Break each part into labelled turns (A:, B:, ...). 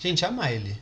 A: Gente, a Miley.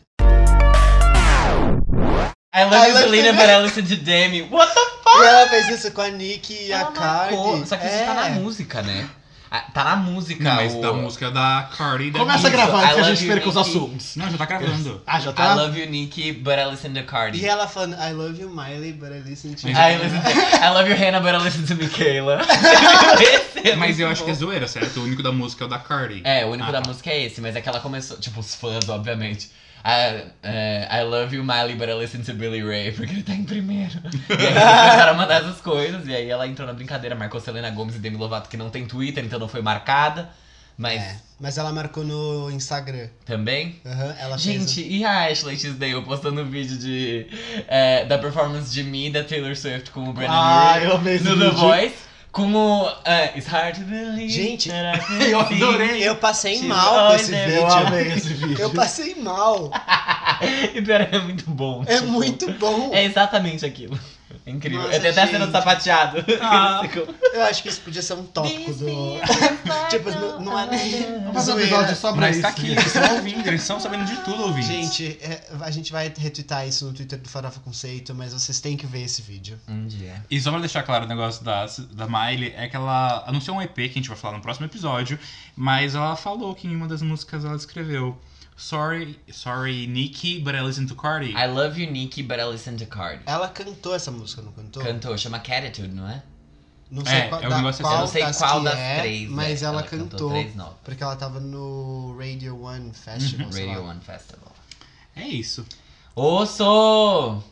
B: I love you, Selena, but I listen to Demi. What the
A: E ela fez isso com a Nick e a
B: Ah! Ela
A: Cardi. É.
B: marcou, Só que isso tá na música, né? Ah, Tá na música.
C: Não, mas
B: o...
C: da música da Cardi. da
D: Começa a
C: Nicki.
D: gravar antes
B: tá I
D: que a
B: love
D: gente
B: you,
D: perca os
B: Nicki.
D: assuntos.
C: Não, já tá gravando.
D: Ah, já
B: I
D: tá?
B: love you, Nicki, but I listen to Cardi.
A: E ela falando, I love you, Miley, but I listen to you.
B: I, listen to- I love you, Hannah, but I listen to Michaela. Esse é
C: Mas
B: muito
C: eu acho
B: bom.
C: que é zoeira, certo? O único da música é o da Cardi.
B: É, o único
C: Ah,
B: da
C: tá.
B: música é esse, mas é que ela começou. Tipo, os fãs, obviamente. I, eh, I love you, Miley, but I listen to Billy Ray, porque ele tá em primeiro. E aí eles começaram a mandar essas coisas, e aí ela entrou na brincadeira, marcou Selena Gomes e Demi Lovato, que não tem Twitter, então não foi marcada. Mas
A: É, mas ela marcou no Instagram.
B: também
A: Aham, ela fez.
B: Gente, e a Ashley Tisdale postando um vídeo de, é, da performance de mim da Taylor Swift com o Brandon
D: Ah,
B: Urie
D: eu amei esse
B: no The
D: vídeo.
B: Voice, com o é, It's Hard to Believe.
A: Gente,
B: that I can
C: eu
B: see.
C: adorei.
A: Eu passei
B: She's
A: mal com esse
B: older.
D: Eu
A: vídeo.
D: amei esse vídeo.
A: Eu passei mal.
B: E pera, é muito bom.
A: É
B: tipo,
A: muito bom.
B: É exatamente aquilo. É incrível.
A: Nossa,
B: eu tenho até
A: gente.
B: sendo sapateado.
C: Ah.
B: Eles ficam-
A: Eu acho que isso podia ser um tópico do. Tipo, não, não é nem.
D: Vamos fazer um
A: zoeira.
D: episódio só pra
C: Mas
D: isso.
C: tá aqui, eles estão ouvindo, eles estão sabendo de tudo ouvindo.
A: Gente, é, a gente vai retweetar isso no Twitter do Farofa Conceito, mas vocês têm que ver esse vídeo.
B: Um dia.
C: E só pra deixar claro o negócio da, da Miley, é que ela anunciou um EP que a gente vai falar no próximo episódio, mas ela falou que em uma das músicas ela escreveu Sorry, sorry Nicki, but I listen to Cardi.
D: Ah.
B: I love you, Nicki, but I listen to Cardi.
A: Ela cantou essa música, não cantou?
B: Cantou, chama Catitude, não é?
A: Não sei
C: É,
A: qual,
C: é um
A: da-
C: negócio assim.
A: qual
B: eu não sei
A: das
B: qual
A: que
B: das
A: é,
B: três.
A: Mas
B: é.
A: ela, cantou,
B: três novas.
A: porque ela tava no Radio One Festival. sei lá.
B: Radio One Festival.
C: É isso.
B: Osso!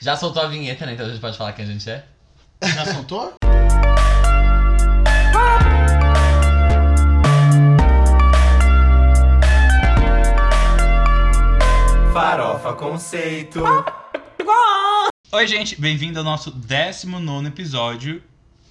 B: Já soltou a vinheta, né? Então a gente pode falar quem a gente é?
D: Já soltou?
E: Farofa Conceito.
C: Oi, gente, bem-vindo ao nosso 19 episódio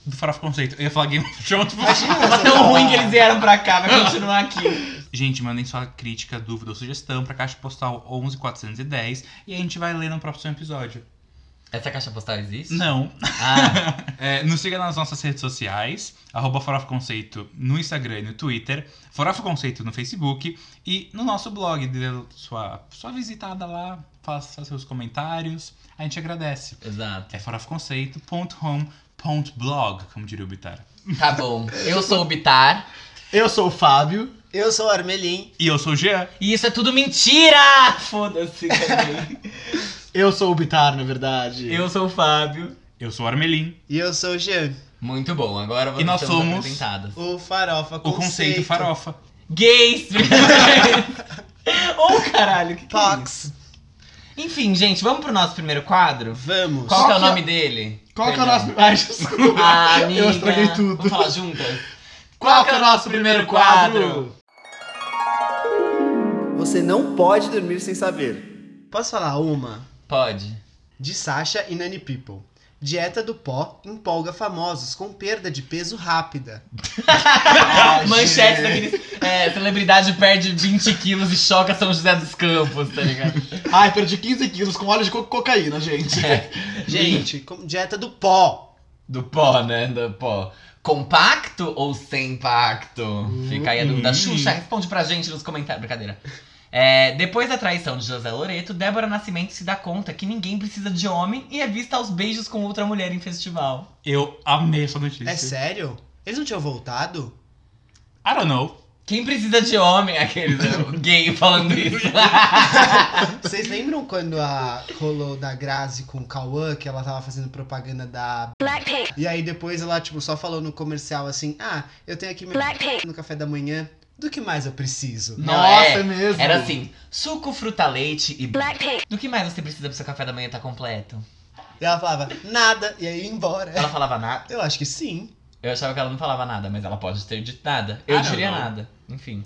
C: do Farofa Conceito. Eu ia falar Game of Thrones, mas... tá
B: Tava
D: né?
B: tão ruim que eles vieram pra cá, vai continuar aqui.
C: Gente, mandem sua crítica, dúvida ou sugestão pra caixa postal 11410 e a gente vai ler no próximo episódio.
B: Essa caixa postal existe?
C: Não.
B: Ah,
C: É, nos siga nas nossas redes sociais, arroba Farofa Conceito no Instagram e no Twitter, Farofa Conceito no Facebook e no nosso blog. Dê sua, sua visitada lá, faça seus comentários, a gente agradece.
B: exato.
C: É farofaconceito.home.blog, como diria o Bitar.
B: Tá bom. Eu sou o Bitar.
D: Eu sou o Fábio.
A: Eu sou o Armelin.
C: E eu sou o Jean.
B: E isso é tudo mentira! Foda-se também.
D: Eu sou o Bitar, na verdade.
B: Eu sou o Fábio.
C: Eu sou o Armelin.
A: E eu sou o Jean.
B: Muito bom, agora vocês
C: E nós
B: estamos
C: somos-
B: apresentados.
A: O Farofa
C: O conceito farofa.
B: Gays! Ô, caralho, que que é isso?
A: Fox.
B: Enfim, gente, vamos pro nosso primeiro quadro?
A: Vamos.
B: Qual,
D: Qual
B: que é o
D: que é-
B: nome dele?
D: Qual que é o
B: Perdão.
D: nosso. Ai, desculpa.
B: Ah, amiga.
D: Eu estraguei tudo.
B: Vamos falar juntas?
D: Qual que é o nosso primeiro quadro?
E: Você não pode dormir sem saber.
A: Posso falar uma?
B: Pode.
A: De Sasha e Nanny People. Dieta do pó empolga famosos com perda de peso rápida.
D: Ah,
B: Manchete daqueles. É, celebridade perde 20 quilos e choca São José dos Campos, tá ligado?
D: Ai, perdi 15 quilos com óleo de co- cocaína, gente.
B: É.
A: Gente, com- dieta do pó.
B: Do pó, né? Do pó. Compacto ou sem pacto? Fica aí a dúvida.
C: Hum.
B: Xuxa, responde pra gente nos comentários. Brincadeira. É, depois da traição de José Loreto, Débora Nascimento se dá conta que ninguém precisa de homem e é vista aos beijos com outra mulher em festival.
C: Eu amei essa notícia.
A: É sério? Eles não tinham voltado?
C: I don't know.
B: Quem precisa de homem? Aquele gay falando isso.
A: Vocês lembram quando a rolou da Grazi com o Cauã, que ela tava fazendo propaganda da.
F: Blackpink,
A: E aí depois ela, tipo, só falou no comercial assim: ah, eu tenho aqui meu
F: Blackpink.
A: no café da manhã. Do que mais eu preciso?
B: Não,
D: Nossa,
B: é.
D: é mesmo.
B: Era assim, suco, fruta, leite e...
F: Blackpink,
B: Do que mais você precisa pro seu café da manhã estar completo?
A: E ela falava, nada, e aí ia embora.
B: Ela falava nada?
A: Eu acho que sim.
B: Eu achava que ela não falava nada, mas ela pode ter dito nada. Eu
C: Ah, não,
B: diria
C: não.
B: nada. Enfim.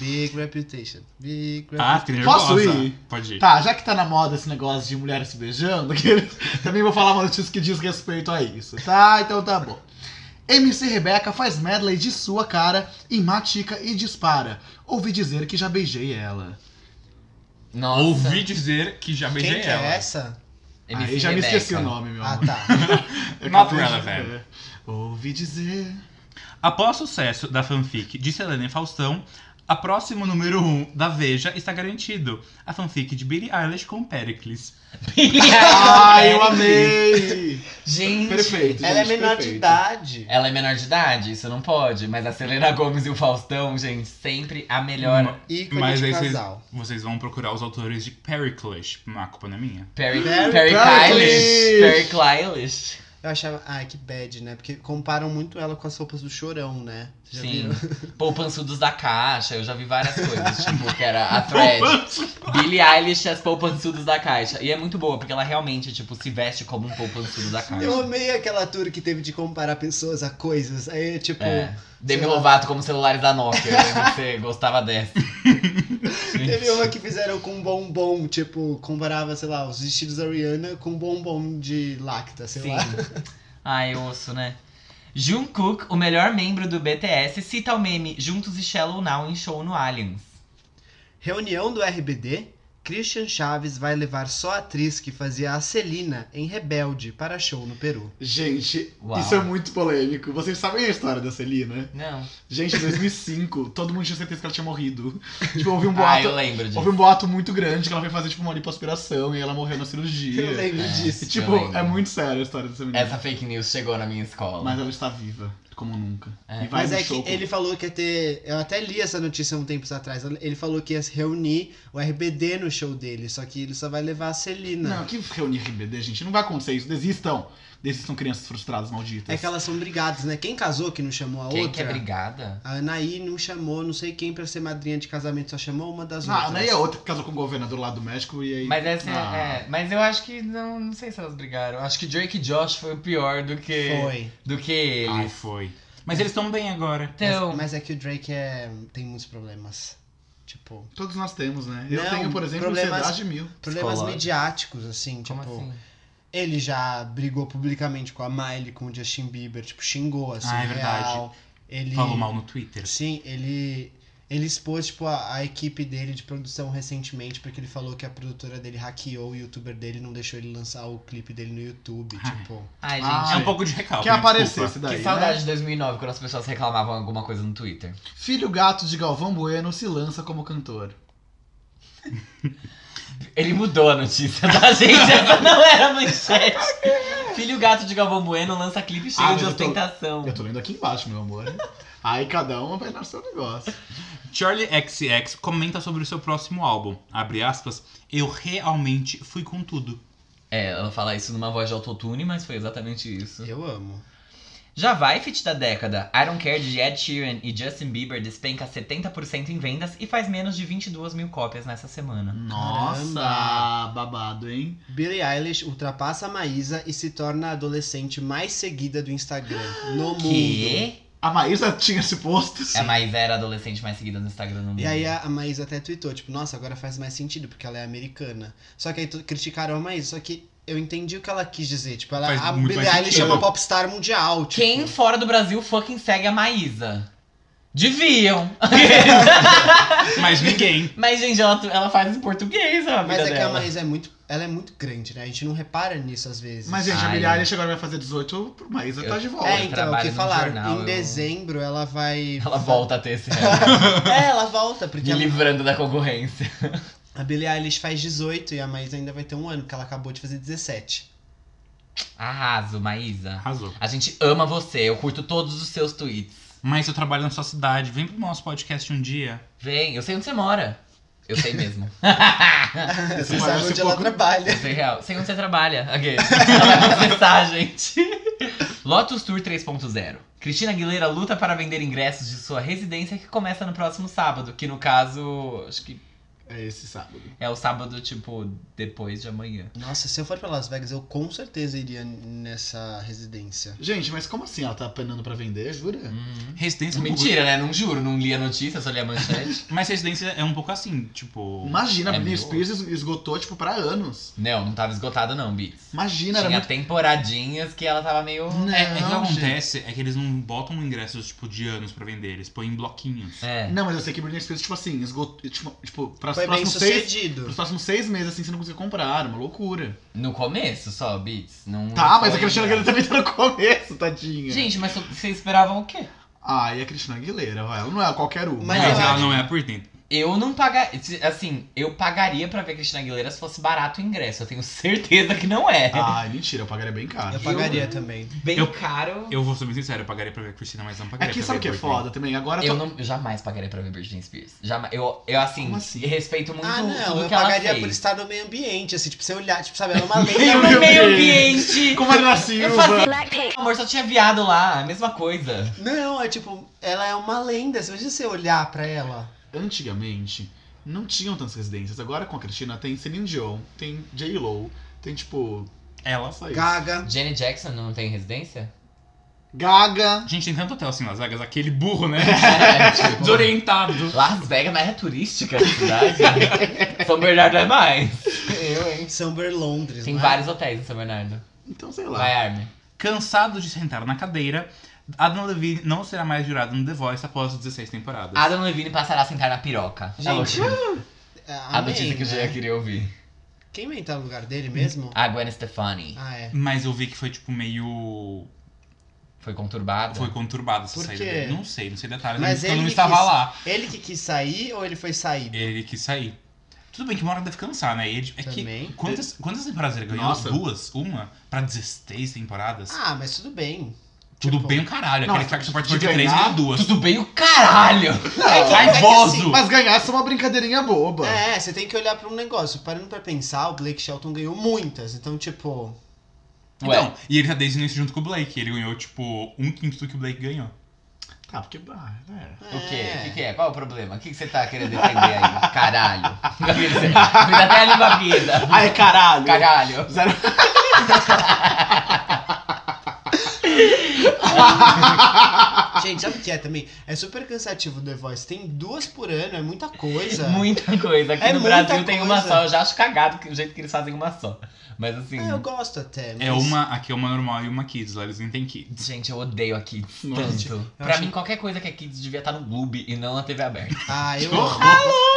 A: Big reputation. Big reputation.
C: Ah, fiquei nervosa.
D: Posso ir?
C: Pode ir.
D: Tá, já que tá na moda esse negócio de mulheres se beijando, que- também vou falar uma notícia que diz respeito a isso, tá? Então tá bom. MC Rebeca faz medley de sua cara e matica e dispara. Ouvi dizer que já beijei ela.
B: Nossa.
C: Ouvi dizer que já beijei
A: Quem que
C: ela.
A: é essa?
B: MC
D: Aí Ah, já me
B: Rebeca.
D: esqueci o nome, meu
A: Ah,
D: amor.
A: tá.
D: Eu
C: Not
D: acabei de-
C: relevant.
D: Ouvi dizer.
C: Após o sucesso da fanfic de Selena e Faustão, a próximo número 1 um da Veja está garantido. A fanfic de Billie Eilish com Pericles.
D: Ai, Ah, eu amei!
B: Gente.
D: Perfeito.
A: Ela é
D: gente,
A: menor de
D: perfeito.
A: idade.
B: Ela é menor de idade, isso não pode. Mas a Selena Gomes e o Faustão, gente, sempre a melhor.
A: Ícone
C: Mas
A: de
C: aí vocês,
A: casal.
C: vocês vão procurar os autores de Pericles. A culpa não é minha.
B: Perry,
A: Perry
B: Perry, Kylish.
D: Kylish.
B: Perry Kylish.
A: Eu achava. Ai, que bad, né? Porque comparam muito ela com as roupas do chorão, né? Vocês já
B: Sim.
A: viram?
B: Poupançudos da Caixa, eu já vi várias coisas. tipo, que era a thread. Billie Eilish e as poupançudos da Caixa. E é muito boa, porque ela realmente, tipo, se veste como um poupançudo da Caixa.
A: Eu amei aquela tour que teve de comparar pessoas a coisas. Aí, tipo.
B: É. Demi
A: Sei lá.
B: Lovato como celulares da Nokia. Eu lembro que você gostava dessa.
A: Teve uma que fizeram com bombom, tipo, comparava, sei lá, os vestidos da Rihanna com bombom de lacta, sei
B: Sim.
A: lá.
B: Ai, osso, né? Jungkook, o melhor membro do BTS, cita o meme Juntos e Shallow Now em show no Aliens.
A: Reunião do RBD, Christian Chaves vai levar só a atriz que fazia a Celina em Rebelde para show no Peru.
D: Gente,
B: Uau.
D: isso é muito polêmico. Vocês sabem a história da Celina?
B: Não.
D: Gente, em 2005, todo mundo tinha certeza que ela tinha morrido. Tipo, houve um
B: Ah,
D: boato,
B: eu lembro disso.
D: houve um boato muito grande que ela foi fazer tipo uma lipoaspiração e ela morreu na cirurgia.
A: Eu lembro É, tá
B: É.
A: disso.
D: E, tipo,
B: Eu lembro.
D: é muito séria a história dessa menina.
B: Essa fake news chegou na minha escola.
D: um- Mas ela está viva, como nunca.
B: É.
D: E vai
A: Mas
D: no
A: é que
D: show com-
A: ele falou que ia ter. Eu até li essa notícia um tempos atrás. Ele falou que ia se reunir o RBD no show dele, só que ele só vai levar a Celina.
D: Não, que reunir RBD, gente. Não vai acontecer isso. Desistam. Desistam, crianças frustradas, malditas.
A: É que elas são brigadas, né? Quem casou que não chamou a
B: Quem
A: outra?
B: que é brigada?
A: A Anaí não chamou, não sei quem pra ser madrinha de casamento, só chamou uma das
D: Ah,
A: outras.
D: não é a outra que casou com o governador lá do México e aí.
B: Mas essa é-
D: Ah.
B: é. Mas eu acho que não, não sei se elas brigaram. Acho que Drake e Josh foi pior do que.
A: Foi.
B: Do que ele.
C: Ai, foi. Mas eles estão bem agora.
B: então.
A: Mas é que o Drake é... tem muitos problemas. Tipo,
D: Todos nós temos, né? Eu
A: Não,
D: tenho, por exemplo,
A: problemas-
D: ansiedade mil.
A: problemas
B: Psicológico.
A: midiáticos, assim.
B: Como
A: tipo,
B: assim?
A: ele já brigou publicamente com a Miley, com o Justin Bieber, tipo, xingou, assim,
C: Ah, é verdade.
A: real. Ele...
C: Falou mal no Twitter.
A: Sim, ele. Ele expôs, tipo, a, a equipe dele de produção recentemente, porque ele falou que a produtora dele hackeou o youtuber dele e não deixou ele lançar o clipe dele no YouTube.
C: Ai.
A: Tipo.
B: Ai, gente.
D: Ah,
C: É um pouco de recalque.
D: Quer
C: né? Desculpa.
D: aparecer esse daí.
B: que
D: né?
B: saudade de 2009, quando as pessoas reclamavam alguma coisa no Twitter.
D: Filho gato de Galvão Bueno se lança como cantor.
B: Ele mudou a notícia, tá, gente? Essa não era a manchete. Filho gato de Galvão Bueno lança clipe cheio
D: Ah,
B: de
D: eu tô-
B: ostentação.
D: Eu tô lendo aqui embaixo, meu amor. aí cada um vai no seu negócio.
C: Charlie XX comenta sobre o seu próximo álbum. Abre aspas. Eu realmente fui com tudo.
B: É, ela fala isso numa voz de autotune, mas foi exatamente isso.
A: Eu amo.
B: Já vai, fit da década. I Don't Care de Ed Sheeran e Justin Bieber despenca 70% em vendas e faz menos de 22 mil cópias nessa semana.
D: Nossa,
A: Caramba.
D: babado, hein?
A: Billie Eilish ultrapassa a Maísa e se torna a adolescente mais seguida do Instagram no mundo.
B: Que? é
D: A Maísa tinha esse posto.
B: A Maísa era a adolescente mais seguida no Instagram no mundo.
A: E aí a, a Maísa até tweetou, tipo, nossa, agora faz mais sentido, porque ela é americana. Só que aí tu- criticaram a Maísa, só que eu entendi o que ela quis dizer. Tipo, ela,
C: Faz
A: a
C: muito
A: Billie
C: mais
A: Eilish é
C: sentido.
A: uma popstar mundial. Tipo,
B: Quem fora do Brasil fucking segue a Maísa? Deviam.
C: Mas ninguém.
B: Mas, gente, ela, ela faz em português a vida
A: Mas é que a
B: dela.
A: Maísa é muito. Ela é muito grande, né? A gente não repara nisso às vezes.
D: Mas, é gente, a
B: Ai.
D: Billie Eilish agora vai fazer 18, pro Maísa
B: Eu-
D: tá de volta.
A: É,
B: Eu
A: então, o
B: trabalho
A: que
B: num
A: falaram?
B: jornal,
A: em
B: eu-
A: dezembro ela vai.
B: Ela volta a ter esse reality,
A: É, ela volta, porque
B: me
A: ela-
B: livrando da concorrência.
A: a Billie Eilish faz 18 e a Maísa ainda vai ter um ano, porque ela acabou de fazer 17.
B: Arraso, Maísa.
C: Arrasou.
B: A gente ama você, eu curto todos os seus tweets.
C: Mas eu trabalho na sua cidade. Vem pro nosso podcast um dia.
B: Vem, eu sei onde você mora. Eu sei mesmo.
A: Você sabe
D: parece
A: onde
D: um
A: ela
D: pouco-
B: eu
A: trabalha.
B: sei real. Sei onde você trabalha. Ok. Ela vai processar, gente. Lotus Tour 3.0. Cristina Aguilera luta para vender ingressos de sua residência que começa no próximo sábado, que no caso, acho que
D: É esse sábado.
B: é o sábado, tipo, depois de amanhã.
A: Nossa, se eu for pra Las Vegas, eu com certeza iria nessa residência.
D: Gente, mas como assim ela tá penando pra vender, jura?
B: Uhum.
C: Residência é um pouco-
B: Mentira, né? Não juro, não li a notícia, só li a manchete.
C: Mas residência é um pouco assim, tipo.
D: Imagina,
B: É
D: a Britney
B: boa.
D: Spears es- esgotou, tipo, pra anos.
B: não, não tava esgotada não, Bits.
D: Imagina,
B: Tinha
D: era muito...
B: temporadinhas que ela tava meio...
C: É, é que o que
D: Não, gente.
C: acontece é que eles não botam ingressos, tipo, de anos pra vender, eles põem em bloquinhos.
B: É.
D: Não, mas eu sei que Britney Spears, tipo assim, esgotou, tipo, tipo pra
A: Foi bem
D: próximos seis...
A: sucedido.
D: Pros próximos seis meses, assim, você não conseguia comprar, era uma loucura.
B: No começo só, Beats. Não
D: Tá,
B: não
D: mas
B: foi
D: a Cristina
B: nada.
D: Aguilera também tá no começo, tadinha.
B: Gente, mas vocês esperavam o quê?
D: Ah, e a Cristina Aguilera, vai. Ela não é qualquer uma.
A: Mas
C: Mas
A: eu
C: ela
A: acho-
C: não é por dentro.
B: Eu não pagaria. Assim, eu pagaria pra ver Cristina Aguilera se fosse barato o ingresso. Eu tenho certeza que não é.
D: Ah, mentira, eu pagaria bem caro.
A: Eu pagaria também.
B: Bem
C: eu-
B: caro. Eu,
C: Eu vou ser bem sincero, eu pagaria pra ver a Cristina, mas não pagaria
D: Aqui
C: pra
D: sabe o
C: ver
D: que é
C: Britney.
D: foda também? Agora tá-
B: não, eu jamais pagaria pra ver Britney Spears. Jamais. Eu, eu assim,
D: Como assim?
B: respeito muito
A: Ah, não,
B: tudo
A: eu
B: que ela
A: pagaria
B: fez.
A: por estar no meio ambiente, assim, tipo, você olhar, tipo, sabe, ela é uma lei.
B: Meio,
D: Meu Deus.
B: meio ambiente!
D: Como a Ana
B: Eu
D: Silva.
A: né?
B: fazia... Amor, só tinha viado lá, a mesma coisa.
A: Não, é tipo, ela é uma lenda. Se você olhar pra ela.
D: Antigamente, não tinham tantas residências. Agora com a Cristina tem Celine Dion, tem J-Lo, tem tipo.
C: Ela.
D: Só isso.
A: Gaga.
B: Jenny Jackson não tem residência?
D: Gaga.
C: Gente, tem tanto hotel assim nas Vegas, aquele burro, né?
B: É, tipo,
C: Desorientado.
B: Las Vegas mas é turística a cidade. São Bernardo é mais. Eu, hein?
A: São é Londres,
B: Tem
A: não é?
B: vários hotéis em São Bernardo.
D: Então sei lá.
B: Vai, Armin.
C: Cansado de sentar na cadeira, Adam Levine não será mais jurado no The Voice após 16 temporadas.
B: Adam Levine passará a sentar na piroca. É a
A: Gente,
B: notícia-
A: É,
B: a
A: amém,
B: notícia que o
A: né?
B: Jean queria ouvir.
A: Quem vai entrar no lugar dele mesmo?
B: A Gwen Stefani
A: Ah, é.
C: Mas eu vi que foi, tipo, meio.
B: foi conturbada.
C: Foi conturbada essa
A: Por
C: saída
A: quê?
C: dele. Não sei, não sei detalhes,
A: Mas
C: mas eu
A: ele
C: não
A: quis-
C: estava lá.
A: Ele que quis sair ou ele foi saído?
C: Ele quis sair. Tudo bem que uma hora deve cansar, né? Ele, é que.
A: Também.
C: Quantas, quantas temporadas ele ganhou?
D: Nossa.
C: Duas? Uma? Pra 16 temporadas?
A: Ah, mas tudo bem.
C: Tudo
A: tipo-
C: bem o caralho.
D: Não,
C: Aquele cara que só participou de
D: de
C: três
D: ganhar,
C: ganhou duas.
B: Tudo bem o caralho!
C: Raivoso!
D: Mas ganhar só uma brincadeirinha boba.
A: É, você tem que olhar pra um negócio. Parando pra pensar, o Blake Shelton ganhou muitas. Então, tipo.
B: Ué,
C: Então, e ele tá desde o início junto com o Blake. Ele ganhou, tipo, um quinto do que o Blake ganhou.
D: Tá, porque. Ah, é.
B: o quê?
A: é.
B: O que, que é? Qual é o problema? O que, que você tá querendo defender aí? Caralho. Me dá até a língua vida.
D: Ai, caralho.
B: Caralho.
D: Zero-
A: Gente, sabe o que é também? É super cansativo o The Voice. Tem duas por ano, é muita coisa.
B: Muita coisa. Aqui
A: É
B: no
A: muita
B: Brasil tem uma
A: coisa.
B: só. Eu já acho cagado que- o jeito que eles fazem uma só. Mas assim.
A: É, eu gosto até.
C: É
A: mas-
C: uma. Aqui é uma normal e uma kids, lá eles nem tem kids.
B: Gente, eu odeio a Kids
D: Nossa,
B: tanto. Pra
A: acho-
B: mim, qualquer coisa que a Kids devia estar no Globo e não na TV aberta.
A: Ah, eu
D: Que
A: amo.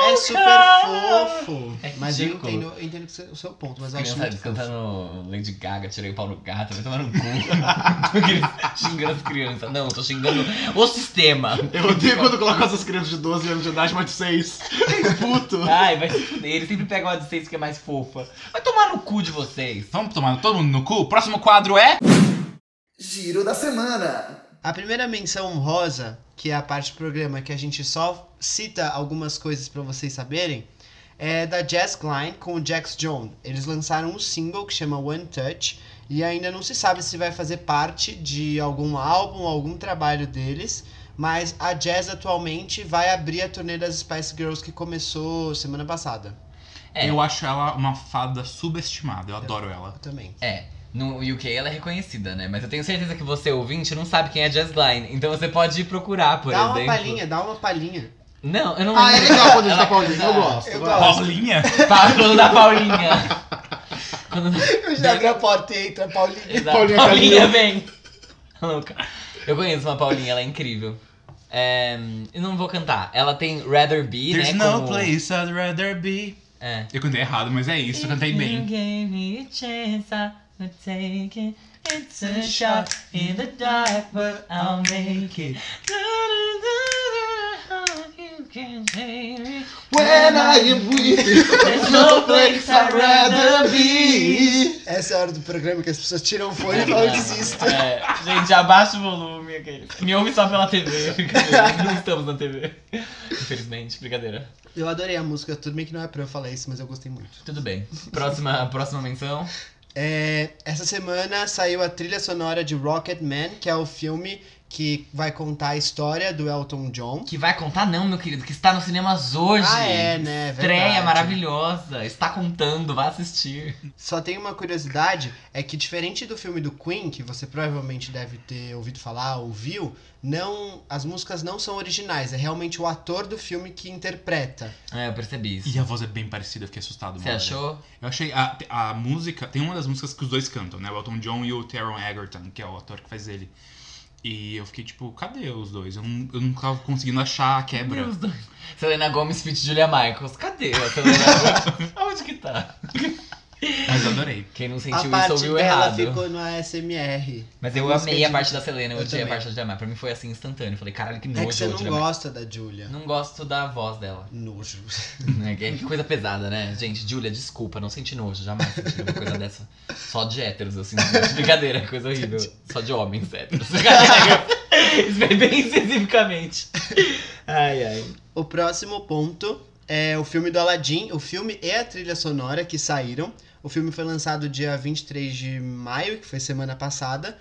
A: É super fofo.
B: É
A: mas eu
B: ridículo.
A: entendo, eu entendo que você- o seu ponto, mas eu acho
B: Criança
A: muito
B: cantando Lady Gaga, tirei o pau no gato, vai tomar no cu. Porque eles xingando as crianças. Não, eu tô xingando o sistema.
D: Eu odeio quando colocam essas crianças de 12 anos de idade, mas de 6. Puto.
B: Ai, vai se fuder. Eles sempre pegam a de seis que é mais fofa. Vai tomar no cu de vocês.
C: Vamos tomar todo mundo no cu? O próximo quadro é.
E: Giro da semana.
A: A primeira menção honrosa, que é a parte do programa que a gente só cita algumas coisas pra vocês saberem, é da Jazz Klein com o Jax Jones. Eles lançaram um single que chama One Touch e ainda não se sabe se vai fazer parte de algum álbum, algum trabalho deles, mas a Jazz atualmente vai abrir a turnê das Spice Girls que começou semana passada.
B: É.
C: Eu acho ela uma fada subestimada. Eu adoro ela.
A: Eu também.
B: É. No UK ela é reconhecida, né? Mas eu tenho certeza que você, ouvinte, não sabe quem é Jazz Line. Então você pode ir procurar, por
A: dá
B: exemplo.
A: uma palhinha, dá uma palhinha.
B: Não, eu não
D: Ah, é
B: lembro.
D: legal quando a gente tá
B: Ela
D: Paulinho, eu
B: canta-
D: gosto.
A: Eu
D: vai.
A: gosto.
C: Paulinha?
B: Pa- Falando da Paulinha. Quando...
A: Eu já abri a porta e é entra a palhinha.
B: Exato.
D: Paulinha
B: Paulinha
D: Calil.
B: vem. Louca. Eu conheço uma Paulinha, ela é incrível. É, eu não vou cantar. Ela tem Rather Be,
C: There's
B: né?
C: no
B: como-
C: place I'd rather be.
B: É.
C: Eu cantei errado, mas é isso, eu cantei
B: If you
A: Uhum.
C: bem.
B: gave me a chance, I would take it. It's a shot in the dark, but I'll make it. Da, da, da, da, you can take it.
D: When I am with you,
B: There's no place I'd rather be.
A: Essa é a hora do programa que as pessoas tiram o fone e falam desista.
B: É, gente, abaixa o volume. aquele. Me ouve só pela TV. brincadeira. Não estamos na TV. Infelizmente, brincadeira.
A: Eu adorei a música, tudo bem que não é pra eu falar isso, mas eu gostei muito.
B: Tudo bem. Próxima, próxima menção.
A: É, essa semana saiu a trilha sonora de Rocket Man, que é o filme que vai contar a história do Elton John.
B: Que vai contar, não, meu querido, que está nos cinemas hoje.
A: Ah, é, né?
B: Estreia
A: Verdade.
B: maravilhosa. Está contando, vai assistir.
A: Só tem uma curiosidade, é que diferente do filme do Queen, que você provavelmente deve ter ouvido falar ou viu, não, as músicas não são originais, é realmente o ator do filme que interpreta.
B: É, eu percebi isso.
C: E a voz é bem parecida, eu fiquei assustado.
B: Você
C: mano.
B: achou?
C: Eu achei a, a música. Tem uma das músicas que os dois cantam, né? O Elton John e o Taron Egerton, que é o ator que faz ele. E eu fiquei tipo, cadê os dois? Eu não, eu não tava conseguindo achar a quebra.
B: Meu Deus. Selena Gomez feat Julia Michaels. Cadê a Selena Gomez? Aonde que tá?
C: Mas eu adorei.
B: Quem não
A: A
B: sentiu isso
A: parte
B: ouviu
A: dela
B: errado.
A: ficou no ASMR.
B: Mas eu
A: música
B: amei a
A: de-
B: parte da Selena, eu
A: Eu
B: odiei a
A: também.
B: parte da Jamar. Pra mim foi assim instantâneo. Eu falei, caralho, que nojo.
A: É que você
B: eu
A: não
B: odiei a Jamar.
A: gosta da Julia.
B: Não gosto da voz dela.
A: Nojo.
B: né? Que que coisa pesada, né? Gente, Julia, desculpa, não senti nojo. Jamais senti uma coisa dessa. Só de héteros, assim. Brincadeira, coisa horrível. Só de homens héteros. Bem especificamente. Ai, ai.
A: O próximo ponto é o filme do Aladdin, o filme e a trilha sonora que saíram. O filme foi lançado dia 23 de maio, que foi semana passada.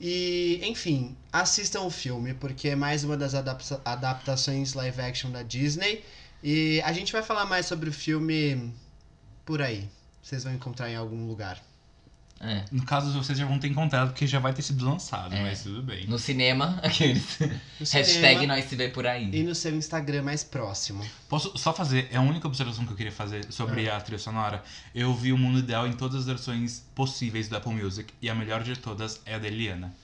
A: E, enfim, assistam o filme, porque é mais uma das adapta- adaptações live action da Disney. E a gente vai falar mais sobre o filme por aí. Vocês vão encontrar em algum lugar.
B: É.
C: No caso, vocês já vão ter encontrado, porque já vai ter sido lançado,
B: É.
C: mas tudo bem.
B: No cinema, aqueles.
A: No
B: Hashtag
A: cinema
B: nós se vê por
A: E
B: aí.
A: no seu Instagram mais próximo.
C: Posso só fazer, é a única observação que eu queria fazer sobre
B: Ah.
C: a trilha sonora. Eu vi o mundo ideal em todas as versões possíveis do Apple Music, e a melhor de todas é a da Eliana.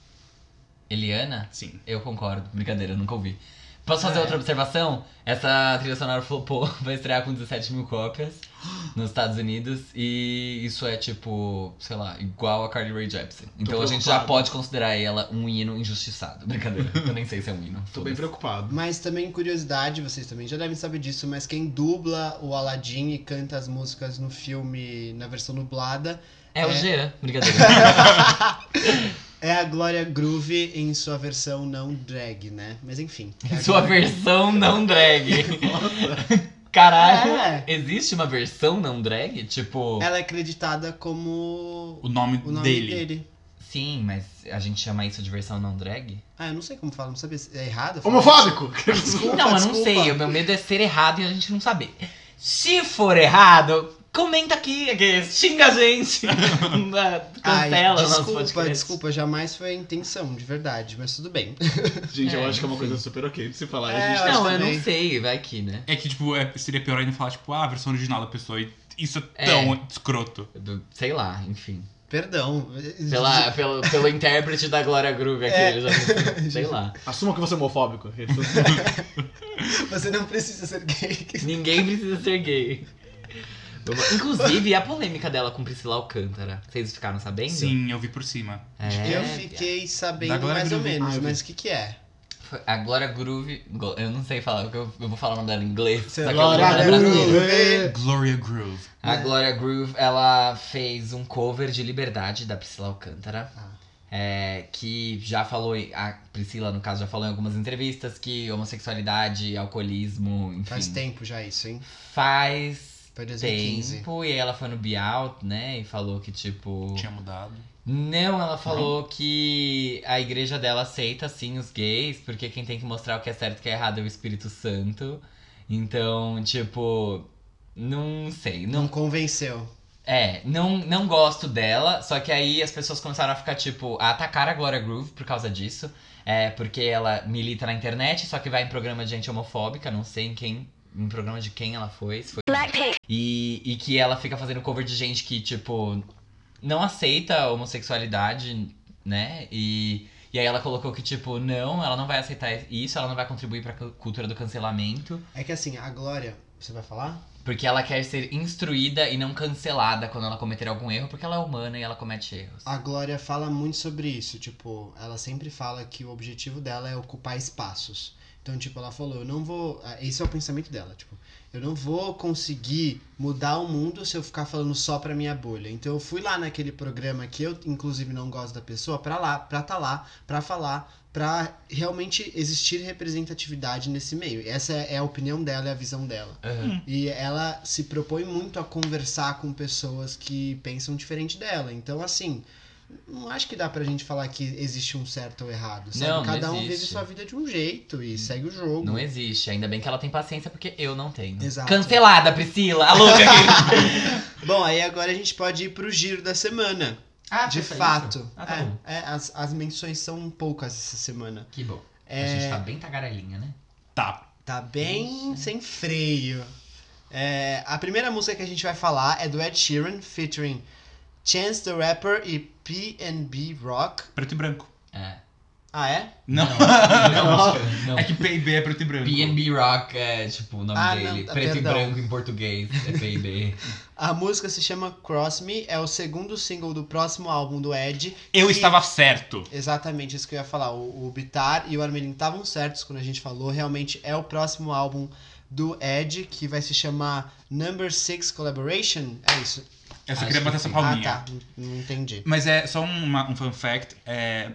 B: Eliana?
C: Sim.
B: Eu concordo. Brincadeira, eu nunca ouvi. Posso fazer
A: Ah, é?
B: outra observação? Essa trilha sonora flopou, vai estrear com 17 mil cópias nos Estados Unidos. E isso é tipo, sei lá, igual a Carly Rae Jepsen. Então a gente já
D: preocupado.
B: pode considerar ela um hino injustiçado. Brincadeira, eu nem sei se é um hino.
D: Tô
B: Foda-se.
D: bem preocupado.
A: Mas também, curiosidade, vocês também já devem saber disso, mas quem dubla o Aladdin e canta as músicas no filme, na versão dublada,
B: É o
A: É.
B: Jean, brincadeira.
A: é a Glória Groove em sua versão não drag, né? Mas enfim. é a
B: Sua
A: Glória-
B: versão não drag. Caralho,
A: É.
B: existe uma versão não drag? Tipo.
A: Ela é acreditada como
C: O nome,
A: o nome
C: dele.
A: dele.
B: Sim, mas a gente chama isso de versão não drag?
A: Ah, eu não sei como fala, não sabia. se É errado? falar
D: Homofóbico!
A: Desculpa,
B: Não, eu não
A: desculpa.
B: sei. O meu medo é ser errado e a gente não saber. Se for errado, comenta aqui, aqui, xinga a gente. Ah,
A: Ai,
B: Cancela o nosso
A: desculpa,
B: podcast.
A: desculpa, jamais foi a intenção, de verdade, mas tudo bem.
D: Gente, eu
B: É,
D: acho que é uma coisa super ok de se falar.
A: É,
D: a gente tá...
B: Não, eu
A: também.
B: não sei, vai que, né?
C: É que, tipo, é- seria pior ainda falar, tipo, ah, a versão original da pessoa. e Isso
B: É.
C: é tão escroto.
B: Do- Sei lá, enfim.
A: Perdão.
B: Pela, pelo, pelo intérprete da Glória Groove aqui,
A: É.
B: eu já- sei lá.
D: Assuma que você é homofóbico.
A: Você não precisa ser gay.
B: Ninguém precisa ser gay. Vamos- Inclusive, a polêmica dela com Priscila Alcântara. Vocês ficaram sabendo?
C: Sim, eu vi por cima.
B: É,
A: Eu fiquei
C: Da
A: sabendo
C: Glória
A: mais ou
C: Groove.
A: menos,
D: Ah, eu vi.
A: mas o que que é?
B: Foi A Glória Groove. Glo- Eu não sei falar, porque eu, eu vou falar o nome dela em inglês.
A: Sei
B: só que
A: lá,
B: eu vou falar
A: é Glória
B: brasileiro.
A: Groove.
C: Gloria Groove.
B: A Gloria Groove, ela fez um cover de Liberdade da Priscila Alcântara.
A: Ah.
B: é, que já falou, em- a Priscila, no caso, já falou em algumas entrevistas que homossexualidade, alcoolismo, enfim.
A: Faz tempo já isso, hein?
B: Faz
A: Foi 2015.
B: tempo. E ela foi no Bial, né? E falou que, tipo.
C: Tinha mudado.
B: Não, ela falou que a igreja dela aceita sim os gays, porque quem tem que mostrar o que é certo e o que é errado é o Espírito Santo. Então, tipo. Não sei.
A: Não
B: Não
A: convenceu.
B: é, não, não gosto dela, só que aí as pessoas começaram a ficar, tipo, a atacar a Gloria Groove por causa disso. É, porque ela milita na internet, só que vai em programa de gente homofóbica, não sei em quem. Em programa de quem ela foi, se foi. E, e que ela fica fazendo cover de gente que, tipo, não aceita a homossexualidade, né? E, e aí ela colocou que, tipo, não, ela não vai aceitar isso, ela não vai contribuir pra cu- cultura do cancelamento.
A: É que assim, a Glória, você vai falar?
B: Porque ela quer ser instruída e não cancelada quando ela cometer algum erro, porque ela é humana e ela comete erros.
A: A Glória fala muito sobre isso, tipo, ela sempre fala que o objetivo dela é ocupar espaços. Então, tipo, ela falou, eu não vou, ah, esse é o pensamento dela, tipo, eu não vou conseguir mudar o mundo se eu ficar falando só pra minha bolha. Então, eu fui lá naquele programa que eu inclusive não gosto da pessoa pra lá, pra tá lá, pra falar, pra realmente existir representatividade nesse meio. Essa é a opinião dela, é a visão dela.
B: Hum.
A: E ela se propõe muito a conversar com pessoas que pensam diferente dela. Então, assim, não acho que dá pra gente falar que existe um certo ou errado. Sabe?
B: Não, não
A: Cada um vive
B: existe. Hum.
A: sua vida de um jeito e segue o jogo.
B: Não existe. Ainda bem que ela tem paciência, porque eu não tenho.
A: Exato. Ah,
B: Cancelada, Priscila! A louca aqui! é-
A: Bom, aí agora a gente pode ir pro giro da semana.
B: ah,
A: de
B: foi só
A: fato.
B: isso? Ah, tá
A: É,
B: bom.
A: é, as, as menções são poucas essa semana.
B: Que bom.
A: É,
B: A gente tá bem tagarelinha, né?
C: Tá.
A: Tá bem sem freio. É, a primeira música que a gente vai falar é do Ed Sheeran, featuring Chance the Rapper e P&B Rock.
C: Preto e branco.
B: É.
A: Ah, é?
C: Não.
B: Não, não.
C: É que PIB é preto e branco.
B: PNB Rock é tipo o nome
A: Ah, não,
B: dele.
A: tá,
B: Preto
A: perdão.
B: e branco em português. É PIB.
A: A música se chama Cross Me, é o segundo single do próximo álbum do Ed.
C: Eu
A: que-
C: estava certo.
A: Exatamente isso que eu ia falar. O, o Bitar e o Armelin estavam certos quando a gente falou. Realmente é o próximo álbum do Ed, que vai se chamar Number Six Collaboration. É isso.
C: Eu só
B: Acho
C: queria
B: que
C: bater essa
B: sim.
C: palminha.
A: Ah, tá. Não não entendi.
C: Mas é só uma- um fun fact. É,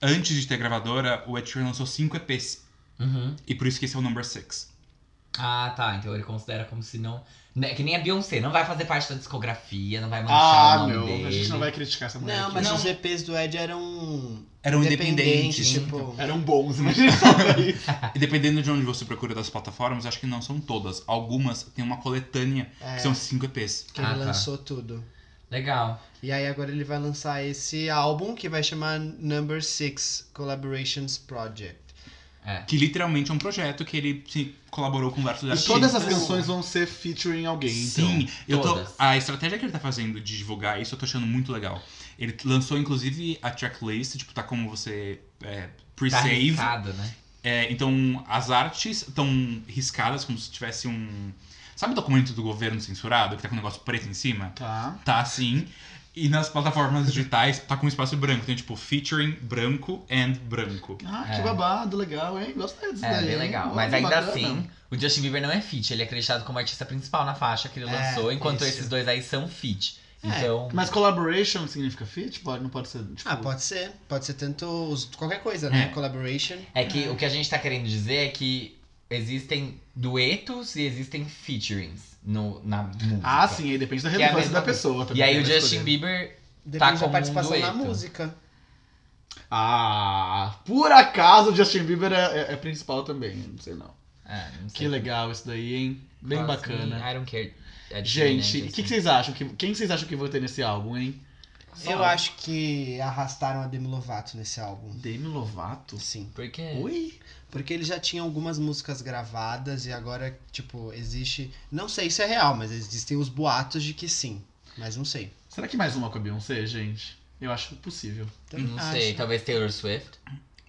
C: antes de ter gravadora, o Ed Sheeran lançou 5 EPs.
B: Uhum.
C: E por isso que esse é o number 6.
B: Ah, tá. Então ele considera como se não. né, Que nem a Beyoncé, não vai fazer parte da discografia, não vai manchar
D: Ah,
B: o nome
D: meu,
B: dele.
D: a gente não vai criticar essa mulher
A: Não,
D: aqui.
A: mas
C: Não.
A: os EPs do Ed eram.
C: Eram independentes.
A: Tipo,
B: É.
D: Eram bons, imagina só isso.
C: E dependendo de onde você procura das plataformas, acho que não são todas. Algumas tem uma coletânea
A: É.
C: que são 5 EPs.
A: que ele
B: Ah, tá.
A: lançou tudo.
B: Legal.
A: E aí agora ele vai lançar esse álbum que vai chamar Number Six Collaborations Project.
B: É.
C: Que literalmente é um projeto que ele se colaborou com vários
D: E
C: artistas.
D: todas as canções vão ser featuring alguém. então.
C: Sim, eu tô,
B: todas.
C: a estratégia que ele tá fazendo de divulgar isso eu tô achando muito legal. Ele lançou inclusive a tracklist, tipo, tá como você é,
B: Tá
C: pre-save.
B: arriscado, né?
C: É, então, as artes estão riscadas como se tivesse um. Sabe o documento do governo censurado, que tá com um negócio preto em cima?
D: Tá.
C: Tá assim. E nas plataformas digitais tá com espaço branco. Então, tipo, featuring branco and branco.
D: Ah, que
B: É.
D: babado, legal, hein? Gostei disso
B: É,
D: daí.
B: bem
D: hein?
B: legal.
D: Pô,
B: Mas
D: que
B: ainda
D: bacana.
B: assim, o Justin Bieber não é feat, ele é acreditado como artista principal na faixa que ele
A: É,
B: lançou, enquanto
A: isso.
B: esses dois aí são feat.
A: É,
B: Então.
D: Mas collaboration significa feat? Pode, não pode ser. Tipo,
A: Ah, pode ser. Pode ser tanto os- qualquer coisa, né?
C: É.
A: Collaboration.
B: É que o que a gente tá querendo dizer é que existem duetos e existem featurings no, na música.
D: Ah, sim, aí depende da
B: Que é a
D: relevância
B: mesma
D: da pessoa
B: E
D: também.
B: aí
D: né,
B: o
D: pra
B: Justin
D: escolher.
B: Bieber.
A: Depende
B: como
A: da
B: um
A: participação na
B: dueto.
A: música.
D: Ah, por acaso o Justin Bieber é, é- é principal também, não sei não.
B: Ah, não sei.
D: Que legal isso daí, hein? Bem
B: Gosto,
D: bacana.
B: I don't care. É de
D: Gente,
B: Justin.
D: o que, que vocês acham? Que- Quem vocês acham que vai ter nesse álbum, hein?
A: Eu acho que arrastaram a Demi Lovato nesse álbum.
D: Demi Lovato?
A: Sim.
B: Por quê?
D: Oi?
A: Porque ele já tinha algumas músicas gravadas e agora, tipo, existe. Não sei se é real, mas existem os boatos de que sim. Mas não sei.
D: Será que mais uma com a Beyoncé, gente? Eu acho possível.
A: Também
B: Não
A: Então, acho.
B: sei, tá- talvez Taylor Swift.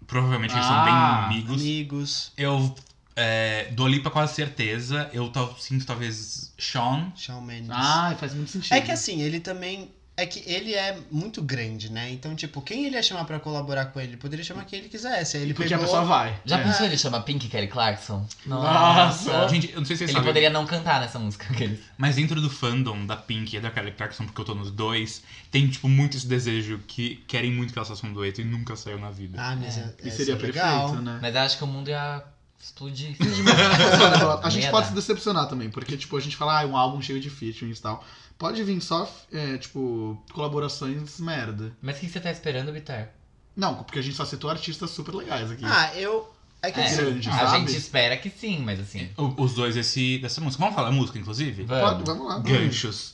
C: Provavelmente eles
D: Ah,
C: são bem amigos.
A: Amigos.
C: Eu. É, Dolipa quase certeza. Eu tal- sinto talvez Sean.
A: Shawn Mendes.
D: Ah, faz muito sentido.
A: É que assim, ele também. É que ele é muito grande, né? Então, tipo, quem ele ia chamar pra colaborar com ele? Ele Poderia chamar quem ele quisesse. Aí ele
D: Porque
A: pegou...
D: a pessoa vai.
B: Já
A: É.
B: pensou ele chama Pink Kelly Clarkson?
D: Nossa.
C: Gente, eu não sei se vocês
B: Ele
C: sabem.
B: poderia não cantar nessa música. aquele.
C: Mas dentro do fandom da Pink e da Kelly Clarkson, porque eu tô nos dois, tem, tipo, muito esse desejo que querem muito que elas façam um dueto e nunca saiu na vida.
A: Ah, mas
B: É.
A: é,
D: E
A: é
D: seria perfeito,
A: legal.
D: né?
B: Mas eu acho que o mundo ia explodir.
D: a gente
B: é Merda.
D: pode se decepcionar também, porque, tipo, a gente fala, ah, um álbum cheio de featurings e tal. Pode vir só, é, tipo, colaborações merda.
B: Mas o que você tá esperando, Bitar?
D: Não, porque a gente só citou artistas super legais aqui.
A: Ah, eu. É que
B: É,
A: assim,
D: grande,
B: a
D: sabe?
B: gente espera que sim, mas assim.
C: O- os dois desse, dessa música. Vamos falar música, inclusive?
D: Pode,
B: Vamos,
D: vamos lá.
C: Ganchos.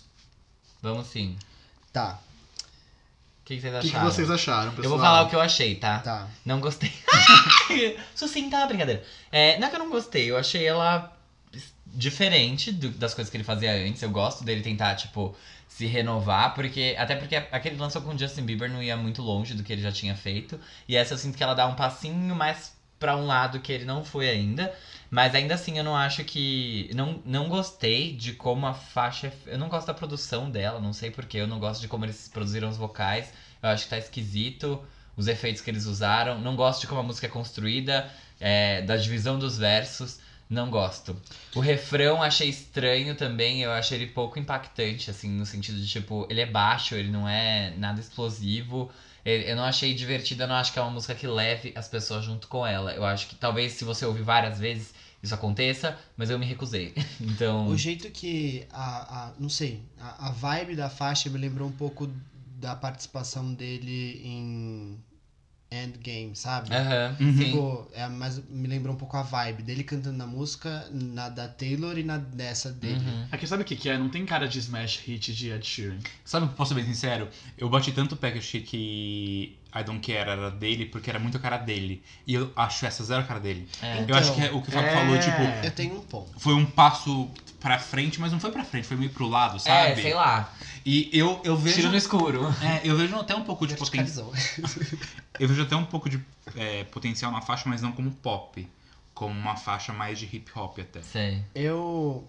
B: vamos sim.
A: Tá,
B: O que, que vocês
D: O que, que
B: acharam?
D: vocês acharam,
B: Eu
D: pessoal?
B: vou falar o que eu achei, tá?
A: tá.
B: Não gostei. Sucinta, brincadeira. É, não é que eu não gostei, eu achei ela diferente do- das coisas que ele fazia antes. Eu gosto dele tentar, tipo, se renovar, porque. Até porque aquele que lançou com o Justin Bieber não ia muito longe do que ele já tinha feito. E essa eu sinto que ela dá um passinho mais pra um lado que ele não foi ainda. Mas ainda assim eu não acho que. Não, não gostei de como a faixa. é f- Eu não gosto da produção dela, não sei porquê. Eu não gosto de como eles produziram os vocais. Eu acho que tá esquisito os efeitos que eles usaram. Não gosto de como a música é construída, é, da divisão dos versos. Não gosto. O refrão achei estranho também, eu achei ele pouco impactante, assim, no sentido de, tipo, ele é baixo, ele não é nada explosivo. Eu eu não achei divertida, eu não acho que é uma música que leve as pessoas junto com ela. Eu acho que talvez se você ouvir várias vezes isso aconteça, mas eu me recusei.
D: Hum.
B: Então.
A: O jeito que a, a- não sei, a, a vibe da faixa me lembrou um pouco da participação dele em Endgame, sabe?
D: É,
B: Aham,
C: Uhum.
B: sim.
A: Tipo, é, mas me lembrou um pouco a vibe dele cantando na música, na da Taylor e na dessa dele.
B: Uhum.
D: Aqui sabe o que, que é? Não tem cara de smash hit de Ed Sheeran.
C: Sabe, posso ser bem sincero? Eu bati tanto o pé que eu achei que I Don't Care era dele, porque era muito a cara dele. E eu acho essa zero a cara dele.
B: É.
A: Então,
C: Eu acho que é o que o Fábio falou, tipo,
A: Eu tenho um ponto.
C: foi um passo pra frente, mas não foi pra frente, foi meio pro lado,
B: É,
C: sabe?
B: sei lá.
C: E eu, eu
B: Tiro
C: vejo.
B: no escuro.
C: É, eu vejo até um pouco
D: Tipo
C: de
D: assim,
C: potencial.
A: Verticalizou.
C: Eu vejo até um pouco de é, potencial na faixa, mas não como pop. Como uma faixa mais de hip hop até.
B: Sei.
A: Eu.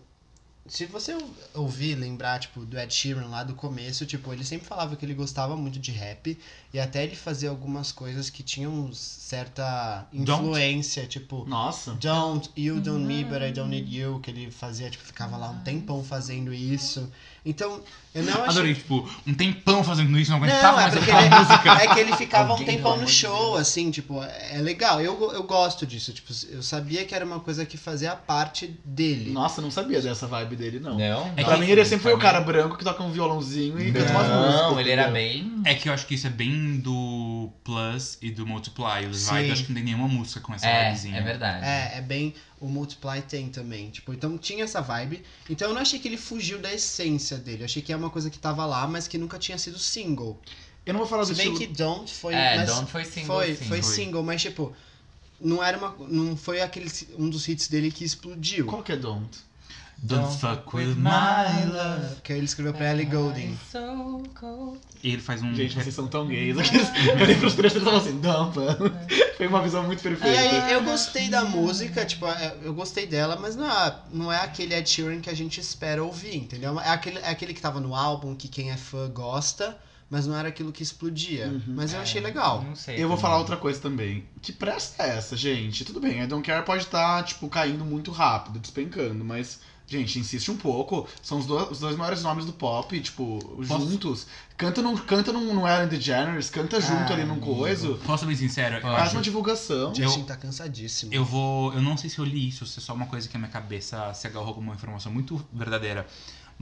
A: Se você ou- ouvir, lembrar, tipo, do Ed Sheeran lá do começo, tipo, ele sempre falava que ele gostava muito de rap e até ele fazia algumas coisas que tinham certa
C: Don't.
A: influência, tipo,
D: Nossa.
A: Don't, you don't me, but I don't need you, que ele fazia, tipo, ficava lá um tempão fazendo isso. Então, eu não achei...
C: Adorei, tipo, um tempão fazendo isso, não
A: Não,
C: aguentava
A: é
C: mais
A: porque
C: aquela música.
A: ele, é que ele ficava um
B: Alguém,
A: tempão
B: pelo
A: no
B: amor de
A: show,
B: Deus.
A: assim, tipo, é legal. Eu, eu gosto disso, tipo, eu sabia que era uma coisa que fazia parte dele.
D: Nossa, não sabia dessa vibe dele, não.
B: Não?
C: É
D: pra
B: Nossa,
D: mim, ele sempre foi o
B: pra
D: cara branco que toca um violãozinho e
B: mim-
D: canta umas músicas.
B: Não, ele era
D: entendeu?
B: bem.
C: É que eu acho que isso é bem do Plus e do Multiply. Os
A: Sim.
C: vibes, acho que não tem nenhuma música com essa
B: É,
C: vibezinha.
B: é verdade.
A: É, é bem. O Multiply tem também. Tipo, então tinha essa vibe. Então eu não achei que ele fugiu da essência dele. Eu achei que é uma coisa que tava lá, mas que nunca tinha sido single.
D: Eu não vou falar
A: Se
D: do
A: bem
D: estilo...
A: que Don't foi.
B: É,
A: mas
B: Don't foi single,
A: foi,
B: sim.
A: foi
C: Foi.
A: single, mas tipo. Não era uma. Não foi aquele, um dos hits dele que explodiu.
D: Qual que é Don't?
C: Don't, fuck with my love.
A: Que ele escreveu
B: É.
A: pra Ellie Goulding.
B: So cold.
C: E ele faz um.
D: Gente, vocês são tão gays. Aqueles- Eu olhei pros três e tava assim, Don't, mano. Foi uma visão muito perfeita.
A: É, eu gostei da música, tipo, é, eu gostei dela, mas não é, não é aquele Ed Sheeran que a gente espera ouvir, entendeu? É aquele, é aquele que tava no álbum, que quem é fã gosta, mas não era aquilo que explodia.
D: Uhum.
A: mas eu achei
C: É.
A: legal.
B: Não sei.
D: Eu vou
B: também.
D: falar outra coisa também. Que pressa é essa, gente? Tudo bem, I Don't Care pode estar, tipo, caindo muito rápido, despencando, mas, gente, insiste um pouco. São os dois, os dois maiores nomes do pop, tipo, juntos. Canta num, canta num, num Ellen DeGeneres, canta junto
A: Ah,
D: ali num
A: amigo.
D: coiso.
C: Posso ser bem sincero? Eu,
D: Faz
C: acho,
D: uma divulgação.
A: O Justin tá cansadíssimo.
C: eu vou. Eu não sei se eu li isso, se é só uma coisa que a minha cabeça se agarrou como uma informação muito verdadeira.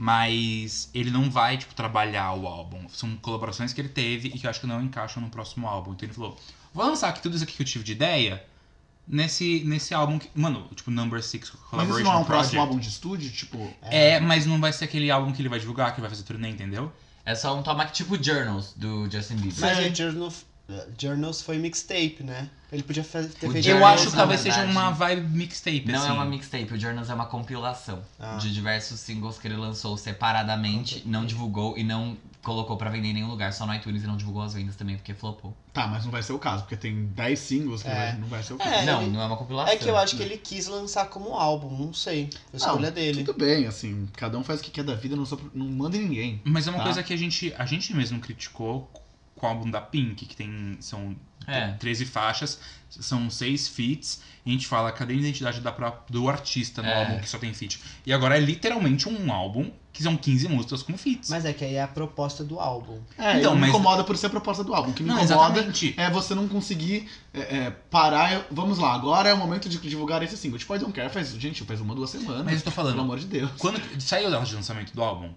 C: Mas ele não vai, tipo, trabalhar o álbum. São colaborações que ele teve e que eu acho que não encaixam no próximo álbum. Então ele falou: vou lançar aqui tudo isso aqui que eu tive de ideia nesse, nesse álbum que. Mano, tipo, Number Six
D: Mas
C: Collaboration
D: isso não é um
C: Project.
D: próximo álbum de estúdio, tipo.
C: É, mas não vai ser aquele álbum que ele vai divulgar, que ele vai fazer turnê, entendeu?
B: É só um toma tipo Journals do Justin Bieber.
A: Mas
D: Sim.
A: o Journals, Journals foi mixtape, né? Ele podia fa- ter
B: O
A: feito.
C: Eu
B: Journals,
C: acho que
B: é na
C: talvez seja
B: verdade,
C: uma vibe mixtape,
B: Não
C: assim.
B: é uma mixtape, o Journals é uma compilação
A: Ah.
B: de diversos singles que ele lançou separadamente, não divulgou e não colocou pra vender em nenhum lugar, só no iTunes e não divulgou as vendas também porque flopou.
D: Tá, mas não vai ser o caso, porque tem 10 singles que
A: É.
D: vai- não vai ser o caso.
A: É,
B: não,
A: ele-
B: não é uma compilação.
A: É que eu acho que ele quis lançar como álbum, não sei. A escolha
D: Não,
A: dele.
D: Tudo bem, assim, cada um faz o que quer da vida, não, sou, não manda em ninguém.
C: Mas é uma
D: Tá.
C: coisa que a gente, a gente mesmo criticou com o álbum da Pink, que tem são
B: É.
C: 13 faixas, são seis feats, e a gente fala, cadê a identidade da pró- do artista no
B: É.
C: álbum que só tem feat? E agora é literalmente um álbum que são 15 músicas com feats.
A: Mas é que aí é a proposta do álbum.
D: É,
C: Então,
D: então, me
C: mas-
D: incomoda por ser a proposta do álbum. O que me
C: não,
D: incomoda
C: exatamente.
D: é você não conseguir é, é, parar. eu- Vamos lá, agora é o momento de divulgar esse single. Tipo, I don't care, faz, gente, faz uma, duas semanas.
C: Mas eu tô
D: Pelo
C: falando,
D: amor de Deus.
C: quando que- saiu a data de lançamento do álbum?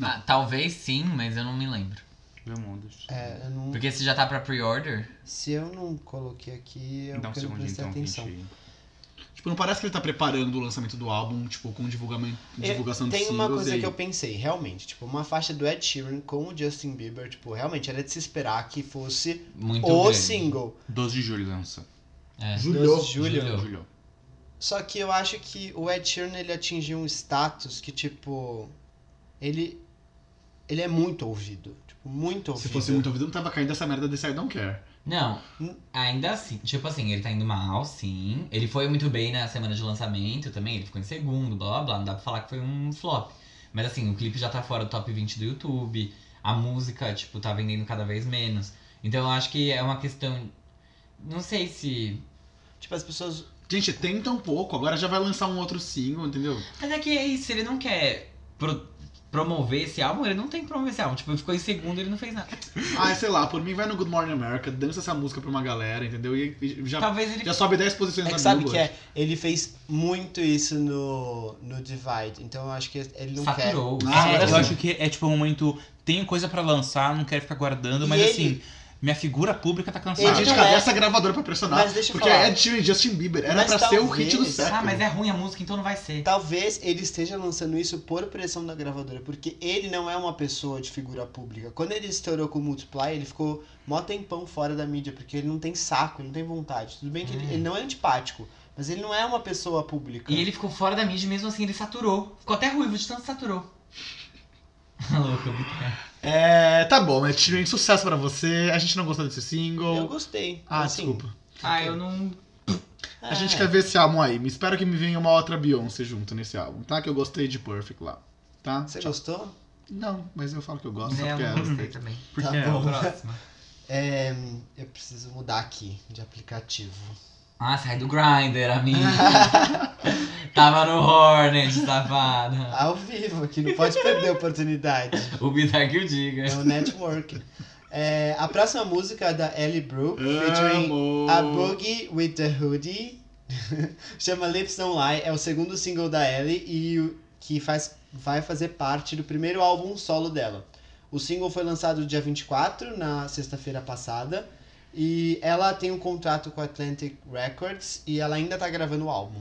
B: Ah, talvez sim, mas eu não me lembro.
C: Meu mundo.
A: É, eu não-
B: Porque se já tá pra pre-order,
A: se eu não coloquei aqui, eu
C: Dá um
A: quero
C: segundinho
A: prestar
C: então,
A: atenção.
C: gente.
D: Tipo, não parece que ele tá preparando o lançamento do álbum, tipo, com divulgamento, divulgação de
A: É, Tem
D: singles.
A: uma coisa
D: e aí-
A: que eu pensei, realmente, tipo, uma faixa do Ed Sheeran com o Justin Bieber, tipo, realmente era de se esperar que fosse
B: muito
A: o
B: grande.
A: single.
C: 12 de julho lança.
B: É.
D: Julho.
A: Doze de julho.
B: Julho.
C: Julho.
A: Só que eu acho que o Ed Sheeran ele atingiu um status que tipo ele ele é muito ouvido, tipo, muito ouvido.
D: Se fosse muito ouvido, não tava caindo essa merda desse I don't care.
B: Não,
A: Hum.
B: ainda assim, tipo assim, ele tá indo mal, sim. Ele foi muito bem na semana de lançamento também, ele ficou em segundo, blá blá blá. Não dá pra falar que foi um flop. Mas assim, o clipe já tá fora do top 20 do YouTube. A música, tipo, tá vendendo cada vez menos. Então eu acho que é uma questão. Não sei se.
A: Tipo, as pessoas
D: Gente, tenta um pouco, agora já vai lançar um outro single, entendeu?
B: Mas é que é isso, ele não quer pro- promover esse álbum, ele não tem que promover esse álbum. Tipo, ele ficou em segundo ele não fez nada.
D: Ah, sei lá, por mim vai no Good Morning America, dança essa música pra uma galera, entendeu? E, e já,
B: Talvez ele.
D: já sobe 10 posições
A: é
D: na
A: que sabe que
D: Billboard.
A: é, ele fez muito isso no no Divide, então eu acho que ele não quer
B: saturou.
D: Ah,
C: É,
D: agora
C: eu
D: sim.
C: acho que é tipo um momento. Tenho coisa pra lançar, não quero ficar guardando,
A: E
C: mas
A: ele-
C: assim, minha figura pública tá cansada.
D: A
A: Ele
D: gente,
A: não
D: cadê
A: é-
D: essa gravadora pra pressionar?
A: Mas deixa eu
D: Porque
A: falar.
D: é Ed Sheeran e Justin Bieber. Era
A: Mas
D: pra ser o hit do
A: talvez-
D: século.
B: Ah, mas é ruim a música, então não vai ser.
A: Talvez ele esteja lançando isso por pressão da gravadora, porque ele não é uma pessoa de figura pública. Quando ele estourou com o Multiply, ele
D: Hum.
A: ficou mó tempão fora da mídia, porque ele não tem saco, ele não tem vontade. Tudo bem que ele, ele não é antipático, Mas ele não é uma pessoa pública.
B: E ele ficou fora da mídia, mesmo assim ele saturou. Ficou até ruivo de tanto saturou. Louco, eu me-
D: É, tá bom, mas Tirin, sucesso pra você. A gente não gostou desse single.
A: Eu gostei.
D: Ah,
A: assim,
D: desculpa.
B: Ah, eu não.
D: A gente
A: é.
D: quer ver esse álbum aí. Me espero que me venha uma outra Beyoncé junto nesse álbum, tá? Que eu gostei de Perfect lá. Tá?
A: Você gostou?
D: Não, mas eu falo que eu gosto, só
B: né, eu
D: porque
B: não
D: é-
B: gostei também.
C: Porque
A: Tá
C: é
A: bom.
B: Próximo.
A: É, eu preciso mudar aqui de aplicativo.
B: Ah, sai do grinder, amigo. Tava no Hornet, safada.
A: Ao vivo, aqui não pode perder a oportunidade.
B: O Bizarre que o diga.
A: É o network. É, a próxima música é da Ellie Brooke, featuring
D: Amo.
A: A Boogie with the Hoodie. Chama Lips Don't Lie, é o segundo single da Ellie e o- que faz, vai fazer parte do primeiro álbum solo dela. O single foi lançado dia 24, na sexta-feira passada, e ela tem um contrato com a Atlantic Records e ela ainda tá gravando o álbum.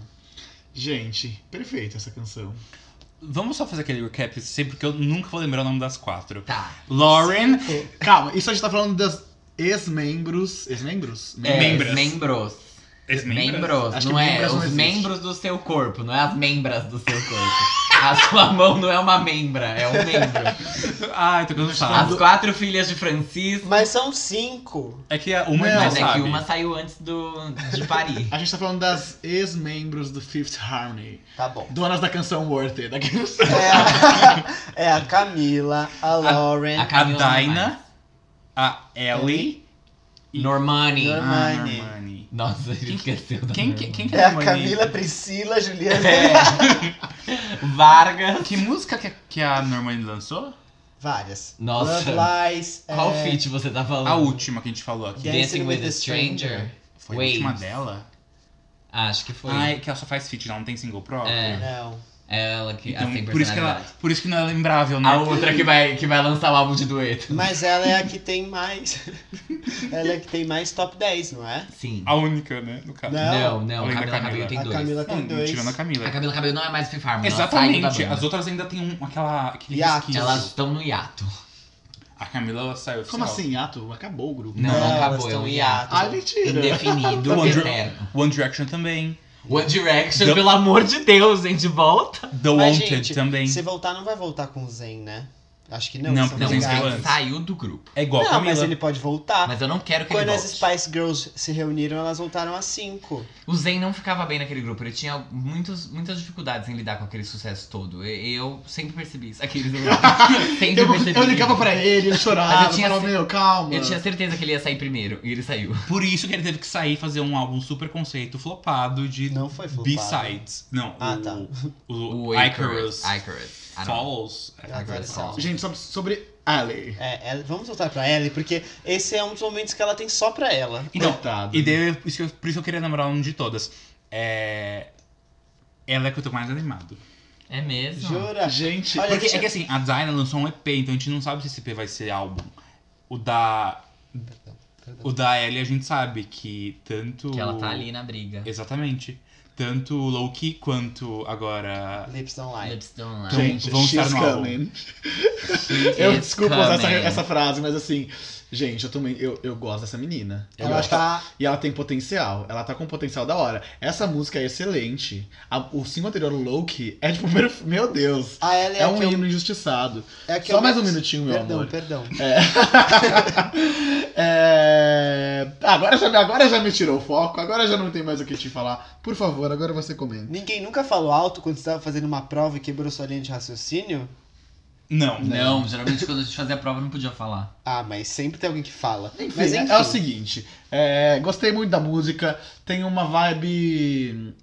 D: Gente, perfeita essa canção.
C: um- Vamos só fazer aquele recap sempre, porque eu nunca vou lembrar o nome das quatro.
B: Tá.
C: Lauren,
D: Calma, isso a gente tá falando das ex-membros. Ex-membros?
B: É,
C: Membros.
B: Membros.
C: Esmembra.
B: Membros.
D: Acho
B: Não
D: que
B: é
D: membras não
B: os
D: existe.
B: membros do seu corpo, não é as membras do seu corpo. A sua mão não é uma membra, é um membro.
C: Ai, tô
B: As
C: cansado.
B: quatro filhas de Francisco.
A: Mas são cinco.
C: É que a- uma não,
D: Não,
B: Mas
C: sabe.
B: é que uma saiu antes do, de Paris.
D: A gente tá falando das ex-membros do Fifth Harmony.
A: Tá bom.
D: Donas da canção Worth It. daqueles-
A: É a, é a Camila, a Lauren,
B: a
C: A
B: Camila
C: Dinah, a Ellie e
B: Normani.
C: a
A: Normani.
C: Normani.
B: Nossa, ele esqueceu da
C: Quem,
B: Normani.
C: que- quem que
A: é a
C: Normani?
A: Camila, Priscila, Juliana.
B: É. Vargas.
C: Que música que, que a Normani lançou?
A: Várias.
B: Nossa.
A: Love Lies.
B: Qual
A: é,
B: feat você tá falando?
C: A última que a gente falou aqui.
A: Yeah.
B: Dancing with a Stranger?
C: Foi
B: Waves.
C: a última dela?
B: Acho que foi.
C: Ai, que ela só faz feat, ela não tem single próprio.
B: É.
A: Não.
B: Ela que
C: Então,
B: a sem
C: por isso que ela,
B: personalidade.
C: por isso que não é lembrável, né?
B: A outra que vai, que vai lançar o álbum de dueto.
A: Mas ela é a que tem mais. ela é a que tem mais top 10, não é?
B: Sim.
C: A única, né? No caso.
A: Não.
B: Não, não,
C: Além da
B: Camila Cabello
C: Camila.
B: tem
A: a
B: dois.
A: Camila tem
C: Não,
A: dois.
C: tirando a Camila.
B: A Camila Cabello não é mais Fifth Harmony. ela
C: Exatamente.
B: saiu da
C: As
B: banda.
C: outras ainda tem um, aquela, aquele
A: Hiato.
C: resquício.
B: Elas estão no hiato.
C: A Camila ela saiu
D: Como
C: oficial.
D: assim, Ato? Acabou o grupo.
B: Não, não
A: elas
B: acabou, é
A: estão
B: um
A: em
B: hiato.
D: Ai, mentira.
B: Indefinido,
C: One, Dir-
B: eterno.
A: assim?
C: One Direction também.
B: One Direction,
C: Tá Não.
B: pelo amor de Deus, gente, volta.
C: The
A: Mas,
C: Wanted
A: gente,
C: também.
A: Se voltar, não vai voltar com o Zen, né? Acho que não.
C: Não,
A: são
C: porque
B: Não,
C: o Zen
B: o
A: legais.
C: saiu
B: Zayn
C: antes.
B: saiu do grupo.
C: É igual a
A: Não,
C: Camila.
A: mas ele pode voltar.
B: Mas é eu não quero que
A: Quando
B: ele
A: as
B: volte.
A: Spice Girls se reuniram, elas voltaram a cinco.
B: O Zayn não ficava bem naquele grupo, ele tinha muitos, muitas dificuldades em lidar com aquele sucesso todo. E- Eu sempre percebi isso. Aqueles sempre
D: Eu,
B: percebi.
D: eu ligava pra ele, eu chorava,
B: Mas eu
D: eu
B: tinha
D: falava,
B: ce-
D: meu, calma.
B: Eu tinha certeza que ele ia sair primeiro, e ele saiu.
C: Por isso que ele teve que sair e fazer um álbum super conceito flopado de
A: Não foi flopado.
C: B-sides. Não,
A: Ah,
C: o,
A: tá.
C: o,
B: O Icarus.
C: Icarus,
B: Icarus. I don't know.
C: Falls.
A: Agora
B: Icarus Falls.
D: Gente, sobre, sobre Ally.
A: É, ela- vamos voltar pra Ellie, porque esse é um dos momentos que ela tem só pra ela.
C: Então,
D: Coitado.
C: e daí, eu- por isso que eu- por isso que eu queria namorar um de todas. É... Ela é que eu tô mais animado.
B: É mesmo?
A: Jura?
D: Gente,
A: Olha,
C: Porque
A: deixa-
C: é que assim, a Dinah lançou um EP, então a gente não sabe se esse EP vai ser álbum. O da. O da Ellie a gente sabe que tanto.
B: Que ela tá ali na briga.
C: Exatamente. Tanto o Loki quanto agora.
A: Lips Don't Lie.
B: Lips don't lie.
D: gente,
C: vão
D: she's
C: estar no álbum.
D: coming.
B: She
D: Eu
B: is
D: desculpa usar essa,
B: coming.
D: essa frase, mas assim, gente, eu também. Eu, eu gosto dessa menina. Eu
A: Ela
D: gosto.
A: tá
D: E ela tem potencial. Ela tá com um potencial da hora. Essa música é excelente. A- o single anterior, Loki, é tipo, meu, meu Deus.
A: A Ellie é,
D: É um
A: que eu-
D: hino injustiçado.
A: é que
D: Só
A: eu-
D: mais um minutinho, meu
A: Perdão,
D: amor.
A: perdão.
D: É, Agora, já, agora já me tirou o foco, agora já não tem mais o que te falar. Por favor, agora você comenta.
A: Ninguém nunca falou alto quando você tava fazendo uma prova e quebrou sua linha de raciocínio?
C: Não.
B: Não, geralmente quando a gente fazia a prova não podia falar.
A: Ah, mas sempre tem alguém que fala.
D: Enfim,
A: mas
D: é-
A: enfim,
D: é o seguinte. é, gostei muito da música, tem uma vibe.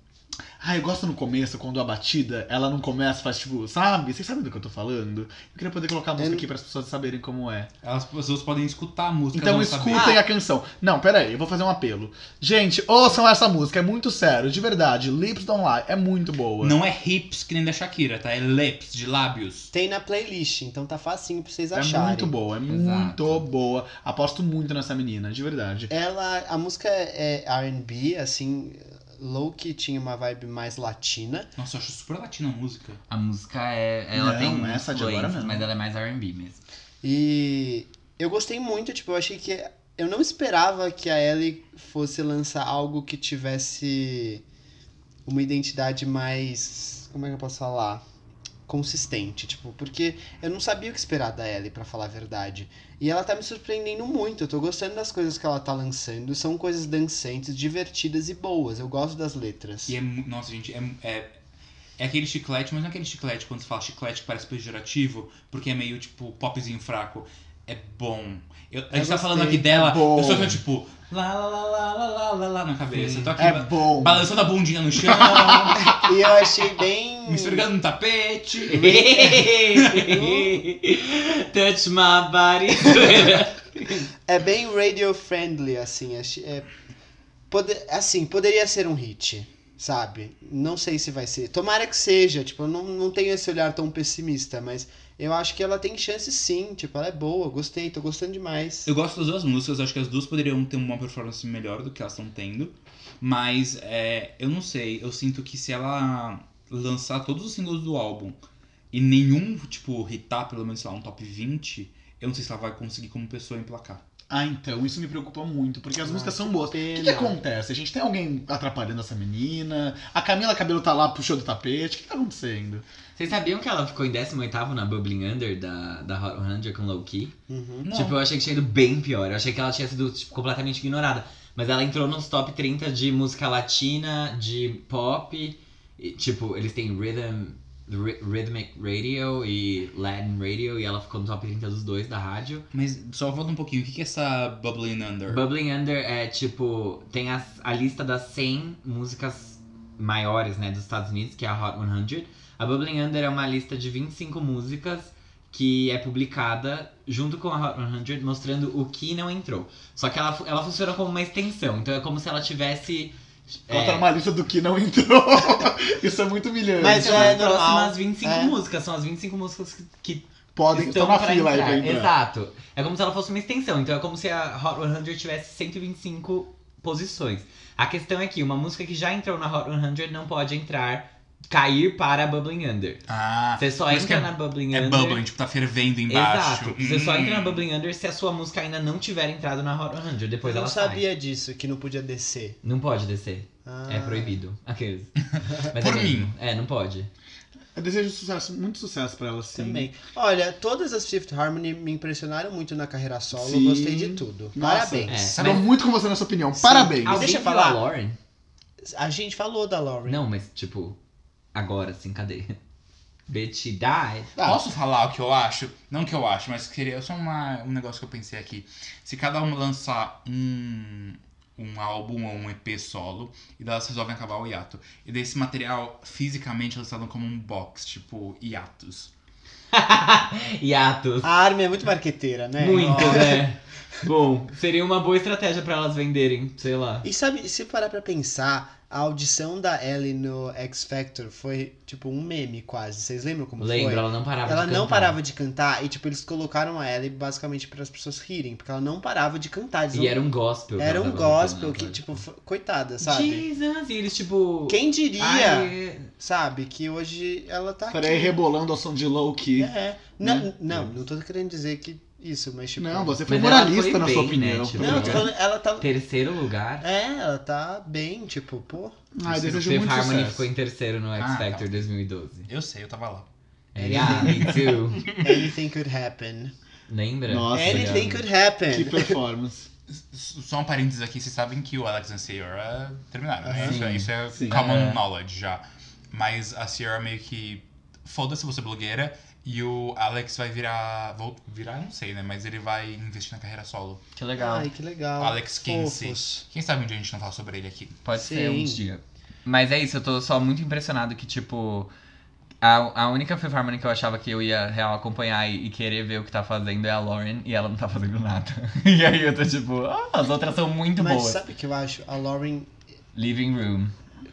D: Ah, eu gosto no começo, quando a batida, ela não começa, faz tipo, sabe? Vocês sabem do que eu tô falando? Eu queria poder colocar a música
A: Eu-
D: aqui para as pessoas saberem como é.
C: Elas, as pessoas podem escutar a música.
D: Então
C: não
D: escutem
A: Ah.
C: saber.
D: a canção. Não, peraí, eu vou fazer um apelo. Gente, ouçam essa música, é muito sério, de verdade. Lips Don't Lie, é muito boa.
C: Não é hips que nem da Shakira, tá? É lips, de lábios.
A: Tem na playlist, então tá facinho pra vocês
D: É
A: acharem.
D: muito boa, é muito boa. Aposto muito nessa menina, de verdade.
A: Ela, a música é R&B, assim, Loki tinha uma vibe mais latina.
C: Nossa, eu acho super latina a música.
B: A música é. Ela
D: Não,
B: tem
D: essa de agora
B: influências,
D: não.
B: mas ela é mais RB mesmo.
A: E eu gostei muito, tipo, eu achei que eu não esperava que a Ellie fosse lançar algo que tivesse uma identidade mais. Como é que eu posso falar? Consistente, tipo, porque eu não sabia o que esperar da Ellie, pra falar a verdade. E ela tá me surpreendendo muito. Eu tô gostando das coisas que ela tá lançando. São coisas dançantes, divertidas e boas. Eu gosto das letras.
C: E é, mu- nossa, gente, é, é, é aquele chiclete, mas não é aquele chiclete quando você fala chiclete que parece pejorativo, porque é meio, tipo, popzinho fraco. É bom. Eu- a
A: Eu
C: gente tá falando
A: gostei.
C: aqui dela,
D: É bom.
C: eu só tô, tipo, lá, lá, lá, lá, lá, lá, lá, lá na cabeça. Eu tô aqui
D: É
C: ba-
D: bom.
C: balançando a bundinha no chão,
A: E eu achei bem.
C: me esfregando no tapete.
B: Touch my body.
A: É bem radio friendly, assim. acho- É, pode, assim, poderia ser um hit, sabe? Não sei se vai ser. Tomara que seja, tipo, eu não, não tenho esse olhar tão pessimista, mas eu acho que ela tem chance sim, tipo, ela é boa, gostei, tô gostando demais.
C: Eu gosto das duas músicas, acho que as duas poderiam ter uma performance melhor do que elas estão tendo. Mas é, eu não sei, eu sinto que se ela lançar todos os singles do álbum e nenhum, tipo, hitar pelo menos sei lá, um top 20, eu não sei se ela vai conseguir como pessoa emplacar.
D: Ah, então, isso me preocupa muito, porque as
A: Nossa,
D: músicas são boas. O que,
B: é
D: que
A: pena.
D: acontece? A gente tem alguém atrapalhando essa menina? A Camila Cabelo tá lá, puxou do tapete? O que, que tá acontecendo?
B: Vocês sabiam que ela ficou em 18 na Bubbling Under da, da Hot 100 com Low Key?
A: Uhum.
C: Não.
B: Tipo, eu achei que tinha ido bem pior. Eu achei que ela tinha sido tipo, completamente ignorada. Mas ela entrou nos top 30 de música latina, de pop. e, tipo, eles têm rhythm, ry- Rhythmic Radio e Latin Radio. E ela ficou no top 30 dos dois da rádio.
C: Mas só volta um pouquinho, o que que é essa Bubbling Under?
B: Bubbling Under é tipo. Tem as- a lista das 100 músicas maiores, né, dos Estados Unidos, que é a Hot 100. A Bubbling Under é uma lista de 25 músicas que é publicada junto com a Hot 100, mostrando o que não entrou. Só que ela, fu- ela funciona como uma extensão, então é como se ela tivesse.
D: Ela
B: é,
D: tá numa lista do que não entrou. isso é muito humilhante. Né?
A: Mas
B: são
A: é
B: as
A: normal,
B: próximas 25
A: é.
B: músicas, são as 25 músicas que- que
D: Podem estar na
B: pra
D: fila aí pra entrar.
B: Exato. É como se ela fosse uma extensão. Então é como se a Hot 100 tivesse 125 posições. A questão é que uma música que já entrou na Hot 100 não pode entrar, cair para a Bubbling Under.
C: Ah,
B: Você só
C: mas que
B: entra
C: é-
B: na Bubbling
C: é
B: Under.
C: bubbling, tipo, tá fervendo embaixo.
B: Exato. Você só
C: Hum.
B: entra na Bubbling Under se a sua música ainda não tiver entrado na Hot 100. Depois
A: eu
B: ela
A: não
B: sai.
A: sabia disso, que não podia descer.
B: Não pode descer.
A: Ah.
B: É proibido. Aqueles. Mas
C: Por
B: é mesmo.
C: mim.
B: É, não pode.
D: Eu desejo sucesso, muito sucesso pra ela, sim.
A: Também. Olha, todas as Fifth Harmony me impressionaram muito na carreira solo.
D: Sim.
A: Eu gostei de tudo.
D: Nossa.
B: É.
A: Parabéns.
D: Estou
B: Mas-
D: muito com você nessa opinião. Parabéns.
A: Ah,
B: Alguém
A: deixa eu
B: viu
A: falar.
B: A Lauren?
A: A gente falou da Lauren.
B: Não, mas tipo, agora assim, cadê? Bitch she died.
D: Ah.
C: Posso falar o que eu acho? Não o que eu acho, mas queria só uma, um negócio que eu pensei aqui. Se cada um lançar um, um álbum ou um EP solo, e daí elas resolvem acabar o hiato. E daí esse material, fisicamente, elas falam como um box, tipo hiatos.
B: Hiatos.
A: A Armin é muito marqueteira, né?
B: Muito,
A: Nossa.
B: né? Bom, seria uma boa estratégia pra elas venderem, sei lá.
A: E sabe, se parar pra pensar, a audição da Ellie no X Factor foi tipo um meme quase. Vocês lembram como
B: Lembro,
A: foi?
B: ela não parava
A: Ela
B: de
A: não
B: cantar.
A: parava de cantar e tipo eles colocaram a Ellie basicamente para as pessoas rirem, porque ela não parava de cantar. eles não-
B: E era um gospel. que
A: Era
B: ela
A: um
B: tava cantando,
A: gospel
B: né,
A: que
B: sabe?
A: tipo foi- coitada, sabe?
B: Jesus, e eles tipo...
A: Quem diria,
B: ai, é-
A: sabe, que hoje ela tá
D: Estarei
A: aqui.
D: rebolando ao som de low key.
A: É. Não, não, não tô querendo dizer que isso, mas tipo
D: Não, você foi
B: Mas ela
D: moralista
B: foi
D: na sua
B: bem,
D: opinião.
B: né, tipo,
A: Não, eu tô falando, ela tá
B: Terceiro lugar.
A: É, ela tá bem, tipo, pô.
D: Ah, eu desejo
B: Fifth
D: muito
B: Harmony
D: sucesso.
B: ficou em terceiro no X
C: Ah,
B: Factor
C: tá.
B: 2012.
C: Eu sei, eu tava lá.
B: É, yeah, me too.
A: Anything could happen.
B: Lembra?
D: Nossa,
A: Anything
B: cara.
A: could happen.
D: Que performance.
C: S- Só um parênteses aqui, vocês sabem que o Alex e a Sierra terminaram, né?
B: Sim,
C: isso, é- isso é
D: sim.
C: common
B: É.
C: knowledge já. Mas a Sierra meio que. Foda-se você é blogueira. E o Alex vai virar. Vou virar, não sei, né? Mas ele vai investir na carreira solo.
B: Que legal.
A: Ai, que legal.
C: Alex Kinsey.
A: Fofos.
C: Quem sabe um dia a gente não fala sobre ele aqui.
B: Pode ser um
A: Sim.
B: dia. Mas é isso, eu tô só muito impressionado que, tipo, a, a única Fifth Harmony que eu achava que eu ia real acompanhar e, e querer ver o que tá fazendo é a Lauren e ela não tá fazendo nada. E aí eu tô tipo, ah, as outras são muito
A: Mas
B: boas.
A: sabe o que eu acho? A Lauren,
B: Living Room.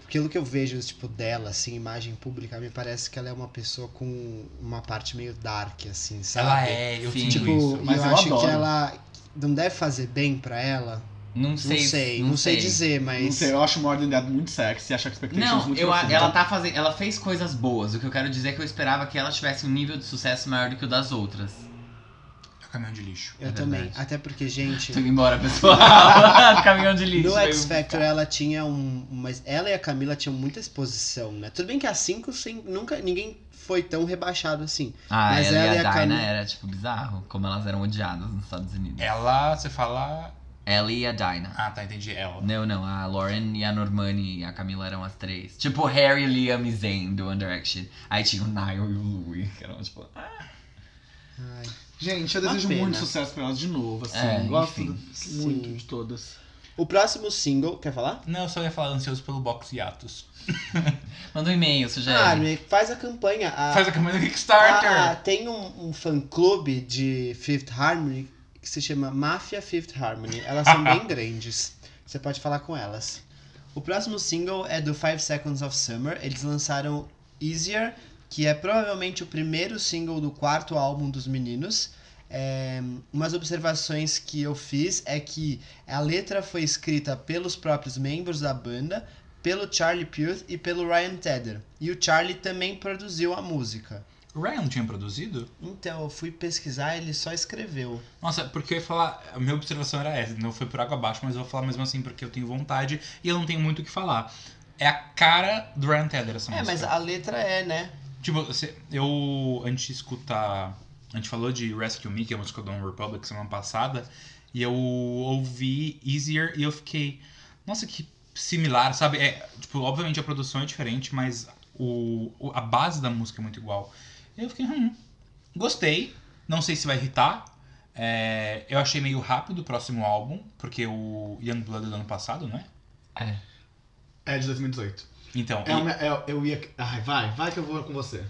A: aquilo que eu vejo, tipo, dela, assim, imagem pública, me parece que ela é uma pessoa com uma parte meio dark, assim, sabe?
C: Ela é, eu
B: Sim.
C: sinto
A: Tipo,
C: isso.
A: e
D: mas
A: eu,
D: eu
A: acho
D: adoro.
A: que ela não deve fazer bem pra ela.
B: Não
A: Não
B: sei.
A: sei, não, sei. dizer, mas.
D: Não sei, eu acho Modern Dad muito sexy, acho expectativas
B: Não,
D: muito Então,
B: eu, a-
D: profundas.
B: ela tá fazendo. Ela fez coisas boas. O que eu quero dizer é que eu esperava que ela tivesse um nível de sucesso maior do que o das outras.
C: Eu caminhão de lixo.
A: Eu
C: É
A: também.
C: verdade.
A: Até porque, gente,
B: Tô indo embora, pessoal. Caminhão de lixo.
A: no
B: Foi
A: X
B: um-
A: Factor ela tinha um. Mas ela e a Camila tinham muita exposição, né? Tudo bem que a 5 sem, nunca ninguém foi tão rebaixado assim.
B: Ah,
A: Mas
B: ela,
A: ela
B: e
A: e
B: a
A: a
B: Dinah
A: Cami-
B: era, tipo, bizarro. Como elas eram odiadas nos Estados Unidos.
C: Ela, você fala.
B: Ela e a Dinah.
C: Ah, tá, entendi. Ela.
B: Não, não. A Lauren e a Normani e a Camila eram as três. Tipo, Harry, Liam e Zayn do One Direction. Aí tinha o Niall e o Louis, que eram, tipo... ah,
A: Ai,
D: Gente, eu
A: Uma
D: desejo
A: pena.
D: muito sucesso pra elas de novo, assim.
B: É,
D: Gosto
B: enfim.
D: do- muito
A: Sim.
D: de todas.
A: O próximo single, quer falar?
C: Não, eu só ia falar ansioso pelo box hiatus.
B: Manda um e-mail, sugere.
A: Ah, Armin, faz a campanha. A,
C: Faz a campanha do Kickstarter!
A: a- tem um, um fã-clube de Fifth Harmony que se chama Mafia Fifth Harmony. Elas são bem grandes. Você pode falar com elas. O próximo single é do Five Seconds of Summer. Eles lançaram Easier, que é provavelmente o primeiro single do quarto álbum dos meninos. É, umas observações que eu fiz é que a letra foi escrita pelos próprios membros da banda, pelo Charlie Puth e pelo Ryan Tedder. E o Charlie também produziu a música.
C: O Ryan não tinha produzido?
A: Então, eu fui pesquisar, ele só escreveu.
C: Nossa, porque eu ia falar. A minha observação era essa. Não foi por água abaixo, mas eu vou falar mesmo assim porque eu tenho vontade e eu não tenho muito o que falar. É a cara do Ryan Tedder essa
A: É,
C: música.
A: mas a letra é, né?
C: Tipo, você- eu. Antes de escutar. A gente falou de Rescue Me, que é a música do One Republic semana passada. E eu ouvi Easier e eu fiquei. Nossa, que similar, sabe? É, tipo, obviamente a produção é diferente, mas o, o- a base da música é muito igual. E eu fiquei, hum, gostei. Não sei se vai irritar. É, eu achei meio rápido o próximo álbum, porque o Youngblood é do ano passado, não é?
D: É de 2018.
C: Então,
D: É uma- é- eu ia. Ai, vai, vai que eu vou com você.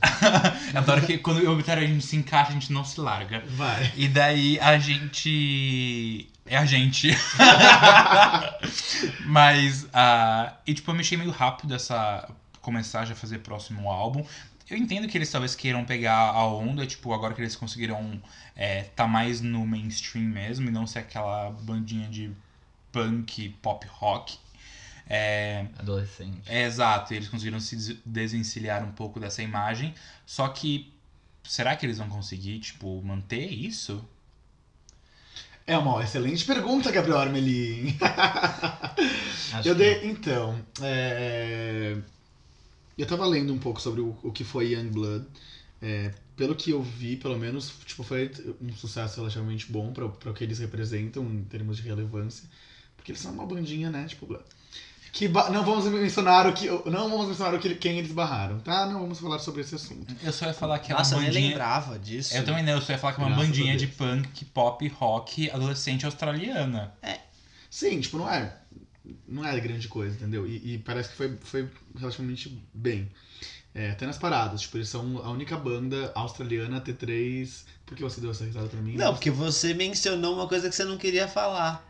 C: e, adoro que quando eu e o Vitória, a gente se encaixa, a gente não se larga.
D: Vai.
C: E daí a gente. É a gente. Mas. ah, e tipo, eu mexi meio rápido essa. Começar já a fazer próximo álbum. Eu entendo que eles talvez queiram pegar a onda, tipo, agora que eles conseguiram é, tá mais no mainstream mesmo e não ser aquela bandinha de punk, pop rock. É,
B: Adolescente.
C: é, exato, eles conseguiram se des- desencilhar um pouco dessa imagem. Só que será que eles vão conseguir, tipo, manter isso?
D: É uma excelente pergunta, Gabriel Armelin.
B: Acho que
D: eu dei. Então, é, eu tava lendo um pouco sobre o, o que foi Youngblood. É, pelo que eu vi, pelo menos, tipo, foi um sucesso relativamente bom pra pra o que eles representam em termos de relevância. Porque eles são uma bandinha, né? Tipo, blá. Que ba- não vamos mencionar o que. Não vamos mencionar o que, quem eles barraram, tá? Não vamos falar sobre esse assunto.
C: Eu só ia falar que é uma
A: Nossa, eu nem
C: bandinha.
A: lembrava disso.
C: Eu também não, eu só ia falar que é uma
D: Graças a
C: bandinha de
D: Deus.
C: punk, pop, rock, adolescente australiana.
D: Sim, tipo, não é. Não é grande coisa, entendeu? E, e parece que foi, foi relativamente bem. É, até nas paradas, tipo, eles são a única banda australiana a ter três. Por que você deu essa risada pra mim?
A: Não, porque você mencionou uma coisa que você não queria falar.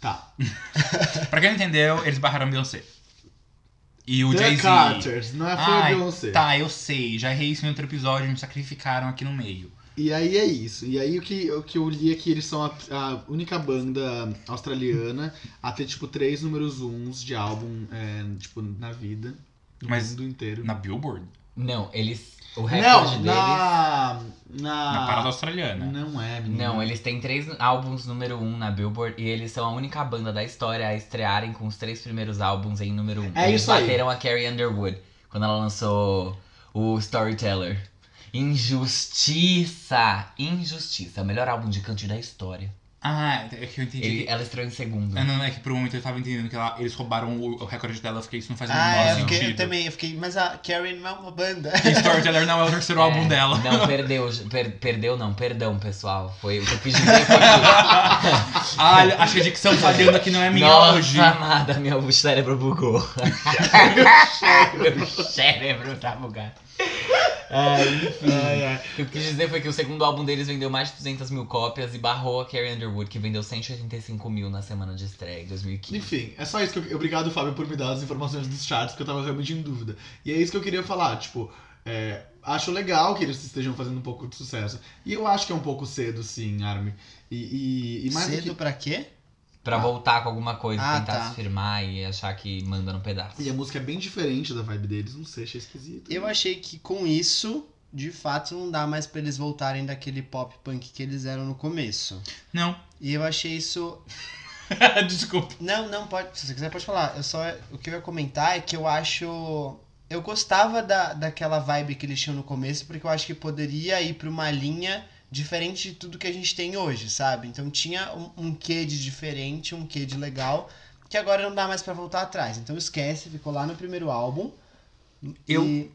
D: Tá.
C: pra quem não entendeu, eles barraram Beyoncé. E o
D: The
C: Jay-Z.
D: Carters, não é foi a
C: Ai,
D: Beyoncé.
C: Tá, eu sei, já errei isso em outro episódio, me sacrificaram aqui no meio.
D: E aí é isso. E aí o que, o que eu li é que eles são a, a única banda australiana a ter, tipo, três números uns de álbum, é, tipo, na vida. No
C: Mas-
D: mundo inteiro.
C: Na Billboard?
B: Não, eles... O recorde
D: não,
B: deles...
D: na, na.
A: Ah.
C: Na parada australiana.
D: Não é, menina.
B: Não, eles têm três álbuns número um na Billboard e eles são a única banda da história a estrearem com os três primeiros álbuns em número um.
D: É
B: eles
D: isso aí.
B: bateram a Carrie Underwood quando ela lançou o Storyteller. Injustiça! Injustiça, o melhor álbum de country da história.
C: Ah, é que eu entendi.
B: Ele- ela estreou em segundo.
C: Ah, não, não, é que por um momento eu tava entendendo que ela- eles roubaram o, o recorde dela, eu fiquei, isso não faz o menor
A: Ah, eu,
C: sentido.
A: fiquei, eu também, eu fiquei, mas a Karen não é uma banda.
C: E Storyteller não é o terceiro álbum
B: É,
C: dela.
B: Não, perdeu, per- perdeu não, perdão, pessoal. Foi o que eu quis dizer foi que-
C: Ah, acho que a dicção falhando aqui não é minha
B: Nossa
C: hoje.
B: amada, meu cérebro bugou. meu cérebro tá bugado. Ai, enfim.
D: Ai, ai.
B: O que eu quis dizer foi que o segundo álbum deles vendeu mais de 200 mil cópias e barrou a Carrie Underwood, que vendeu 185 mil na semana de estreia em 2015.
D: Enfim, é só isso que eu. Obrigado, Fábio, por me dar as informações dos charts, que eu tava realmente em dúvida. E é isso que eu queria falar, tipo, é, acho legal que eles estejam fazendo um pouco de sucesso. E eu acho que é um pouco cedo, sim, Armin. E, e, e mais do
A: Cedo pra quê?
B: Pra voltar com alguma coisa,
A: Ah,
B: tentar
A: tá.
B: se firmar e achar que manda no pedaço.
D: que. E a música é bem diferente da vibe deles, não sei, achei esquisito.
A: Eu achei que com isso de fato não dá mais pra eles voltarem daquele pop punk que eles eram no começo.
C: Não.
A: E eu achei isso.
C: Desculpa.
A: Não, não, pode. Se você quiser, pode falar. Eu só. O que eu ia comentar é que eu acho. Eu gostava da, daquela vibe que eles tinham no começo, porque eu acho que poderia ir pra uma linha diferente de tudo que a gente tem hoje, sabe? Então tinha um, um quê de diferente, um quê de legal, que agora não dá mais pra voltar atrás. Então esquece, ficou lá no primeiro álbum.
C: Eu-
A: E-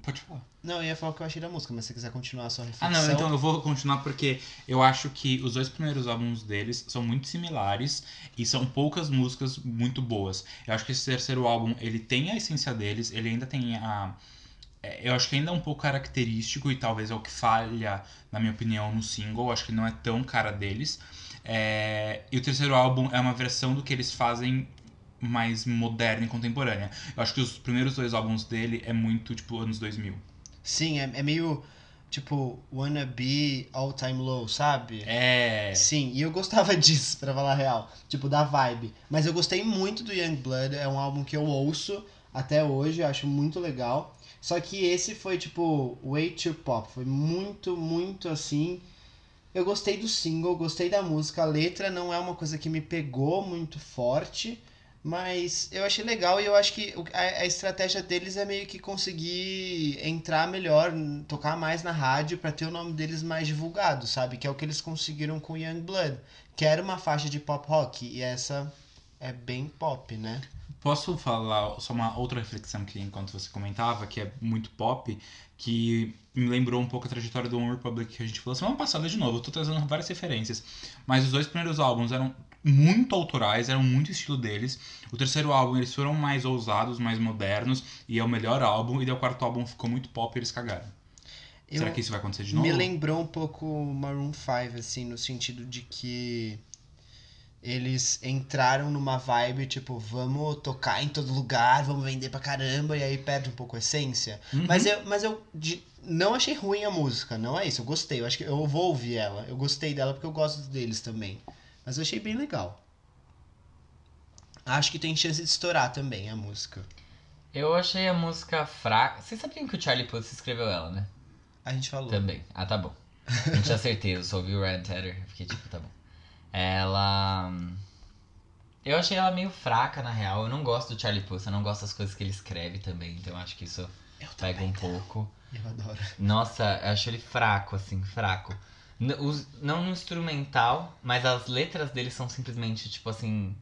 C: Pode falar.
A: Não, eu ia falar o que eu achei da música, mas se você quiser continuar a sua reflexão.
C: Ah, não, então eu vou continuar porque eu acho que os dois primeiros álbuns deles são muito similares e são poucas músicas muito boas. Eu acho que esse terceiro álbum, ele tem a essência deles, ele ainda tem a... é, Eu acho que ainda é um pouco característico e talvez é o que falha, na minha opinião, no single. Eu acho que não é tão cara deles. É, E o terceiro álbum é uma versão do que eles fazem mais moderna e contemporânea. Eu acho que os primeiros dois álbuns dele é muito, tipo, anos 2000.
A: Sim, é, é meio tipo wanna be all time low, sabe?
C: É...
A: Sim, e eu gostava disso, pra falar a real. Tipo, da vibe. Mas eu gostei muito do Young Blood, é um álbum que eu ouço até hoje, eu acho muito legal. Só que esse foi, tipo, way too pop. Foi muito, muito assim. Eu gostei do single, gostei da música. A letra não é uma coisa que me pegou muito forte, mas eu achei legal e eu acho que o- a, a estratégia deles é meio que conseguir entrar melhor, n- tocar mais na rádio pra ter o nome deles mais divulgado, sabe? Que é o que eles conseguiram com Youngblood, que era uma faixa de pop rock e essa é bem pop, né?
C: Posso falar só uma outra reflexão que enquanto você comentava, que é muito pop, que me lembrou um pouco a trajetória do One Republic que a gente falou semana passada de novo, eu tô trazendo várias referências. Mas os dois primeiros álbuns eram muito autorais, eram muito estilo deles. O terceiro álbum eles foram mais ousados, mais modernos, e é o melhor álbum, e daí o quarto álbum ficou muito pop e eles cagaram.
A: Eu-
C: Será que isso vai acontecer de novo?
A: Me lembrou um pouco Maroon 5, assim, no sentido de que eles entraram numa vibe, tipo, vamos tocar em todo lugar, vamos vender pra caramba, e aí perde um pouco a essência.
C: Uhum.
A: Mas eu, mas eu de- não achei ruim a música, não é isso, eu gostei, eu acho que eu vou ouvir ela. Eu gostei dela porque eu gosto deles também. Mas eu achei bem legal. Acho que tem chance de estourar também a música.
B: Eu achei a música fraca. Vocês sabiam que o Charlie Puth escreveu ela, né?
A: A gente falou.
B: Também. Ah, tá bom. Não tinha certeza, só ouvi o Ryan Tedder. Fiquei tipo, tá bom. Ela. hum, Eu achei ela meio fraca, na real. Eu não gosto do Charlie Puth, eu não gosto das coisas que ele escreve também, então eu acho que isso pega um pouco.
A: Eu adoro.
B: Nossa, eu acho ele fraco, assim, fraco. N- os- não no instrumental, mas as letras dele são simplesmente tipo assim.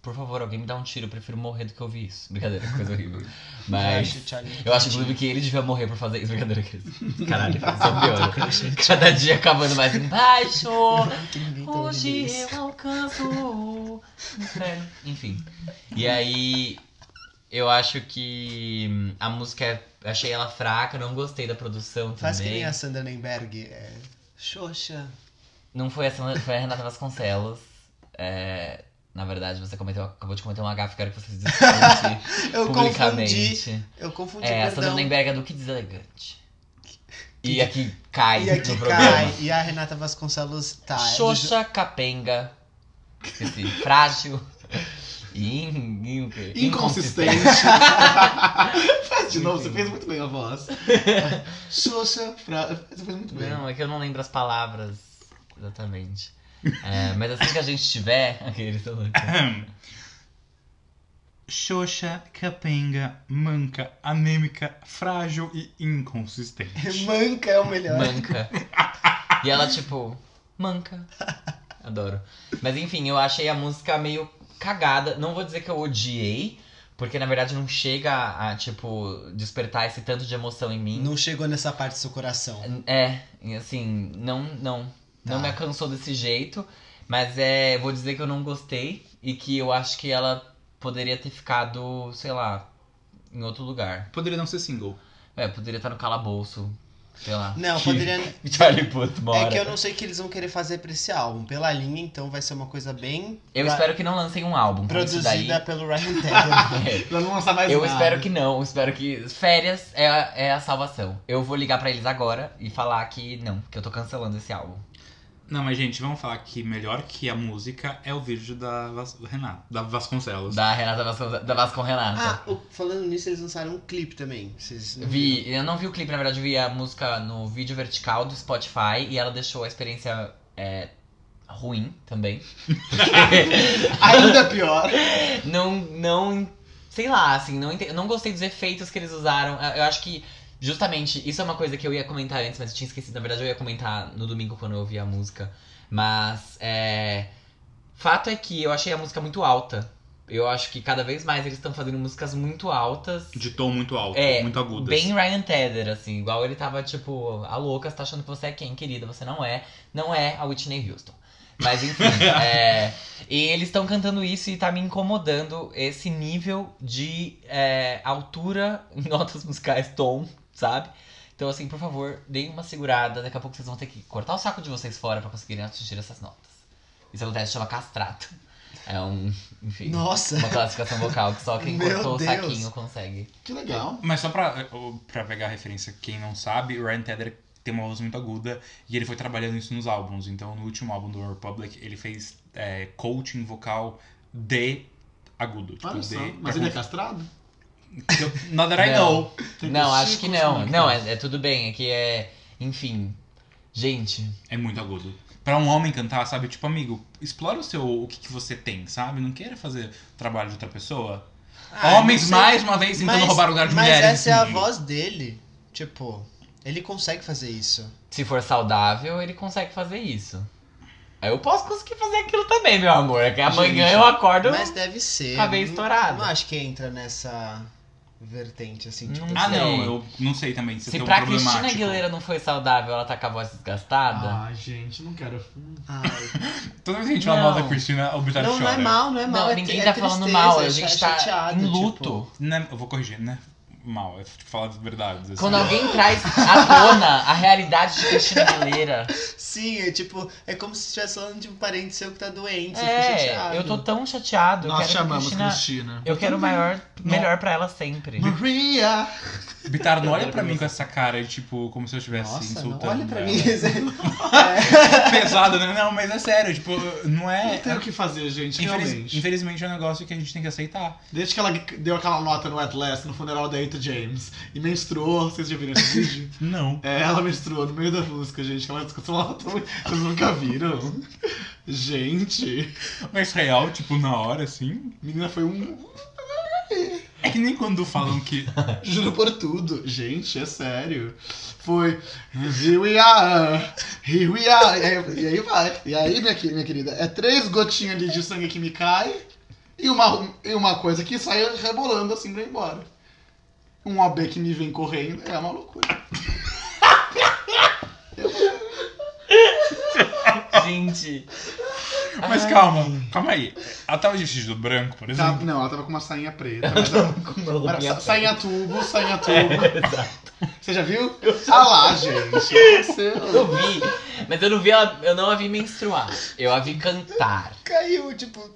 B: Por favor, alguém me dá um tiro, eu prefiro morrer do que ouvir isso. Brincadeira, coisa horrível.
A: Eu
B: Mas.
A: acho, Charlie,
B: Eu acho, inclusive, que ele devia morrer por fazer isso, brincadeira, Cris. Caralho, isso é pior. Cada dia acabando mais embaixo.
A: que ninguém tá ouvindo
B: Hoje
A: isso.
B: eu alcanço o inferno. Enfim. E aí, eu acho que hum, a música, é- achei ela fraca, não gostei da produção
A: Faz que
B: também.
A: nem a Sandra Nemberg. É... Xoxa.
B: Não foi essa, foi a Renata Vasconcelos. É, na verdade, você cometeu, acabou de cometer um H, quero que você se desculpe
A: Eu
B: publicamente.
A: confundi. Eu confundi,
B: É, a Sandra
A: perdão.
B: Nenberg é do que deselegante. E aqui cai
A: E aqui
B: no
A: cai.
B: programa.
A: E a Renata Vasconcelos tá. é do jo-
B: Xoxa, capenga, esqueci, frágil e in- in-
D: Inconsistente. Faz de novo, você fez muito bem a voz. Xoxa, fra... você fez muito bem.
B: Não, é que eu não lembro as palavras exatamente. É, mas assim que a gente tiver... Aquele tá louco.
C: Xoxa, capenga, manca, anêmica, frágil e inconsistente.
A: Manca é o melhor.
B: Manca. E ela, tipo, manca. Adoro. Mas enfim, eu achei a música meio cagada. Não vou dizer que eu odiei, porque na verdade não chega a, a, tipo, despertar esse tanto de emoção em mim.
A: Não chegou nessa parte do seu coração.
B: É, e assim, não, não. Não
A: Tá.
B: me alcançou desse jeito. Mas é, vou dizer que eu não gostei e que eu acho que ela poderia ter ficado, sei lá, em outro lugar.
C: Poderia não ser single.
B: É, poderia estar no calabouço, sei lá.
A: Não,
B: Que-
A: poderia.
B: Charlie Puth,
A: É
B: bora.
A: que eu não sei o que eles vão querer fazer pra esse álbum. Pela linha, então vai ser uma coisa bem.
B: Eu
A: pra-
B: espero que não lancem um álbum. com isso daí.
A: Produzida pelo Ryan Taylor.
B: É.
D: Pra não lançar mais
B: Eu
D: nada.
B: espero que não, eu espero que. Férias é a, é a salvação. Eu vou ligar pra eles agora e falar que não, que eu tô cancelando esse álbum.
C: Não, mas gente, vamos falar que melhor que a música é o vídeo da Vas... Renata, da Vasconcelos.
B: Da Renata Vasconcelos, da Vascon Renata.
A: Ah, o- falando nisso, eles lançaram um clipe também. Vocês não viram?
B: Vi, eu não vi o clipe, na verdade, eu vi a música no vídeo vertical do Spotify e ela deixou a experiência é, ruim também.
A: Ainda pior.
B: não, não, sei lá, assim, não, ente- não gostei dos efeitos que eles usaram. Eu- Eu acho que, justamente, isso é uma coisa que eu ia comentar antes, mas eu tinha esquecido. Na verdade, eu ia comentar no domingo quando eu ouvi a música. Mas, é. Fato é que eu achei a música muito alta. Eu acho que cada vez mais eles estão fazendo músicas muito altas.
C: De tom muito alto,
B: É,
C: muito agudas.
B: Bem Ryan Tedder, assim, igual ele tava tipo, a louca, você tá achando que você é quem, querida? Você não é, não é a Whitney Houston. Mas enfim, é, e eles estão cantando isso e tá me incomodando esse nível de é, altura em notas musicais, tom, sabe? Então, assim, por favor, deem uma segurada. Daqui a pouco vocês vão ter que cortar o saco de vocês fora pra conseguirem atingir essas notas. Isso acontece, chama castrato. É um, enfim,
A: Nossa.
B: uma classificação vocal que só quem
A: Meu
B: cortou
A: Deus.
B: o saquinho consegue.
D: Que legal.
C: Mas só pra, eu- pra pegar a referência, quem não sabe, Ryan Tedder tem uma voz muito aguda e ele foi trabalhando isso nos álbuns. Então, no último álbum do One Republic, ele fez é, coaching vocal de agudo. Tipo,
D: Olha
C: de,
D: só. Mas ele é castrado?
C: é... Not that I
B: Não.
C: know.
D: Tem
B: não, acho que
D: testículos,
B: não.
D: né?
B: Não, é, é tudo bem. É que é. Enfim. Gente,
C: É muito agudo. Pra um homem cantar, sabe? Tipo, amigo, explora o seu o que, que você tem, sabe? Não queira fazer o trabalho de outra pessoa.
A: Ah,
C: Homens,
A: não sei.
C: mais uma vez, tentando
A: Mas-
C: roubar o lugar de
A: mas
C: mulheres.
A: essa é a
C: assim.
A: voz dele. Tipo, ele consegue fazer isso.
B: se for saudável, ele consegue fazer isso. Aí eu posso conseguir fazer aquilo também, meu amor. É que amanhã
A: Gente,
B: eu acordo.
A: Mas deve ser.
B: Acabei
A: Não-
B: Tá estourado.
A: Não acho que entra nessa vertente, assim, tipo.
B: Não
C: Ah,
B: sei.
C: não, eu não sei também. Você
B: Se
C: tem um
B: pra Cristina
C: problemático.
B: Aguilera não foi saudável, ela tá com a voz desgastada.
D: Ah, gente, não quero. Hum.
A: Ai,
C: Toda vez que a gente fala mal
B: Não.
C: da Cristina, o Bitar
A: não, não é
C: chora.
A: mal, não é mal.
B: Tá não,
A: é
B: ninguém
A: tri- é
B: tá falando
A: tristeza,
B: mal, a
A: é
B: gente
A: cha-
B: tá
A: chateado,
B: em
A: tipo.
B: luto.
C: Não é- eu vou corrigir, né? Mal, é tipo, falar as verdades. assim.
B: Quando alguém traz à tona a realidade de Cristina Aguilera.
A: Sim, é tipo, é como se estivesse falando de um parente seu que tá doente. você fica chateado.
B: É, eu tô tão chateado. eu
D: Nós
B: quero que a
D: chamamos
B: Cristina-
D: Cristina.
B: Eu quero o maior, melhor pra ela sempre.
D: Maria!
C: Bitar não olha pra mim com essa cara, de, tipo, como se eu estivesse
A: Nossa, não
C: insultando.
A: olha pra
C: ela.
A: mim.
C: Pesado, né? Não, mas é sério, tipo, não é.
D: Não tem o que fazer, gente,
C: Infeliz-
D: realmente.
C: Infelizmente é um negócio que a gente tem que aceitar.
D: Desde que ela deu aquela nota no Atlas, no funeral da Rita James, e menstruou, vocês já viram esse vídeo?
C: Não.
D: É, ela menstruou no meio da música, gente. Ela discussão ela tão... Vocês nunca viram? Gente,
C: Mas real, tipo, na hora, assim.
D: menina foi um.
C: É que nem quando falam que.
D: Juro por tudo. Gente, é sério. Foi. Here we are! Here we are! E aí, e aí vai. E aí, minha, que- minha querida, é três gotinhas ali de sangue que me cai e uma, e uma coisa que sai rebolando assim pra ir embora. Um OB que me vem correndo é uma loucura.
B: Gente.
C: Mas
B: Ai.
C: calma, calma aí. Ela tava de vestido branco, por
D: Tá-
C: exemplo.
D: não, ela tava com uma sainha preta. Mas ela-
B: Com uma
D: Mano,
B: roupinha
D: sa- Sainha tubo, sainha tubo. Você já viu? Ah lá, gente.
B: Eu vi, mas eu não vi ela, eu não a vi menstruar. Eu a vi cantar.
A: Caiu, tipo.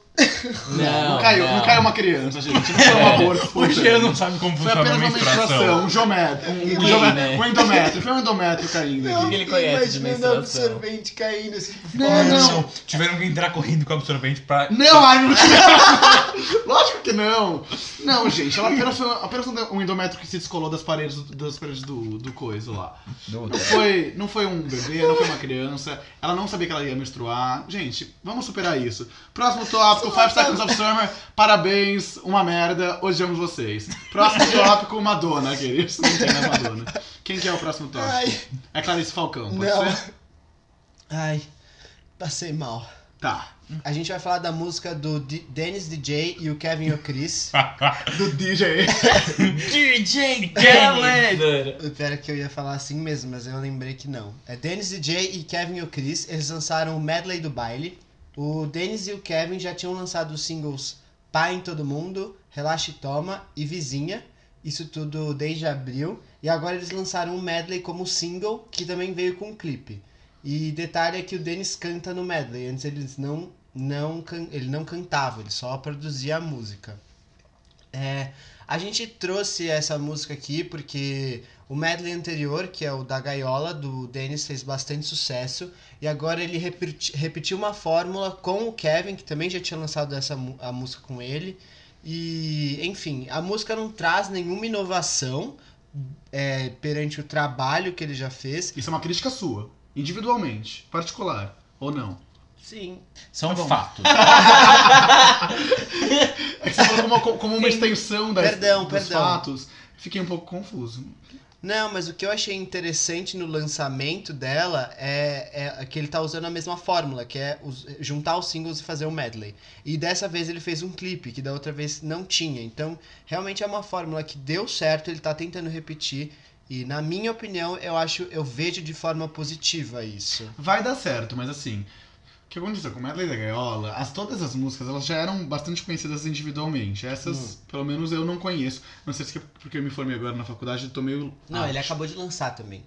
B: Não,
D: Não caiu, não. caiu uma criança, gente. Não foi um aborto.
C: O Jean não
D: portanto.
C: sabe como
D: Foi
C: funciona
D: apenas
C: a
D: uma menstruação, um geométrio. Um, um,
B: Sim,
D: geomé-
B: né?
D: um endométrio. Foi um endométrio caindo
A: Eu
B: que
D: aqui.
B: ele
A: fico
B: conhece de
A: imaginando o
B: menstruação?
A: absorvente caindo, assim,
D: Não, não.
C: Tiveram que entrar correndo com o absorvente pra.
D: Não, ai, não tinha. Lógico que não. Não, gente, ela apenas foi apenas um endométrio que se descolou das paredes, do- das paredes do, do coiso lá. Não foi, não foi um bebê, não foi uma criança. Ela não sabia que ela ia menstruar. Gente, vamos superar isso. Próximo tópico, Five Seconds of Summer. Parabéns, uma merda, odiamos vocês. Próximo tópico, Madonna, queridos. Não tem mais Madonna. Quem que é o próximo tópico?
A: Ai,
D: É Clarice Falcão, pode
A: não.
D: ser?
A: Ai, passei mal.
D: Tá.
A: A gente vai falar da música do D Dennis DJ e o Kevin O'Chris.
D: Do DJ.
B: DJ Khaled!
A: Pera que eu ia falar assim mesmo, mas eu lembrei que não. É Dennis DJ e Kevin O'Chris, eles lançaram o medley do baile. O Dennis e o Kevin já tinham lançado os singles Pai em Todo Mundo, Relaxa e Toma e Vizinha. Isso tudo desde abril. E agora eles lançaram o medley como single, que também veio com um clipe. E detalhe é que o Dennis canta no medley. Antes eles não, não, can- ele não cantava, ele só produzia a música. É, a gente trouxe essa música aqui porque O medley anterior, que é o da gaiola, do Dennis, fez bastante sucesso. E agora ele repeti- repetiu uma fórmula com o Kevin, que também já tinha lançado essa, mu- a música com ele. E, enfim, a música não traz nenhuma inovação é, perante o trabalho que ele já fez.
D: Isso é uma crítica sua, individualmente, particular, ou não.
A: Sim,
C: São
D: Tá bom.
C: fatos.
D: É que você falou como, como uma extensão das,
A: Perdão,
D: dos
A: perdão.
D: fatos. Fiquei um pouco confuso.
A: Não, mas o que eu achei interessante no lançamento dela é, é que ele tá usando a mesma fórmula, que é os- juntar os singles e fazer um medley. E dessa vez ele fez um clipe, que da outra vez não tinha. Então, realmente é uma fórmula que deu certo, ele tá tentando repetir. E na minha opinião, eu acho, eu vejo de forma positiva isso.
D: Vai dar certo, mas assim. O que aconteceu com Medley da Gaiola, as, todas as músicas elas já eram bastante conhecidas individualmente. Essas,
A: Hum.
D: pelo menos, eu não conheço. Não sei se é porque eu me formei agora na faculdade e tô meio. Ah,
A: Não,
D: out.
A: ele é acabou de lançar também.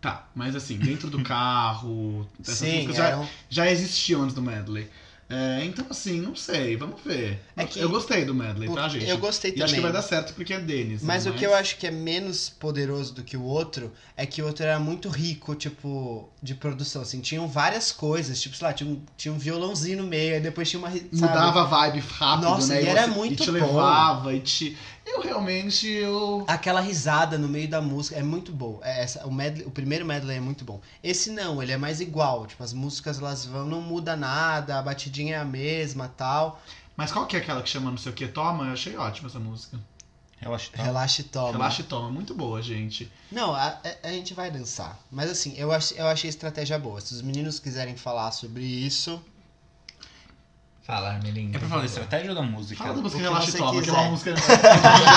D: Tá, mas assim, dentro do carro, essas
A: Sim, é, um
D: músicas já,
A: eram-
D: já existiam antes do Medley. É, então, assim, não sei, vamos ver.
A: É que-
D: Eu gostei do Medley, tá, gente?
A: eu gostei
D: E
A: também.
D: acho que vai dar certo porque é Denis.
A: Mas o que eu acho que é menos poderoso do que o outro é que o outro era muito rico, tipo, de produção. Assim, tinham várias coisas, tipo, sei lá, tinha um, tinha um violãozinho no meio, aí depois tinha uma. ri- sabe?
D: Mudava a vibe rápido,
A: Nossa,
D: né?
A: e era
D: você-
A: muito
D: e
A: bom.
D: te levava, e te. Eu realmente. Eu...
A: Aquela risada no meio da música é muito boa. É essa, o, medley- o primeiro medley é muito bom. Esse não, ele é mais igual. Tipo, as músicas elas vão, não muda nada, a batidinha é a mesma tal.
D: Mas qual que é aquela que chama não sei o que? Toma? Eu achei ótima essa música.
C: Relaxa. tá?
A: Relaxa e toma.
D: Relaxa e toma, muito boa, gente.
A: Não, a, é, a- a gente vai dançar. Mas assim, eu, ach, eu achei a estratégia boa. Se os meninos quiserem falar sobre isso.
B: Fala, Armelinho.
C: É pra falar da estratégia ou da música?
D: Fala da música
A: o que
D: Relaxa e
A: você
D: Toma, que é
A: quiser.
D: uma música
B: A gente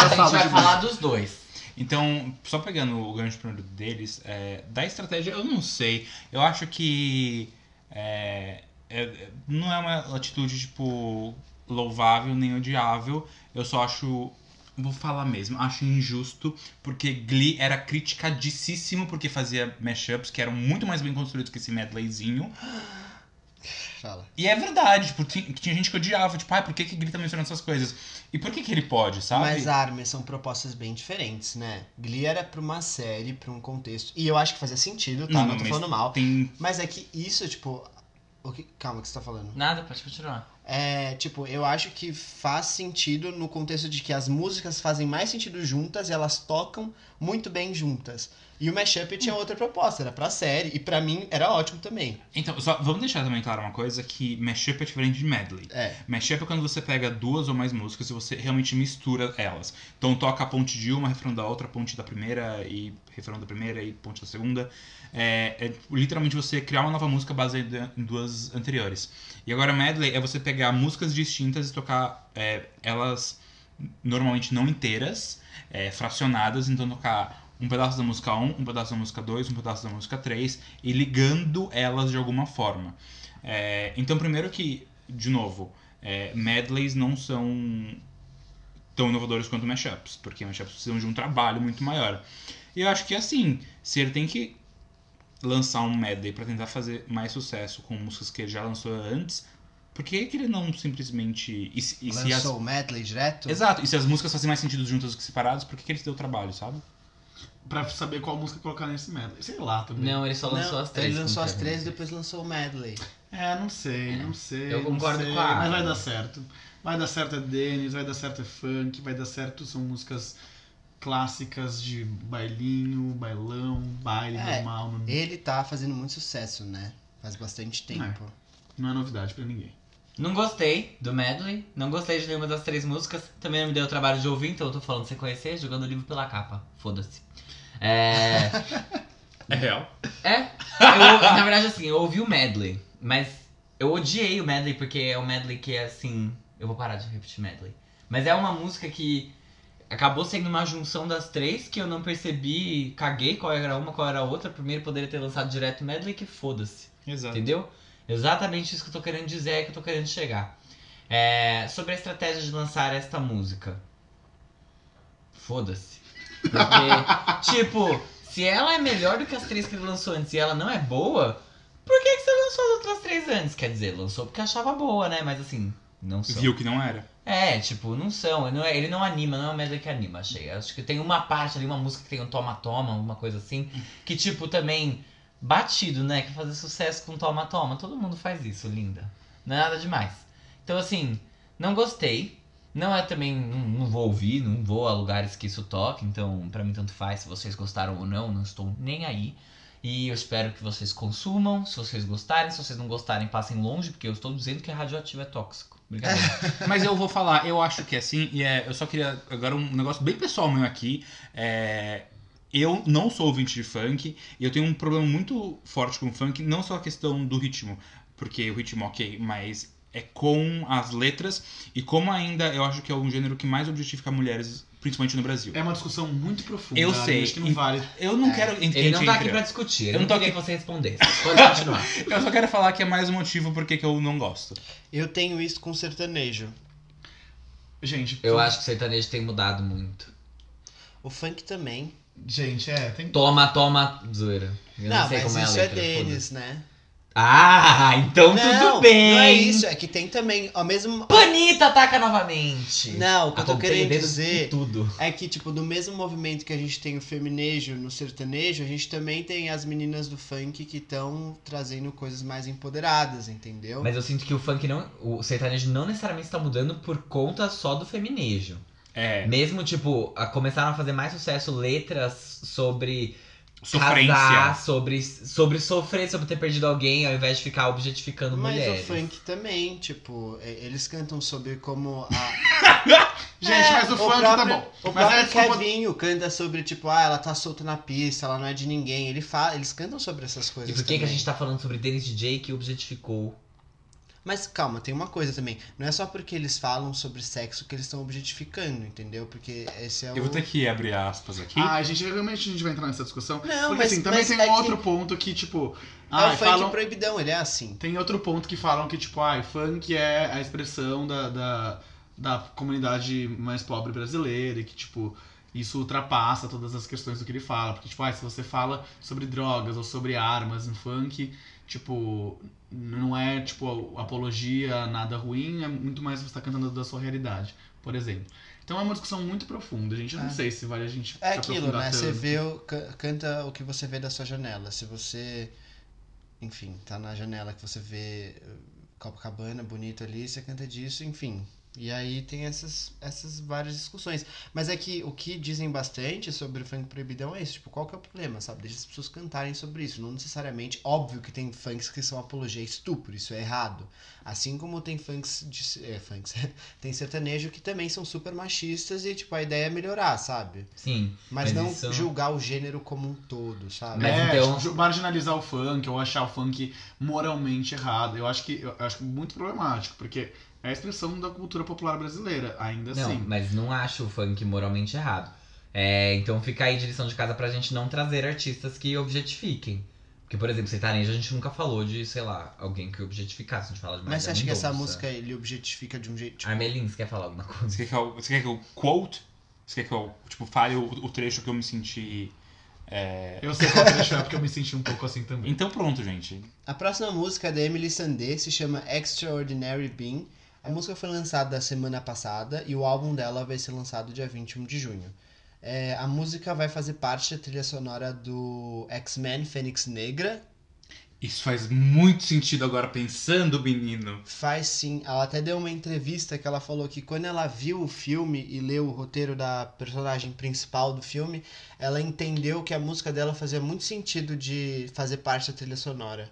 D: engraçada
B: vai
D: demais.
B: falar dos dois.
C: Então, só pegando o gancho primeiro deles, é, da estratégia, eu não sei. Eu acho que é, é, não é uma atitude, tipo, louvável nem odiável. Eu só acho. Vou falar mesmo, acho injusto, porque Glee era criticadíssimo porque fazia mashups que eram muito mais bem construídos que esse medleyzinho.
A: Fala.
C: E é verdade, tipo, tinha, tinha gente que odiava, tipo, ai, por que, que Glee tá mencionando essas coisas? E por que, que ele pode, sabe?
A: Mas armas são propostas bem diferentes, né? Glee era pra uma série, pra um contexto. E eu acho que fazia sentido, tá? Não, tô
C: Uhum, mas
A: falando mal.
C: Tem
A: Mas é que isso, tipo. o que- Calma, o que você tá falando?
B: Nada, pode continuar.
A: É, tipo, eu acho que faz sentido no contexto de que as músicas fazem mais sentido juntas e elas tocam muito bem juntas. E o mashup tinha outra proposta, era pra série. E pra mim era ótimo também.
C: Então, só vamos deixar também claro uma coisa que mashup é diferente de medley.
A: É.
C: Mashup é quando você pega duas ou mais músicas e você realmente mistura elas. Então toca a ponte de uma, refrão da outra, ponte da primeira e refrão da primeira e ponte da segunda. É, é, tipo, literalmente você criar uma nova música baseada em duas anteriores. E agora medley é você pegar músicas distintas e tocar é, elas normalmente não inteiras, é, fracionadas, então tocar um pedaço da música 1, um pedaço da música 2, um pedaço da música 3 e ligando elas de alguma forma. É, então, primeiro que, de novo, é, medleys não são tão inovadores quanto mashups, porque mashups precisam de um trabalho muito maior. E eu acho que, assim, se ele tem que lançar um medley pra tentar fazer mais sucesso com músicas que ele já lançou antes, por que, que ele não simplesmente. E, se- e se as-
A: Lançou o medley direto?
C: Exato, e se as músicas fazem mais sentido juntas do que separadas, por que, que ele se deu o trabalho, sabe?
D: Pra saber qual música colocar nesse medley. Sei lá também.
B: Não, ele só lançou
A: Não,
B: as três.
A: Ele lançou
B: com
A: as
B: Kevin.
A: três e depois lançou o medley.
D: É, não sei, não sei.
B: Eu
D: não
B: concordo
D: sei,
B: com a
D: Mas
B: Ana.
D: vai dar certo. Vai dar certo é Denis, vai dar certo é funk, vai dar certo são músicas clássicas de bailinho, bailão, baile
A: É.
D: normal. Não,
A: Ele tá fazendo muito sucesso, né? Faz bastante tempo.
D: não é novidade pra ninguém.
B: Não gostei do medley, não gostei de nenhuma das três músicas. Também não me deu o trabalho de ouvir, então eu tô falando sem conhecer, jogando o livro pela capa. Foda-se. É.
C: É real.
B: É. Eu, na verdade, assim, eu ouvi o medley, mas eu odiei o medley porque é um medley que é assim. Eu vou parar de repetir medley. Mas é uma música que acabou sendo uma junção das três que eu não percebi, caguei qual era uma, qual era a outra. Primeiro poderia ter lançado direto medley, que foda-se.
C: Exato.
B: Entendeu? Exatamente isso que eu tô querendo dizer, é que eu tô querendo chegar. É, sobre a estratégia de lançar esta música. Foda-se. Porque, tipo, se ela é melhor do que as três que ele lançou antes e ela não é boa, por que, que você lançou as outras três antes? Quer dizer, lançou porque achava boa, né? Mas assim, não são.
C: Viu que não era.
B: É, tipo, não são. Não é, ele não anima, não é uma merda que anima, achei. Acho que tem uma parte ali, uma música que tem um Toma Toma, alguma coisa assim, que tipo também batido, né? Que fazer sucesso com Toma Toma. Todo mundo faz isso, linda. Não é nada demais. Então, assim, não gostei. Não é também. Não, não vou ouvir, não vou a lugares que isso toque. Então, pra mim, tanto faz se vocês gostaram ou não, não estou nem aí. E eu espero que vocês consumam. Se vocês gostarem, se vocês não gostarem, passem longe, porque eu estou dizendo que radioativo é tóxico. Obrigado.
C: Mas eu vou falar, eu acho que é assim, e é, eu só queria agora um negócio bem pessoal meu aqui. É, eu não sou ouvinte de funk, e eu tenho um problema muito forte com funk, não só a questão do ritmo, porque o ritmo ok, mas é com as letras, e como ainda eu acho que é um gênero que mais objetifica mulheres, principalmente no Brasil.
D: É uma discussão muito profunda.
C: Eu
D: né?
C: sei.
D: Acho que não vale.
C: Eu não quero.
B: Ele não tá aqui pra discutir.
C: Eu
B: Eu não
C: não tô
B: toquei que você respondesse. Pode continuar.
C: Eu só quero falar que é mais um motivo porque que eu não gosto.
A: Eu tenho isso com sertanejo.
D: Gente,
B: Eu acho que o sertanejo tem mudado muito.
A: O funk também.
D: gente, é, tem
B: Toma, toma, zoeira. Eu não,
A: não,
B: sei
A: mas
B: como é a
A: isso é,
B: letra. foda-se.
A: deles, né?
B: Ah, então tudo bem.
A: Não é isso, é que tem também a mesma.
B: Panita ataca novamente.
A: Não, é o que eu tô
B: Arrontei
A: querendo
B: dedo em
A: dizer
B: Tudo.
A: é que, tipo, do mesmo movimento que a gente tem o feminejo no sertanejo, a gente também tem as meninas do funk que estão trazendo coisas mais empoderadas, entendeu?
B: Mas eu sinto que o funk não. O sertanejo não necessariamente está mudando por conta só do feminejo.
C: É.
B: Mesmo, tipo, a- começaram a fazer mais sucesso letras sobre
C: Sofrência.
B: casar, sobre, sobre sofrer, sobre ter perdido alguém, ao invés de ficar objetificando
A: Mas
B: mulheres.
A: o funk também, tipo, e- eles cantam sobre como a,
D: Gente, mas o, funk tá
A: próprio-
D: bom.
A: É, O
D: mas é
A: próprio
D: desculpa.
A: Kevinho canta sobre, tipo, ah, ela tá solta na pista, ela não é de ninguém. Ele fala, eles cantam sobre essas
B: E
A: coisas.
B: por que, que a
A: também.
B: gente tá falando sobre Dennis DJ que objetificou?
A: Mas calma, tem uma coisa também. Não é só porque eles falam sobre sexo que eles estão objetificando, entendeu? Porque esse é o.
C: Eu vou ter que abrir aspas aqui.
D: Ah, gente, realmente a gente vai entrar nessa discussão.
A: Não,
D: Porque
A: mas-
D: assim, também
A: mas
D: tem
A: é
D: um
A: que-
D: outro ponto que, tipo.
A: É
D: Ah,
A: o funk
D: falam,
A: proibidão, ele é assim.
D: Tem outro ponto que falam que, tipo, ah, funk é a expressão da, da, da comunidade mais pobre brasileira e que, tipo, isso ultrapassa todas as questões do que ele fala. Porque, tipo, ah, se você fala sobre drogas ou sobre armas no funk, tipo, não é, tipo, apologia, a nada ruim, é muito mais você tá cantando da sua realidade, por exemplo. Então é uma discussão muito profunda, gente. Eu não
A: É.
D: sei se vale a gente
A: É
D: se
A: aquilo,
D: aprofundar
A: né? Você
D: tanto.
A: vê, o- ca- canta o que você vê da sua janela. Se você, enfim, tá na janela que você vê eh, Copacabana bonito ali, você canta disso, enfim. E aí tem essas, essas várias discussões. Mas é que o que dizem bastante sobre o funk proibidão é isso, tipo, qual que é o problema, sabe? Deixa as pessoas cantarem sobre isso. Não necessariamente, óbvio que tem funks que são apologia a estupro, isso é errado. Assim como tem funks, de, é, funks tem sertanejo que também são super machistas e, tipo, a ideia é melhorar, sabe?
B: Sim.
A: Mas,
B: Mas
A: não
B: isso- é
A: julgar o gênero como um todo, sabe?
B: Mas
D: é,
B: então-
D: tipo, marginalizar o funk ou achar o funk moralmente errado. Eu acho que eu acho muito problemático, porque é a expressão da cultura popular brasileira,
B: Não,
D: ainda
B: né?
D: assim.
B: mas não acho o funk moralmente errado. É, então fica aí de lição de casa pra gente não trazer artistas que objetifiquem. Porque, por exemplo, sertanejo a gente nunca falou de, sei lá, alguém que objetificasse. A gente fala de
A: Mas você acha que essa
B: é Mendonça.
A: música ele objetifica de um jeito. Tipo,
B: Armelin, você quer falar alguma coisa?
C: Você quer que eu, você quer que eu quote? Você quer que eu tipo, fale o, o trecho que eu me senti. é,
D: Eu sei qual trecho é, porque eu me senti um pouco assim também.
C: Então pronto, gente.
A: A próxima música é da Emily Sandé se chama Extraordinary Being. A música foi lançada semana passada e o álbum dela vai ser lançado dia 21 de junho. É, a música vai fazer parte da trilha sonora do X-Men Fênix Negra.
C: Isso faz muito sentido agora pensando, menino.
A: Faz sim. Ela até deu uma entrevista que ela falou que quando ela viu o filme e leu o roteiro da personagem principal do filme, ela entendeu que a música dela fazia muito sentido de fazer parte da trilha sonora.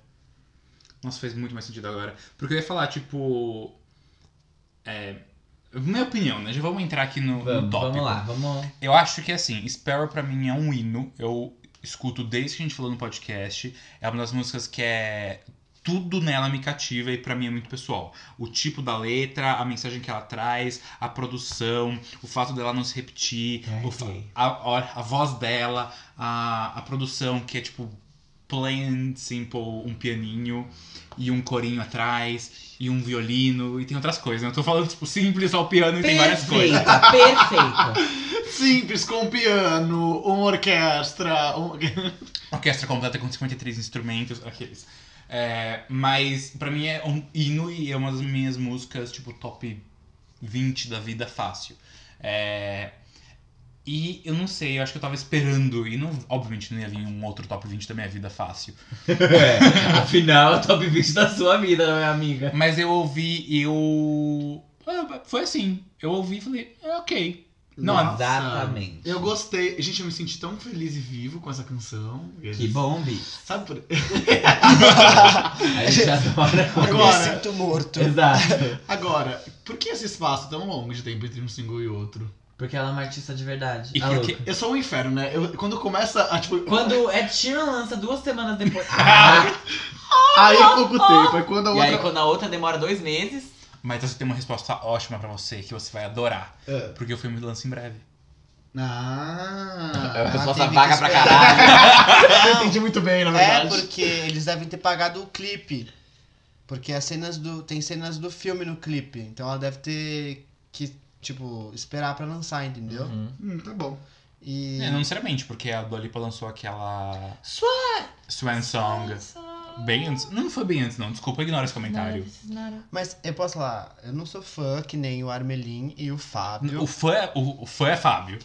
C: Nossa, faz muito mais sentido agora. Porque eu ia falar, tipo. É. Minha opinião, né? Já vamos entrar aqui no, no
B: Vamos,
C: tópico.
B: vamos lá, vamos.
C: Eu acho que assim, Sparrow pra mim é um hino. Eu escuto desde que a gente falou no podcast. É uma das músicas que é. Tudo nela me cativa e pra mim é muito pessoal. O tipo da letra, a mensagem que ela traz, a produção, o fato dela não se repetir,
B: Ai,
C: o fa-
B: gay.
C: a, a- a voz dela, a, a produção que é tipo plain and simple, um pianinho e um corinho atrás e um violino e tem outras coisas. né? Eu tô falando tipo simples ao piano e tem várias coisas.
B: Perfeita, perfeita.
D: Simples, com piano, uma orquestra. Um...
C: orquestra completa com 53 instrumentos, aqueles. É, mas pra mim é um hino e é uma das minhas músicas, tipo, top 20 da vida fácil. É, E eu não sei, eu acho que eu tava esperando, e não, obviamente não ia vir um outro top 20 da minha vida fácil.
B: Afinal, é o top 20 da sua vida, não é, amiga?
C: Mas eu ouvi e eu. ah, Foi assim. Eu ouvi e falei, é ok. Não, é-
B: Exatamente.
D: Eu gostei. Gente, eu me senti tão feliz e vivo com essa canção.
B: Que bom, Bi.
D: Sabe por
B: A gente adora.
D: Agora.
A: Me sinto morto.
B: Exato.
D: Agora, por que esse espaço tão longo de tempo entre um single e outro?
B: Porque ela é uma artista de verdade.
C: E
B: Tá
C: porque-
B: louca.
D: Eu sou um inferno, né? Eu, quando começa a, tipo...
B: Quando Ed Sheeran lança duas semanas depois. Ah!
D: Aí é pouco tempo. Aí quando a
B: e
D: outra...
B: aí, quando a outra demora dois meses.
C: Mas eu tenho uma resposta ótima pra você, que você vai adorar.
D: É.
C: Porque o filme lança em breve.
D: Ah...
B: É uma resposta
A: teve que
B: vaga pra
A: esperar.
B: caralho.
D: Eu
A: Não,
D: entendi muito bem, na
A: é
D: verdade.
A: porque eles devem ter pagado o clipe. Porque as cenas do. Tem cenas do filme no clipe. Então ela deve ter que, tipo, esperar pra lançar, entendeu?
B: Uhum.
D: Hum, tá bom.
A: E.
C: É, não necessariamente, porque a Dua Lipa lançou aquela
B: Sua
C: Swan Song. Bem antes. Não foi bem antes, não. Desculpa, ignora esse comentário.
A: Mas eu posso falar, eu não sou fã que nem o Armelin e o Fábio.
C: O fã, é- o, o fã é Fábio.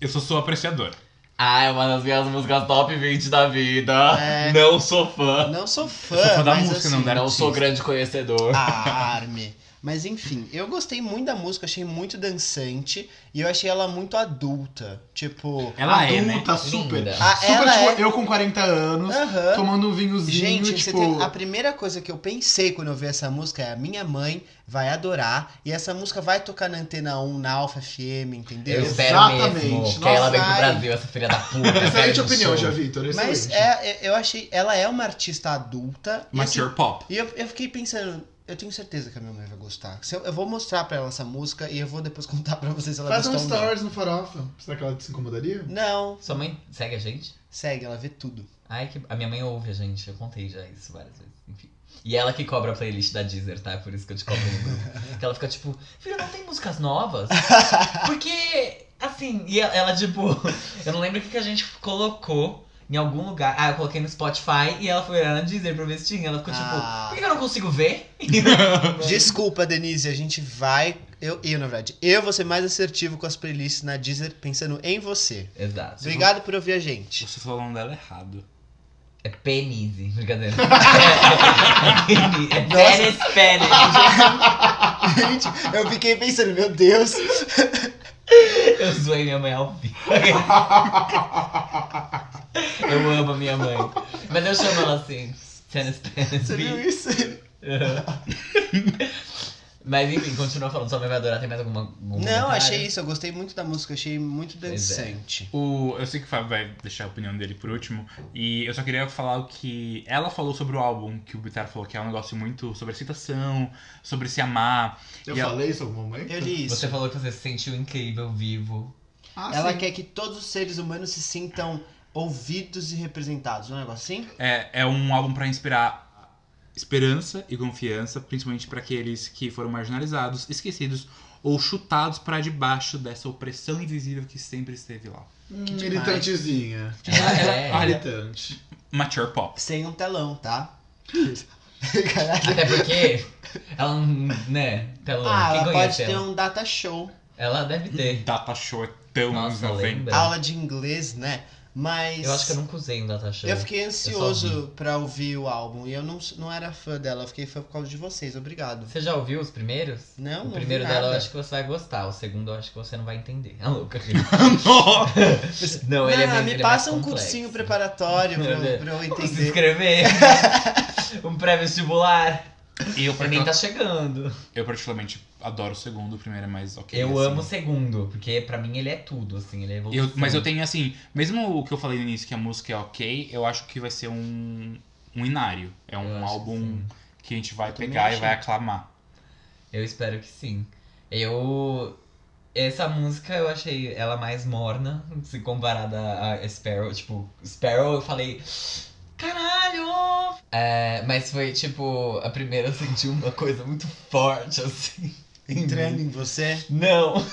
C: Eu só sou apreciador.
B: Ah, é uma das minhas músicas top 20 da vida.
A: É.
B: Não sou fã.
A: Não sou fã,
C: Eu sou fã da
A: mas
C: música,
A: assim,
C: não da-
B: Não né? sou
C: Artista.
B: grande conhecedor.
A: Ah, Arme. Mas enfim, eu gostei muito da música, achei muito dançante e eu achei ela muito adulta. Tipo,
C: Ela é, né?
D: Adulta, super.
B: Linda.
A: Ah,
D: super,
A: ela
D: tipo,
A: é.
D: eu com 40 anos,
A: aham.
D: tomando um vinhozinho,
A: Gente, você
D: tipo...
A: tem- a primeira coisa que eu pensei quando eu vi essa música é a minha mãe vai adorar e essa música vai tocar na Antena 1, na Alfa FM, entendeu?
B: É, Eu espero
D: Exatamente.
B: mesmo que
D: Nossa,
B: ela venha pro
A: ai.
B: Brasil, essa filha da puta.
D: Excelente
B: Quero
D: opinião,
B: um show.
D: já, Vitor.
A: Mas
D: excelente.
A: é, é- eu achei, ela é uma artista adulta e, assim,
C: Mature Pop.
A: e eu, eu fiquei pensando, eu tenho certeza que a minha mãe vai gostar. Se eu, eu vou mostrar pra ela essa música e eu vou depois contar pra vocês se ela
D: Faz um
A: gostou ou não.
D: stories no farofa. Será que ela se incomodaria?
A: Não,
B: Sua mãe segue a gente?
A: segue, ela vê tudo.
B: Ai, que. A minha mãe ouve a gente, eu contei já isso várias vezes. Enfim. E ela que cobra a playlist da Deezer, tá? É Por isso que eu te cobro no grupo. Porque ela fica tipo, filha, não tem músicas novas? Porque, assim, e ela, ela, tipo, eu não lembro o que, que a gente colocou em algum lugar. Ah, eu coloquei no Spotify e ela foi olhar na Deezer pra ver se tinha. Ela ficou tipo,
A: Ah.
B: por que que eu não consigo ver?
A: Desculpa, Denise, a gente vai. Eu, eu, na verdade, eu vou ser mais assertivo com as playlists na Deezer pensando em você.
B: Exato.
A: Obrigado por ouvir a gente.
C: Você falou o nome dela errado.
B: É Penise, brincadeira. é Penise, é Penis Penis.
A: Gente, eu fiquei pensando, meu Deus.
B: Eu zoei minha mãe ao vivo. Eu amo a minha mãe. Mas eu chamo ela assim. Tennis Penis.
A: Você viu
B: Bi.
A: isso?
B: Mas enfim, continua falando. Sua mãe vai adorar. Tem mais alguma. algum
A: Não,
B: comentário?
A: achei isso. Eu gostei muito da música, achei muito
B: Pois é.
A: dançante.
C: O, eu sei que o Fábio vai deixar a opinião dele por último. E eu só queria falar o que ela falou sobre o álbum, que o Bitar falou que é um negócio muito sobre aceitação, sobre se amar.
D: Eu
C: E ela-
D: falei isso em algum momento?
A: Eu li isso.
B: Você falou que você se sentiu incrível, vivo.
D: Ah,
A: Ela
D: sim.
A: quer que todos os seres humanos se sintam ouvidos e representados. Não é um negócio assim?
C: É, é um álbum pra inspirar esperança e confiança, principalmente pra aqueles que foram marginalizados, esquecidos ou chutados pra debaixo dessa opressão invisível que sempre esteve lá.
D: Hum, Militantezinha.
B: Ela é.
D: Militante.
C: Mature Pop.
A: Sem um telão, tá?
B: Até porque. Ela não. Né? Telão.
A: Ah,
B: Quem
A: ela pode
B: conhece
A: ter
B: ela?
A: um data show.
B: Ela deve ter.
C: Data Show é tão anos
B: Nossa,
C: 90.
B: lembra?
A: Aula de inglês, né? Mas.
B: É. Eu acho que eu nunca usei um data show.
A: Eu fiquei
B: Eu
A: ansioso pra ouvir o álbum e eu não, não era fã dela, eu fiquei fã por causa de vocês, obrigado.
B: Você já ouviu os primeiros?
A: Não, não
B: o
A: vi
B: primeiro
A: nada.
B: dela eu acho que você vai gostar, o segundo eu acho que você não vai entender. É louca.
C: Nossa!
B: não, ele é mais,
A: me
B: ele é mais
A: passa um
B: complexo.
A: cursinho preparatório pra, eu- pra eu
B: Se
A: entender.
B: inscrever. um pré-vestibular.
C: Eu,
B: Pra mim tá chegando.
C: eu particularmente adoro o segundo, o primeiro é mais ok.
B: eu
C: assim.
B: amo o segundo, porque pra mim ele é tudo, assim, ele é
C: Eu-
B: evolução.
C: mas eu tenho assim, mesmo o que eu falei no início que a música é ok, eu acho que vai ser um, um inário. É
B: Eu
C: um
B: acho
C: álbum
B: que
C: que, a gente vai
A: Eu também
C: pegar e
A: achei.
C: vai aclamar.
B: Eu espero que sim. Eu. Essa música eu achei ela mais morna, se comparada a Sparrow. Tipo, Sparrow eu falei. Caralho! É, mas foi tipo, a primeira eu senti uma coisa muito forte, assim.
A: Entrando em você.
B: Não!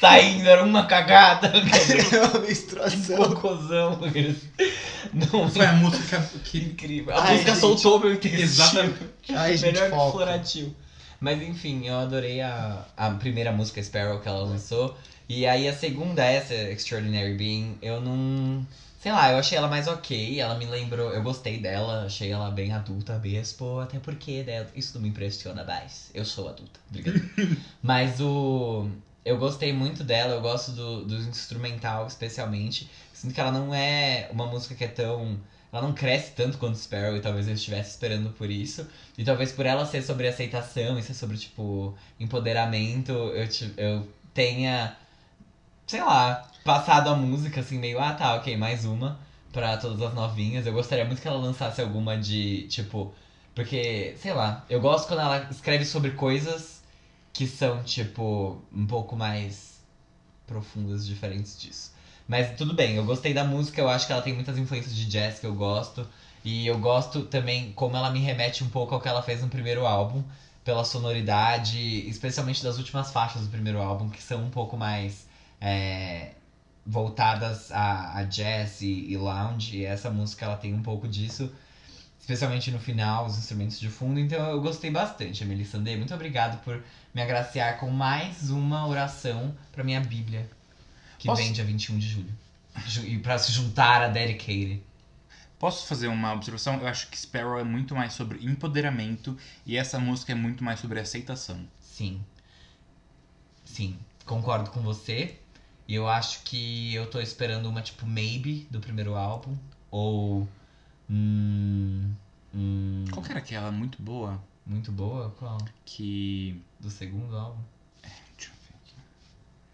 B: Saindo, era uma cagada,
A: É uma
B: um
A: menstruação.
B: cocôzão. Não,
C: Foi a música
B: que incrível. A
A: Ai,
B: música
A: gente.
B: soltou meu intestino.
C: Exatamente.
A: Ai, gente,
B: Melhor que
A: foca.
B: Floratil. Mas enfim, eu adorei a, a primeira música Sparrow que ela lançou. E aí a segunda, essa Extraordinary Being, eu não. Sei lá, eu achei ela mais ok. Ela me lembrou. Eu gostei dela, achei ela bem adulta, bem expo, até porque né, isso não me impressiona mais. Eu sou adulta, obrigado. Mas o. Eu gostei muito dela, eu gosto do, do instrumental especialmente. Sinto que ela não é uma música que é tão. Ela não cresce tanto quanto Sparrow, e talvez eu estivesse esperando por isso. E talvez por ela ser sobre aceitação e ser sobre, tipo, empoderamento, eu, ti- eu tenha, sei lá, passado a música, assim, meio, ah tá, ok, mais uma pra todas as novinhas. Eu gostaria muito que ela lançasse alguma de, tipo, porque, sei lá, eu gosto quando ela escreve sobre coisas que são, tipo, um pouco mais profundas, diferentes disso. Mas tudo bem, eu gostei da música, eu acho que ela tem muitas influências de jazz que eu gosto. E eu gosto também como ela me remete um pouco ao que ela fez no primeiro álbum, pela sonoridade, especialmente das últimas faixas do primeiro álbum, que são um pouco mais é, voltadas a, a jazz e, e lounge. E essa música ela tem um pouco disso, especialmente no final, os instrumentos de fundo. Então eu gostei bastante, Melissandei. Muito obrigado por me agraciar com mais uma oração para minha Bíblia, que
C: Posso-
B: vem dia 21 de julho. Ju- E pra se juntar a Dedicated.
C: Posso fazer uma observação? Eu acho que Sparrow é muito mais sobre empoderamento e essa música é muito mais sobre aceitação.
B: Sim. Sim, concordo com você. E eu acho que eu tô esperando uma tipo Maybe do primeiro álbum. Ou. Hum, hum,
C: Qual que era aquela muito boa
B: muito boa? Qual?
C: que.
B: Do segundo álbum?
C: Deixa eu ver.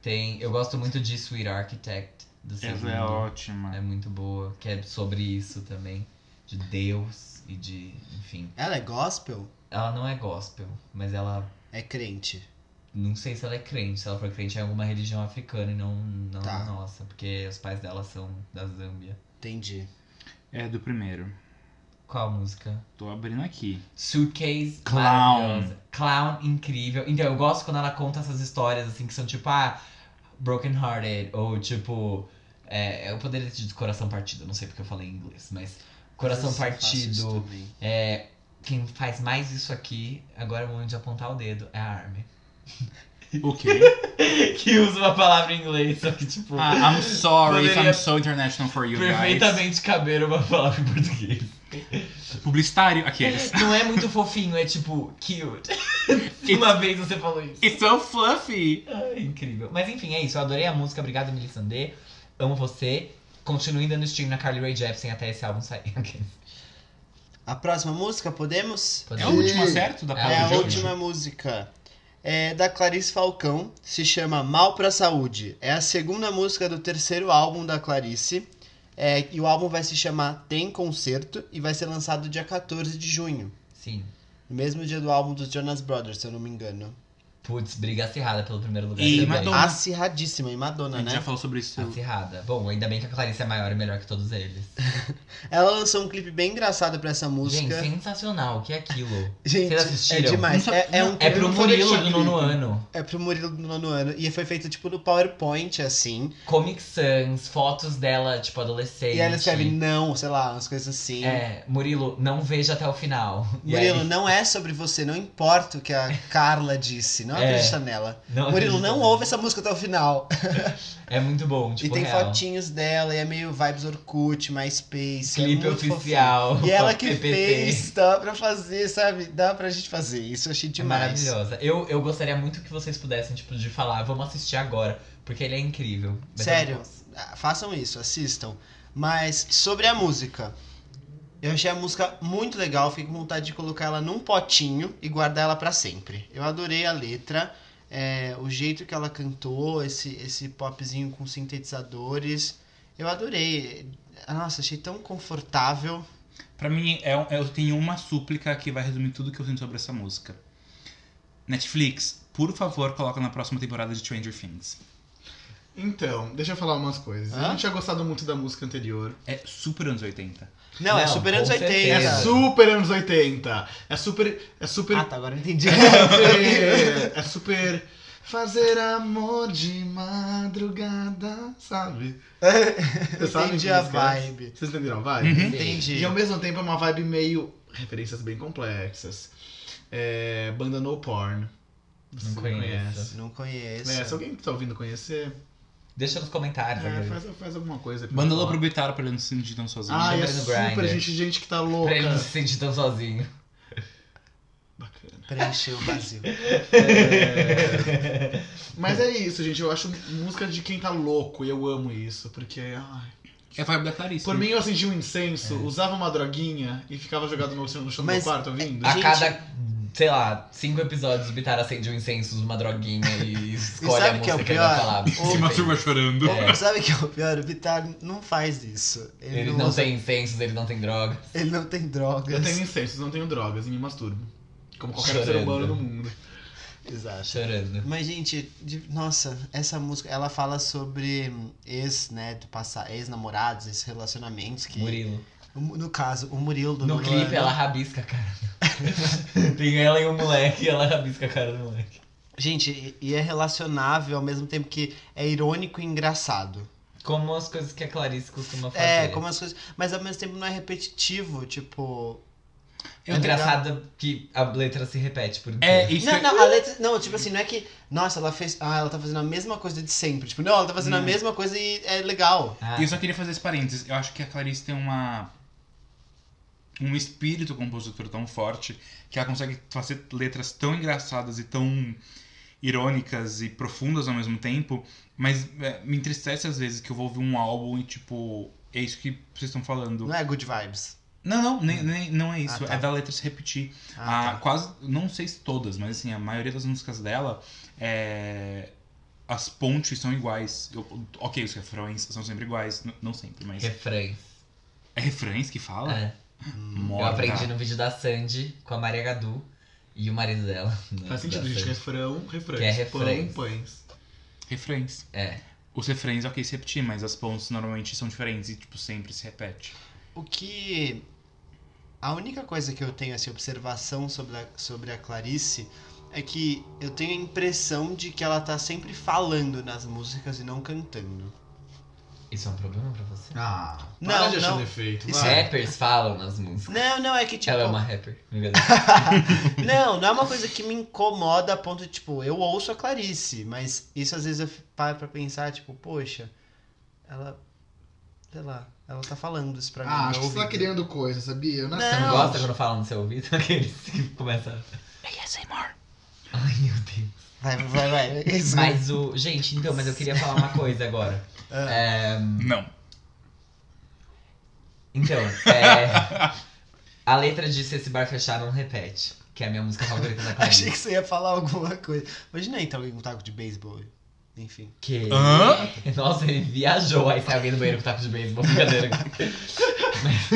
B: Tem. Eu gosto muito de Sweet Architect do
C: Essa
B: segundo.
C: é ótima.
B: É muito boa. Que é sobre isso também. De Deus e de. Enfim.
A: Ela é gospel?
B: Ela não é gospel, mas ela.
A: É crente.
B: Não sei se ela é crente, se ela for crente em alguma religião africana e não, não
A: Tá.
B: na nossa, porque os pais dela são da Zâmbia.
A: Entendi.
C: É do primeiro.
B: Qual música?
C: Tô abrindo aqui.
B: Suitcase
C: Clown.
B: maravilhosa. Clown incrível. Então, eu gosto quando ela conta essas histórias assim que são tipo, ah, broken hearted, ou tipo. É, eu poderia ter dito coração partido, não sei porque eu falei em inglês, mas. Coração
A: Eu faço isso
B: partido.
A: também.
B: É, quem faz mais isso aqui, agora é o momento de apontar o dedo, é a Armin.
C: O quê?
B: que usa uma palavra em inglês, só que tipo.
C: Ah, I'm sorry if I'm
B: Poderia
C: so international for you guys.
B: perfeitamente caber uma palavra em português.
C: Publicitário. Aqueles.
B: Não é muito fofinho, é tipo cute. Uma vez você falou isso.
C: It's so fluffy.
B: Ai, incrível. Mas enfim, é isso. Eu adorei a música. Obrigado, Melissandê. Amo você. Continue dando stream na Carly Rae Jepsen até esse álbum sair.
A: A próxima música, podemos?
C: É a
B: Podemos-
C: última, certo? Da
B: É
A: É
C: Paula
A: a
C: Júnior?
A: última música. É da Clarice Falcão, se chama Mal pra Saúde. É a segunda música do terceiro álbum da Clarice. é, e o álbum vai se chamar Tem Concerto e vai ser lançado dia 14 de junho.
B: Sim.
A: No mesmo dia do álbum dos Jonas Brothers, se eu não me engano.
B: Putz, briga acirrada pelo primeiro lugar.
C: E
B: também.
C: Madonna.
A: Acirradíssima, e
C: A
A: Madonna,
C: gente
A: né?
C: já falou sobre isso.
B: Acirrada. Bom, ainda bem que a Clarice é maior e melhor que todos eles.
A: Ela lançou um clipe bem engraçado pra essa música.
B: Gente, sensacional. O que é aquilo?
A: Gente,
B: Vocês
A: é
B: assistiram?
A: demais.
C: Não
A: É, é um
B: É
A: clipe-
B: pro
D: não vou
B: Murilo
D: deixar
B: do nono ano.
A: é pro Murilo do nono ano. E foi feito tipo no PowerPoint, assim.
B: Comic Sans, fotos dela, tipo, adolescente.
A: E ela escreve não, sei lá, umas coisas assim.
B: É, Murilo, não veja até o final. E aí-
A: Murilo, não é sobre você, não importa o que a Carla disse, não
B: É.
A: acredita nela.
B: não
A: Murilo,
B: acredito.
A: não ouve essa música até o final.
B: É muito bom, tipo,
A: e tem
B: real.
A: fotinhos dela, e é meio vibes Orkut, MySpace. é
B: Clipe
A: muito fofinho.
B: oficial.
A: E ela que
B: PPT.
A: fez, dá pra fazer, sabe? Dá pra gente fazer. Isso eu achei
B: É
A: demais.
B: maravilhosa. Eu, eu gostaria muito que vocês pudessem, tipo, de falar, vamos assistir agora, porque ele é incrível. Mas eu
A: Sério,
B: não posso.
A: ah, façam isso, assistam. Mas sobre a música. Eu achei a música muito legal, fiquei com vontade de colocar ela num potinho e guardar ela pra sempre. Eu adorei a letra, é, o jeito que ela cantou, esse, esse popzinho com sintetizadores. Eu adorei. Nossa, achei tão confortável.
C: Pra mim, é um- eu tenho uma súplica que vai resumir tudo que eu sinto sobre essa música. Netflix, por favor, coloca na próxima temporada de Stranger Things.
D: Então, deixa eu falar umas coisas. Eu
A: Hã?
D: não tinha gostado muito da música anterior.
C: É super anos 80.
A: Não, é
B: Não,
A: super
B: com
A: anos 80.
D: É
B: certeza. Exato.
D: super anos 80. É super. É super.
A: Ah, tá, agora eu entendi.
D: É, é super. Fazer amor de madrugada, sabe? Você sabe
A: entendi
D: que
A: a
D: música é essa?
A: vibe.
D: Vocês
B: Uhum.
D: entenderam a vibe?
B: Sim.
A: Entendi.
D: E ao mesmo tempo é uma vibe meio. referências bem complexas. É, banda No Porn. Você
B: Não conheço.
A: Não conheço.
D: Conhece? Alguém que tá ouvindo conhecer?
B: Deixa nos comentários.
D: É,
B: aqui.
D: faz, faz alguma coisa. aqui.
C: Manda proprietário pra ele não se sentir tão sozinho.
D: Ah, é
B: Lembra do
D: super
B: é Grindr.
D: gente, gente que tá louca.
B: Pra ele não se sentir tão sozinho.
D: Bacana.
A: Preencheu o vazio.
D: Mas é isso, gente. Eu acho música de quem tá louco e eu amo isso. Porque, ai,
C: É a vibe da Clarice.
D: Por
C: né?
D: mim, eu acendia um incenso, usava uma droguinha e ficava jogado no chão no chão do meu
A: Mas-
D: quarto ouvindo.
B: A
A: Gente-
B: cada, sei lá, cinco episódios, o Bitar acende um incenso, uma droguinha e escolhe
A: sabe
B: a
A: o que é o
B: música que ele vai
A: pior?
B: falar.
A: Se
C: Se masturba chorando.
B: É.
A: Sabe o que é o pior? O Bitar não faz isso. Ele,
B: Ele
A: não,
B: não
A: usa-
B: tem incensos, ele não tem droga.
A: ele não tem drogas.
D: Eu tenho incensos, não tenho drogas e me masturbo. Como qualquer ser
B: Chorando.
D: humano do mundo.
A: Exato.
B: Chorando.
A: Mas, gente, de- nossa, essa música, ela fala sobre hum, ex, né, do passado, ex-namorados, esses relacionamentos que...
B: Murilo.
A: O Mu- No caso, o Murilo do
B: No
A: Murilo é-
B: clipe,
A: Leonardo.
B: ela rabisca a cara. tem ela e o moleque, e ela rabisca a cara do moleque.
A: Gente, e- e é relacionável ao mesmo tempo que é irônico e engraçado.
B: Como as coisas que a Clarice costuma fazer.
A: É, como as coisas... Mas, ao mesmo tempo, não é repetitivo, tipo...
B: É engraçado que a letra se repete por
C: É,
B: inteiro.
C: isso
A: Não,
C: é...
A: não, a letra. Não, tipo assim, não é que. Nossa, ela fez. Ah, ela tá fazendo a mesma coisa de sempre. Tipo, não, ela tá fazendo a
C: Não.
A: mesma coisa e é legal.
B: Ah,
C: E eu só queria fazer esse parênteses. Eu acho que a Clarice tem uma. Um espírito compositor tão forte que ela consegue fazer letras tão engraçadas e tão irônicas e profundas ao mesmo tempo, mas é, me entristece às vezes que eu vou ouvir um álbum e tipo, é isso que vocês estão falando.
A: Não é good vibes.
C: Não, não, nem, nem- não é isso.
A: Ah, tá.
C: É da letra se repetir.
A: Ah,
C: A-
A: tá.
C: Quase, não sei se todas, mas assim, a maioria das músicas dela, é, as pontes são iguais. Eu- ok, os refrões são sempre iguais, n- não sempre, mas...
B: refrão.
C: É refrões que fala?
B: É. Eu
C: Morta.
B: aprendi no vídeo da Sandy com a Maria Gadu e o marido dela.
D: Faz sentido,
B: Da
D: gente.
B: Sandy.
D: Refrão, refrão.
B: Que é refrão.
D: Pão, pães.
C: Refrões.
B: É.
C: Os refrões, ok, se repetir, mas as pontes normalmente são diferentes e, tipo, sempre se repete.
A: O que. A única coisa que eu tenho, assim, observação sobre a, sobre a Clarice é que eu tenho a impressão de que ela tá sempre falando nas músicas e não cantando.
B: Isso é um problema pra você?
D: Ah,
A: Não,
D: para de achar
A: não.
D: defeito.
A: Isso é.
D: vai.
B: Rappers falam nas músicas.
A: Não, não, é que tipo.
B: Ela é uma rapper. Brincadeira.
A: não, não é uma coisa que me incomoda a ponto de, tipo, eu ouço a Clarice, mas isso às vezes eu fi- paro pra pensar, tipo, poxa, ela. Sei lá, ela tá falando isso pra mim.
D: Ah,
A: no
D: acho que
A: meu
D: você tá
A: ouvido.
D: criando coisa, sabia? Eu nasci
B: Você não
A: Não.
B: gosta quando falam no seu ouvido? Aqueles que começam. Ai, meu Deus.
A: Vai, vai, vai. Isso.
B: Mas o. Gente, então, mas eu queria falar uma coisa agora. Hum.
C: Não.
B: Então, é. A letra de Se Esse Bar Fechar não repete, que é a minha música favorita da
A: Achei
B: Clarice.
A: que você ia falar alguma coisa. Imagina aí, tá alguém com um taco de beisebol. Enfim.
B: Que...
C: Hã?
B: Nossa, ele viajou. Aí sai alguém do banheiro com taco de beisebol, brincadeira.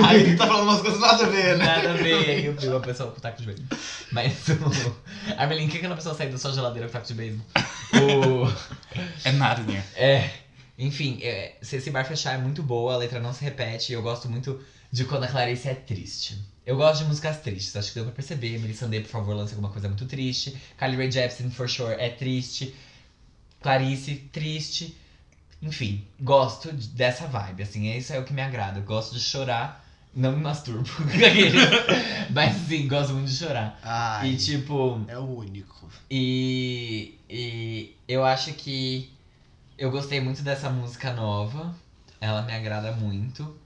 D: Aí ele tá falando umas coisas nada a ver, né?
B: Nada a ver. Aí eu vi uma pessoa com taco de beisebol. Mas o. Armelin, o que aquela pessoa saiu da sua geladeira com taco de beisebol? O.
C: É Nárnia.
B: É. Enfim, é, se esse bar fechar é muito boa, a letra não se repete. E eu gosto muito de quando a Clarice é triste. Eu gosto de músicas tristes, acho que deu pra perceber. Melissa Andê, por favor, lance alguma coisa muito triste. Kylie Rae Jepsen, for sure, é triste. Clarice, triste. Enfim, gosto de- dessa vibe, assim, é isso é o que me agrada. Eu gosto de chorar, não me masturbo. Mas sim, gosto muito de chorar.
A: Ai,
B: E tipo,
A: é o único.
B: e, e eu acho que eu gostei muito dessa música nova. Ela me agrada muito.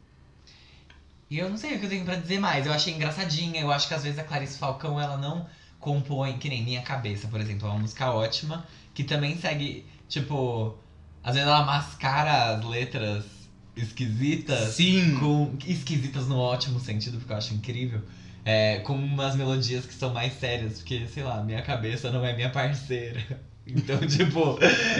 B: E eu não sei o que eu tenho pra dizer mais. Eu achei engraçadinha. Eu acho que às vezes a Clarice Falcão ela não compõe, que nem Minha Cabeça, por exemplo. É uma música ótima. Que também segue, tipo. Às vezes ela mascara as letras esquisitas
C: Sim.
B: com esquisitas no ótimo sentido, porque eu acho incrível. É, com umas melodias que são mais sérias, porque, sei lá, minha cabeça não é minha parceira. Então, tipo,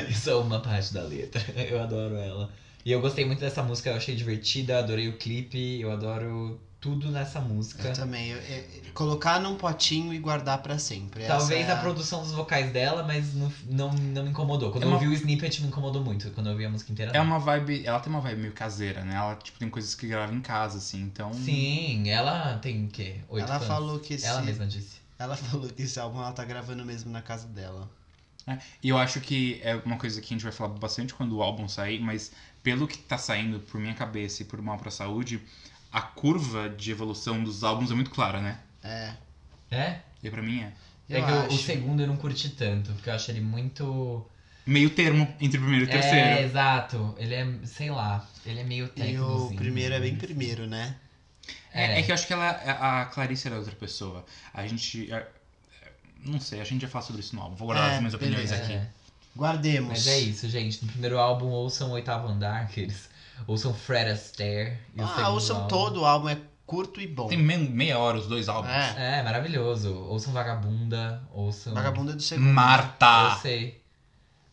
B: isso é uma parte da letra. Eu adoro ela. E eu gostei muito dessa música, eu achei divertida, eu adorei o clipe, eu adoro tudo nessa música.
A: Eu também. eu- eu- colocar num potinho e guardar pra sempre. Essa
B: Talvez
A: é
B: a produção dos vocais dela, mas não, não, não me incomodou. Quando
C: É
B: eu
C: uma-
B: ouvi o snippet, me incomodou muito. Quando eu ouvi a música inteira,
C: É
B: não.
C: uma vibe... Ela tem uma vibe meio caseira, né? Ela, tipo, tem coisas que grava em casa, assim, então...
B: Sim, ela tem o quê? Oito
A: Ela
B: fãs?
A: falou que esse,
B: Ela mesma disse.
A: ela falou que esse álbum ela tá gravando mesmo na casa dela.
C: E eu acho que é uma coisa que a gente vai falar bastante quando o álbum sair, mas pelo que tá saindo por minha cabeça e por mal pra saúde, a curva de evolução dos álbuns é muito clara, né?
A: É.
B: É?
C: E pra mim é.
B: É
A: Eu
B: que o- o
A: acho.
B: segundo eu não curti tanto, porque eu acho ele muito.
C: Meio termo entre o primeiro e o
B: É,
C: terceiro.
B: exato. Ele é, sei lá, ele é meio
A: E
B: técnico.
A: o primeiro é bem primeiro, né?
B: É.
C: É, é que eu acho que ela, a a Clarice era outra pessoa. A gente. é, é, não sei, a gente já fala sobre isso no álbum. Vou guardar
A: É,
C: as minhas opiniões
A: beleza.
C: aqui.
B: É.
A: Guardemos.
B: Mas é isso, gente. No primeiro álbum, ouçam o oitavo andar, aqueles. Ouçam Fred Astaire. E o segundo
A: Ah, ouçam
B: álbum.
A: todo o álbum, é curto e bom.
C: Tem me- meia hora os dois álbuns.
A: É.
B: É, maravilhoso. Ouçam Vagabunda, ouçam.
A: Vagabunda do segundo.
B: Eu
C: Marta!
B: sei.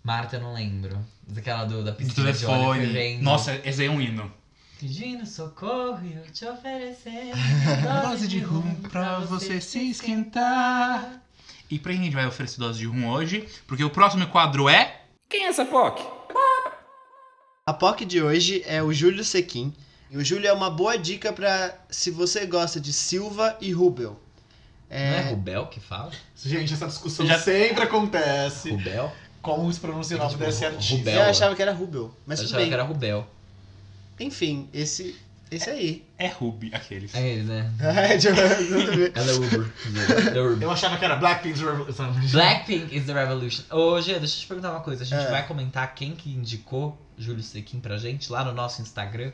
B: Marta, eu não lembro. Mas aquela do, da
C: Do
B: piscina de óleo
C: telefone.
B: fervendo.
C: é Nossa, esse aí é um hino.
B: Pedindo socorro, e eu te oferecer.
C: Dose de rum pra você se esquentar. E pra quem a gente vai oferecer dose de rum hoje? Porque o próximo quadro é.
F: Quem é essa POC?
A: A POC de hoje é o Júlio Sequin. E o Júlio é uma boa dica pra se você gosta de Silva e Rubel.
B: Não é Rubel que fala?
D: Gente, essa discussão
C: Já-
D: sempre acontece.
B: Rubel?
D: Como se pronuncia o nome
B: Tipo,
D: desse artista.
B: Rubel.
A: Eu achava que era Rubel, mas
B: eu
A: tudo
B: achava
A: bem.
B: que era Rubel.
A: Enfim, esse, esse aí.
C: É Ruby, aqueles.
B: É ele, né?
A: É, tipo, nada a ver.
B: É da Uber. Da Uber.
D: Eu achava que era Blackpink's Revolution.
B: Blackpink is the revolution. Ô, Gê, deixa eu te perguntar uma coisa. A gente
A: É.
B: vai comentar quem que indicou Júlio Sequin pra gente lá no nosso Instagram?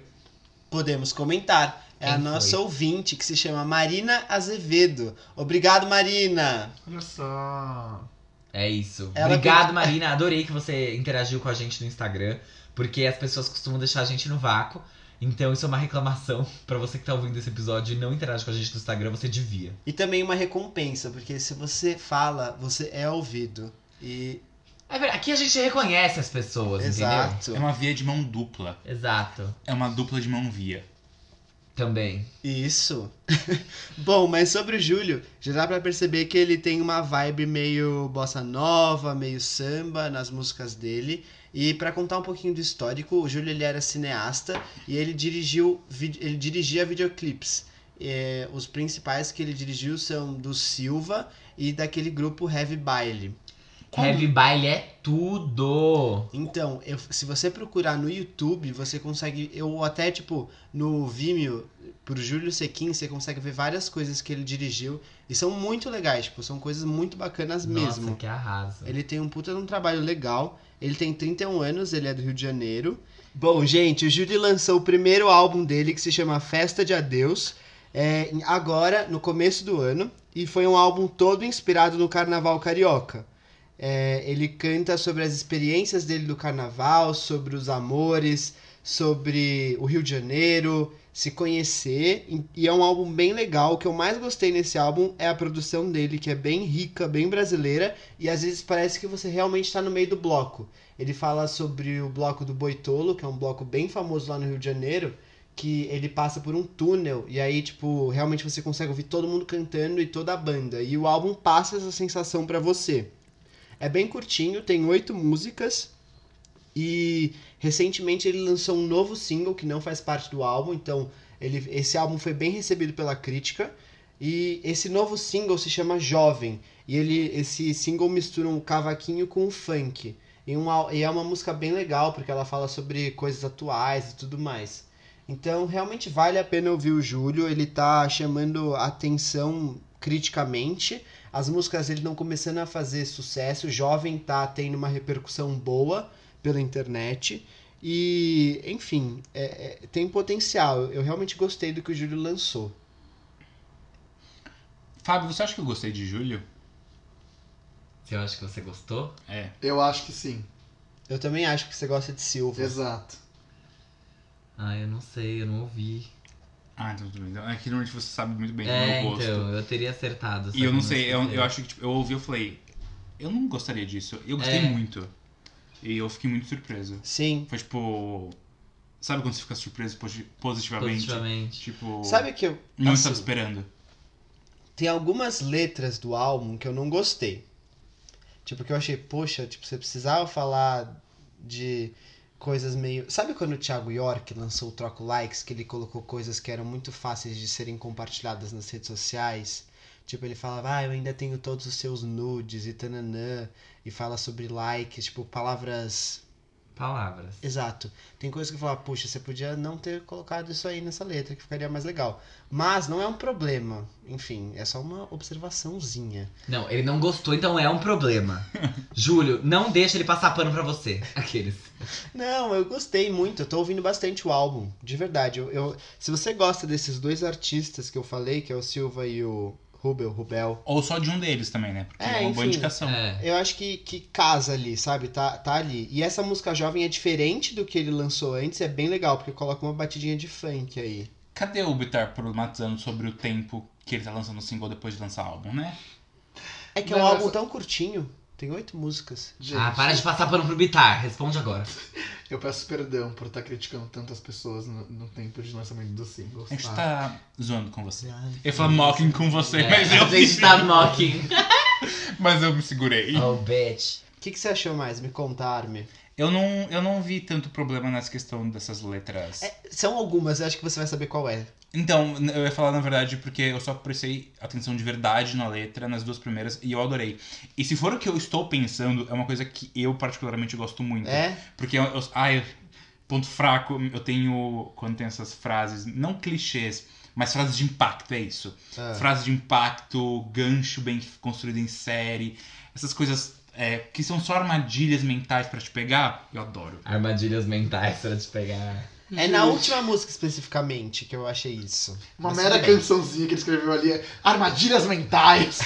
A: Podemos comentar. É a
B: Quem
A: nossa
B: foi?
A: ouvinte que se chama Marina Azevedo. Obrigado, Marina!
D: Olha só.
B: É isso.
A: Ela
B: Obrigado, Marina. Adorei que você interagiu com a gente no Instagram, porque as pessoas costumam deixar a gente no vácuo. Então, isso é uma reclamação pra você que tá ouvindo esse episódio e não interage com a gente no Instagram, você devia.
A: E também uma recompensa, porque se você fala, você é ouvido. E.
B: É verdade, aqui a gente reconhece as pessoas,
A: Exato.
C: É uma via de mão dupla.
B: entendeu? Exato.
C: É uma dupla de mão via.
B: Também.
A: Isso. Bom, mas sobre o Júlio, já dá pra perceber que ele tem uma vibe meio bossa nova, meio samba nas músicas dele. E pra contar um pouquinho do histórico, o Júlio ele era cineasta e ele dirigiu vi- ele dirigia videoclipes. É, os principais que ele dirigiu são do Silva e daquele grupo Heavy Baile.
C: Quando-
B: Heavy Baile é tudo.
A: Então, eu- se você procurar no YouTube, você consegue. Eu até, tipo, no Vimeo, por Júlio Sequin, você consegue ver várias coisas que ele dirigiu. E são muito legais, tipo, são coisas muito bacanas
B: Nossa,
A: mesmo.
B: que arraso.
A: Ele tem um puta de um trabalho legal. Ele tem 31 anos, ele é do Rio de Janeiro. Bom, gente, o Júlio lançou o primeiro álbum dele que se chama Festa de Adeus, é, em- agora, no começo do ano, e foi um álbum todo inspirado no carnaval carioca. É, ele canta sobre as experiências dele do carnaval, sobre os amores, sobre o Rio de Janeiro, se conhecer, e- e é um álbum bem legal. O que eu mais gostei nesse álbum é a produção dele, que é bem rica, bem brasileira, e às vezes parece que você realmente está no meio do bloco. Ele fala sobre o bloco do Boitolo, que é um bloco bem famoso lá no Rio de Janeiro, que ele passa por um túnel e aí, tipo, realmente você consegue ouvir todo mundo cantando e toda a banda. E o álbum passa essa sensação pra você. É bem curtinho, tem oito músicas. E recentemente ele lançou um novo single que não faz parte do álbum, então ele, esse álbum foi bem recebido pela crítica. E esse novo single se chama Jovem. E ele, esse single mistura um cavaquinho com um funk. E, uma, e é uma música bem legal, porque ela fala sobre coisas atuais e tudo mais. Então, realmente vale a pena ouvir o Júlio. Ele tá chamando atenção criticamente. As músicas dele estão começando a fazer sucesso. O jovem tá tendo uma repercussão boa pela internet. E, enfim, é- é- tem potencial. Eu realmente gostei do que o Júlio lançou.
C: Fábio, você acha que eu gostei de Júlio?
B: Eu acho que você gostou.
C: É.
D: Eu acho que sim.
A: Eu também acho que você gosta de Silva.
D: Exato.
B: Ah, eu não sei, eu não ouvi.
C: Ah, então tudo bem. É que normalmente você sabe muito bem
B: É,
C: do meu gosto.
B: então, eu teria acertado. só
C: e
B: que
C: eu não sei, eu,
B: escutei.
C: eu acho que tipo, eu ouvi e eu falei, eu não gostaria disso. Eu gostei
B: É.
C: muito. E eu fiquei muito surpreso.
A: Sim.
C: Foi tipo. Sabe quando você fica surpreso posi- positivamente?
B: Positivamente.
C: Tipo.
A: Sabe que eu.
C: Não
A: assim,
C: estava esperando.
A: tem algumas letras do álbum que eu não gostei. Tipo, que eu achei, poxa, tipo, você precisava falar de coisas meio. Sabe quando o Thiago York lançou o Troco Likes, que ele colocou coisas que eram muito fáceis de serem compartilhadas nas redes sociais? Tipo, ele falava, ah, eu ainda tenho todos os seus nudes e tananã, e fala sobre likes, tipo, palavras
B: palavras.
A: Exato. Tem coisa que eu falar, puxa, você podia não ter colocado isso aí nessa letra, que ficaria mais legal. Mas não é um problema. Enfim, é só uma observaçãozinha.
B: Não, ele não gostou, então é um problema. Júlio, não deixa ele passar pano pra você. Aqueles.
A: Não, eu gostei muito, eu tô ouvindo bastante o álbum, de verdade. Eu, eu- se você gosta desses dois artistas que eu falei, que é o Silva e o Rubel, Rubel,
C: Ou só de um deles também, né? Porque
A: É,
C: é, uma boa
A: enfim.
C: indicação.
B: É.
A: eu acho que, que casa ali, sabe? Tá, tá ali. E essa música jovem é diferente do que ele lançou antes, é bem legal, porque coloca uma batidinha de funk aí.
C: Cadê o Bitar problematizando sobre o tempo que ele tá lançando o single depois de lançar o álbum, né?
A: É que é um
D: Não,
A: álbum
D: essa-
A: tão curtinho, tem oito músicas.
D: Gente,
B: Ah, para de passar pano pro Bitar. Responde agora.
D: eu peço perdão por estar criticando tantas pessoas no, no tempo de lançamento dos singles.
C: A gente
D: tá?
C: tá zoando com você. Eu falo mocking com você,
B: É,
C: mas, eu
B: a gente tá mocking.
C: mas eu me segurei.
B: Oh, bitch.
A: O que, que você achou mais? Me conta, Armin.
C: Eu, não, eu não vi tanto problema nessa questão dessas letras.
A: É, são algumas, eu acho que você vai saber qual é.
C: Então, n- eu ia falar na verdade porque eu só prestei atenção de verdade na letra, nas duas primeiras, e eu adorei. E se for o que eu estou pensando, é uma coisa que eu particularmente gosto muito.
A: É?
C: Porque eu, eu- ai, ponto fraco, eu tenho quando tem essas frases, não clichês, mas frases de impacto, é isso.
A: Ah.
C: Frases de impacto, gancho bem construído em série, essas coisas é, que são só armadilhas mentais pra te pegar, eu adoro.
B: Armadilhas mentais pra te pegar.
A: É na
D: Gente,
A: última música especificamente que eu achei isso.
D: Uma
A: Mas
D: mera
A: tudo bem.
D: cançãozinha que ele escreveu ali é Armadilhas Mentais.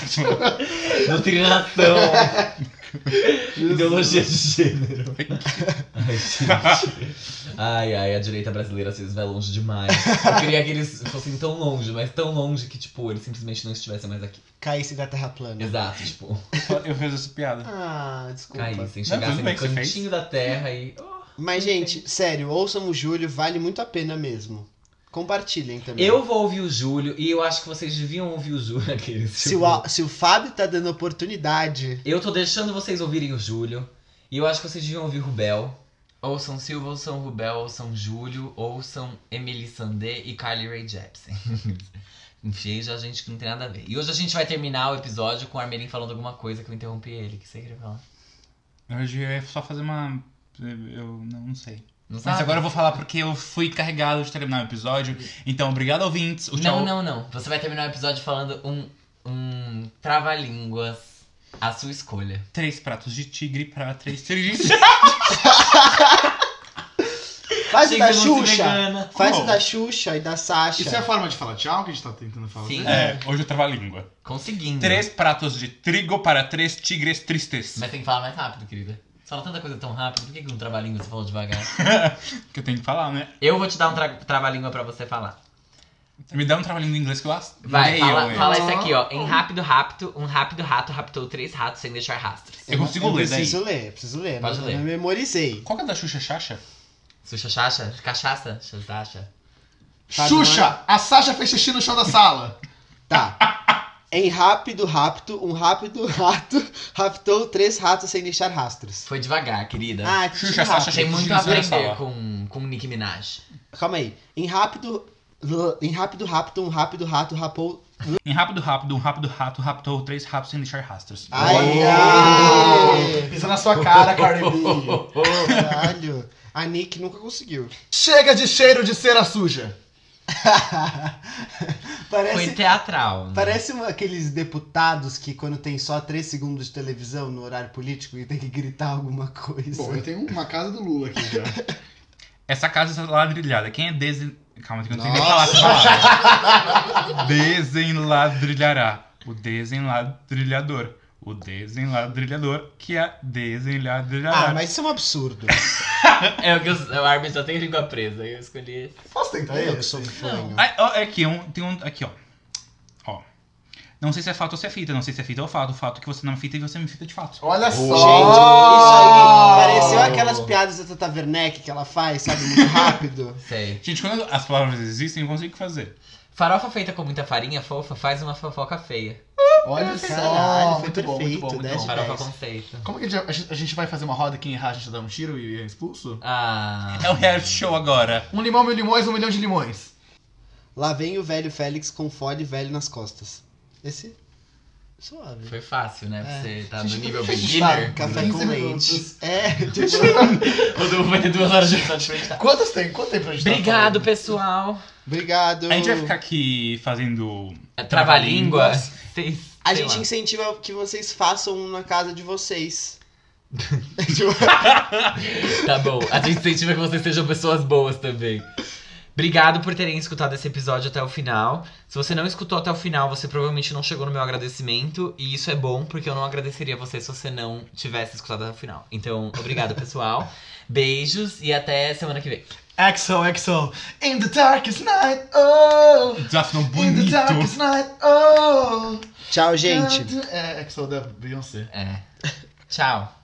B: Doutrinação. Ideologia de gênero. Ai, gente. Ai, ai, a direita brasileira às vezes vai longe demais. Eu queria que eles fossem tão longe, mas tão longe que, tipo, eles simplesmente não estivessem mais aqui.
A: Caísse da Terra Plana.
B: Exato, tipo,
C: Eu fiz essa piada.
A: Ah, desculpa.
B: caíssem,
C: Não, tudo
B: chegassem
C: bem
B: assim no
C: que você
B: cantinho
C: fez.
B: da terra e.
A: Mas, gente, sério, ouçam o Júlio, vale muito a pena mesmo. Compartilhem também.
B: Eu vou ouvir o Júlio e eu acho que vocês deviam ouvir o Júlio aqueles.
A: Se
B: tipo,
A: o, Al- se o Fábio tá dando oportunidade.
B: Eu tô deixando vocês ouvirem o Júlio. E eu acho que vocês deviam ouvir o Rubel. Ou São Silva, ou São Rubel, ou São Júlio, ou São Emily Sandé e Carly Rae Jepsen. Enfiei já gente que não tem nada a ver. E hoje a gente vai terminar o episódio com o Armelin falando alguma coisa que eu interrompi ele. O que você queria falar?
C: Na verdade, eu ia só fazer uma. Eu não, não sei.
B: Não
C: Mas
B: sabe?
C: agora eu vou falar porque eu fui carregado de terminar o episódio. Então, obrigado, ouvintes. O tchau.
B: Não, não, não. Você vai terminar o episódio falando um, um trava-línguas à sua escolha.
C: Três pratos de tigre pra três tigres.
A: Faz o da
B: Gente, eu não sou
A: Xuxa.
B: vegana.
A: Faz o
C: Como?
A: da Xuxa e da Sasha.
D: Isso é a forma de falar tchau que a gente tá tentando falar.
B: Sim.
C: é, hoje eu travo a língua.
B: Conseguindo.
C: Três pratos de trigo para três tigres tristes.
B: Mas tem que falar mais rápido, querida. Você fala tanta coisa tão rápido, por que, que um trava-língua você falou devagar?
C: Que eu tenho que falar, né?
B: Eu vou te dar um tra trava-língua pra você falar.
C: Me dá um trabalhinho em inglês que eu acho.
B: Vai, fala,
C: eu,
B: fala isso aqui, ó. Em rápido, rápido, um rápido rato raptou três ratos sem deixar rastros.
C: eu consigo
A: eu
C: ler daí.
A: preciso ler, preciso ler.
B: Pode
A: não,
B: ler.
A: não memorizei.
C: Qual que é da Xuxa Xaxa?
B: Xuxa, chacha, cachaça, chachacha.
A: Fábio,
D: Xuxa, a Sasha fez xixi no chão da sala.
A: Tá. Em rápido, rapto, um rápido rato raptou três ratos sem deixar rastros.
B: Foi devagar, querida.
A: Ah,
C: Xuxa,
A: rápido.
C: Sasha,
B: Tem muito a
C: Jesus, olha só.
B: aprender com, com Nicki Minaj.
A: Calma aí. Em rápido. Em rápido, rápido, um rápido rato rapou.
C: Em rápido, rápido, um rápido rato raptou três ratos sem deixar rastros.
A: Ai, ai.
D: Isso é na sua cara, Cardi B.
A: Caralho. A Nick nunca conseguiu.
D: Chega de cheiro de cera suja.
B: Foi
A: parece
B: teatral. né?
A: parece uma- aqueles deputados que, quando tem só três segundos de televisão no horário político e tem que gritar alguma coisa.
D: Bom, eu tenho uma casa do Lula aqui já.
C: Essa casa está ladrilhada. Quem é desen... Calma, que eu não sei nem
A: Nossa.
C: falar essa palavra. Desenladrilhará. O desenladrilhador. O desenladrilhador que é desenladrilhará.
A: ah, mas isso é um absurdo.
B: É o que os- o árbitro só tem língua presa. Eu escolhi esse.
D: Posso tentar
A: eu que
D: isso?
A: sou fanho.
C: Ah, ó, é aqui, um, tem um... Aqui, ó. Ó. Não sei se é fato ou se é fita. Não sei se é fita ou fato. O fato é que você não me fita e você me fita de fato.
D: Olha
A: Gente,
D: só!
A: isso aí pareceu aquelas piadas da Tata Werneck que ela faz, sabe, muito rápido.
B: Sei.
C: Gente, quando as palavras existem, eu consigo fazer.
B: Farofa feita com muita farinha fofa faz uma fofoca feia.
D: Olha só!
A: Caralho, foi
D: muito bom, muito
A: perfeito, né,
D: bom, muito
A: dez
D: bom.
A: de
B: Farofa
A: dez.
B: conceito.
D: Como que a gente- a gente, a gente vai fazer uma roda quem errar a gente dá um tiro e é expulso?
B: Ah.
C: É o reality show agora.
D: Um limão, mil limões, um milhão de limões.
A: Lá vem o velho Félix com fole velho nas costas. Esse? Suave.
B: Foi fácil, né?
A: É.
B: Pra você tá no
D: Gente,
B: nível
D: tá
B: beginner.
A: Café
D: 15
A: com leite.
D: minutos.
A: É, tipo,
B: O Du vai ter duas horas de edição de frente.
D: Quantas tem? Quanto tempo pra gente tá
B: Obrigado,
D: falando?
B: pessoal.
A: obrigado.
C: A gente vai ficar aqui fazendo.
B: É Trava-língua.
A: A gente incentiva que vocês façam na casa de vocês. Tipo,
B: Tá bom. A gente incentiva que vocês sejam pessoas boas também. Obrigado por terem escutado esse episódio até o final. Se você não escutou até o final, você provavelmente não chegou no meu agradecimento. E isso é bom, porque eu não agradeceria você se você não tivesse escutado até o final. Então, obrigado, pessoal. Beijos e até semana que vem.
D: Axel, Axel. In the darkest night, oh.
C: Desafio
D: In the
C: bonito.
D: darkest night, oh.
A: Tchau, gente.
D: É, Axel da Beyoncé.
B: É. Tchau.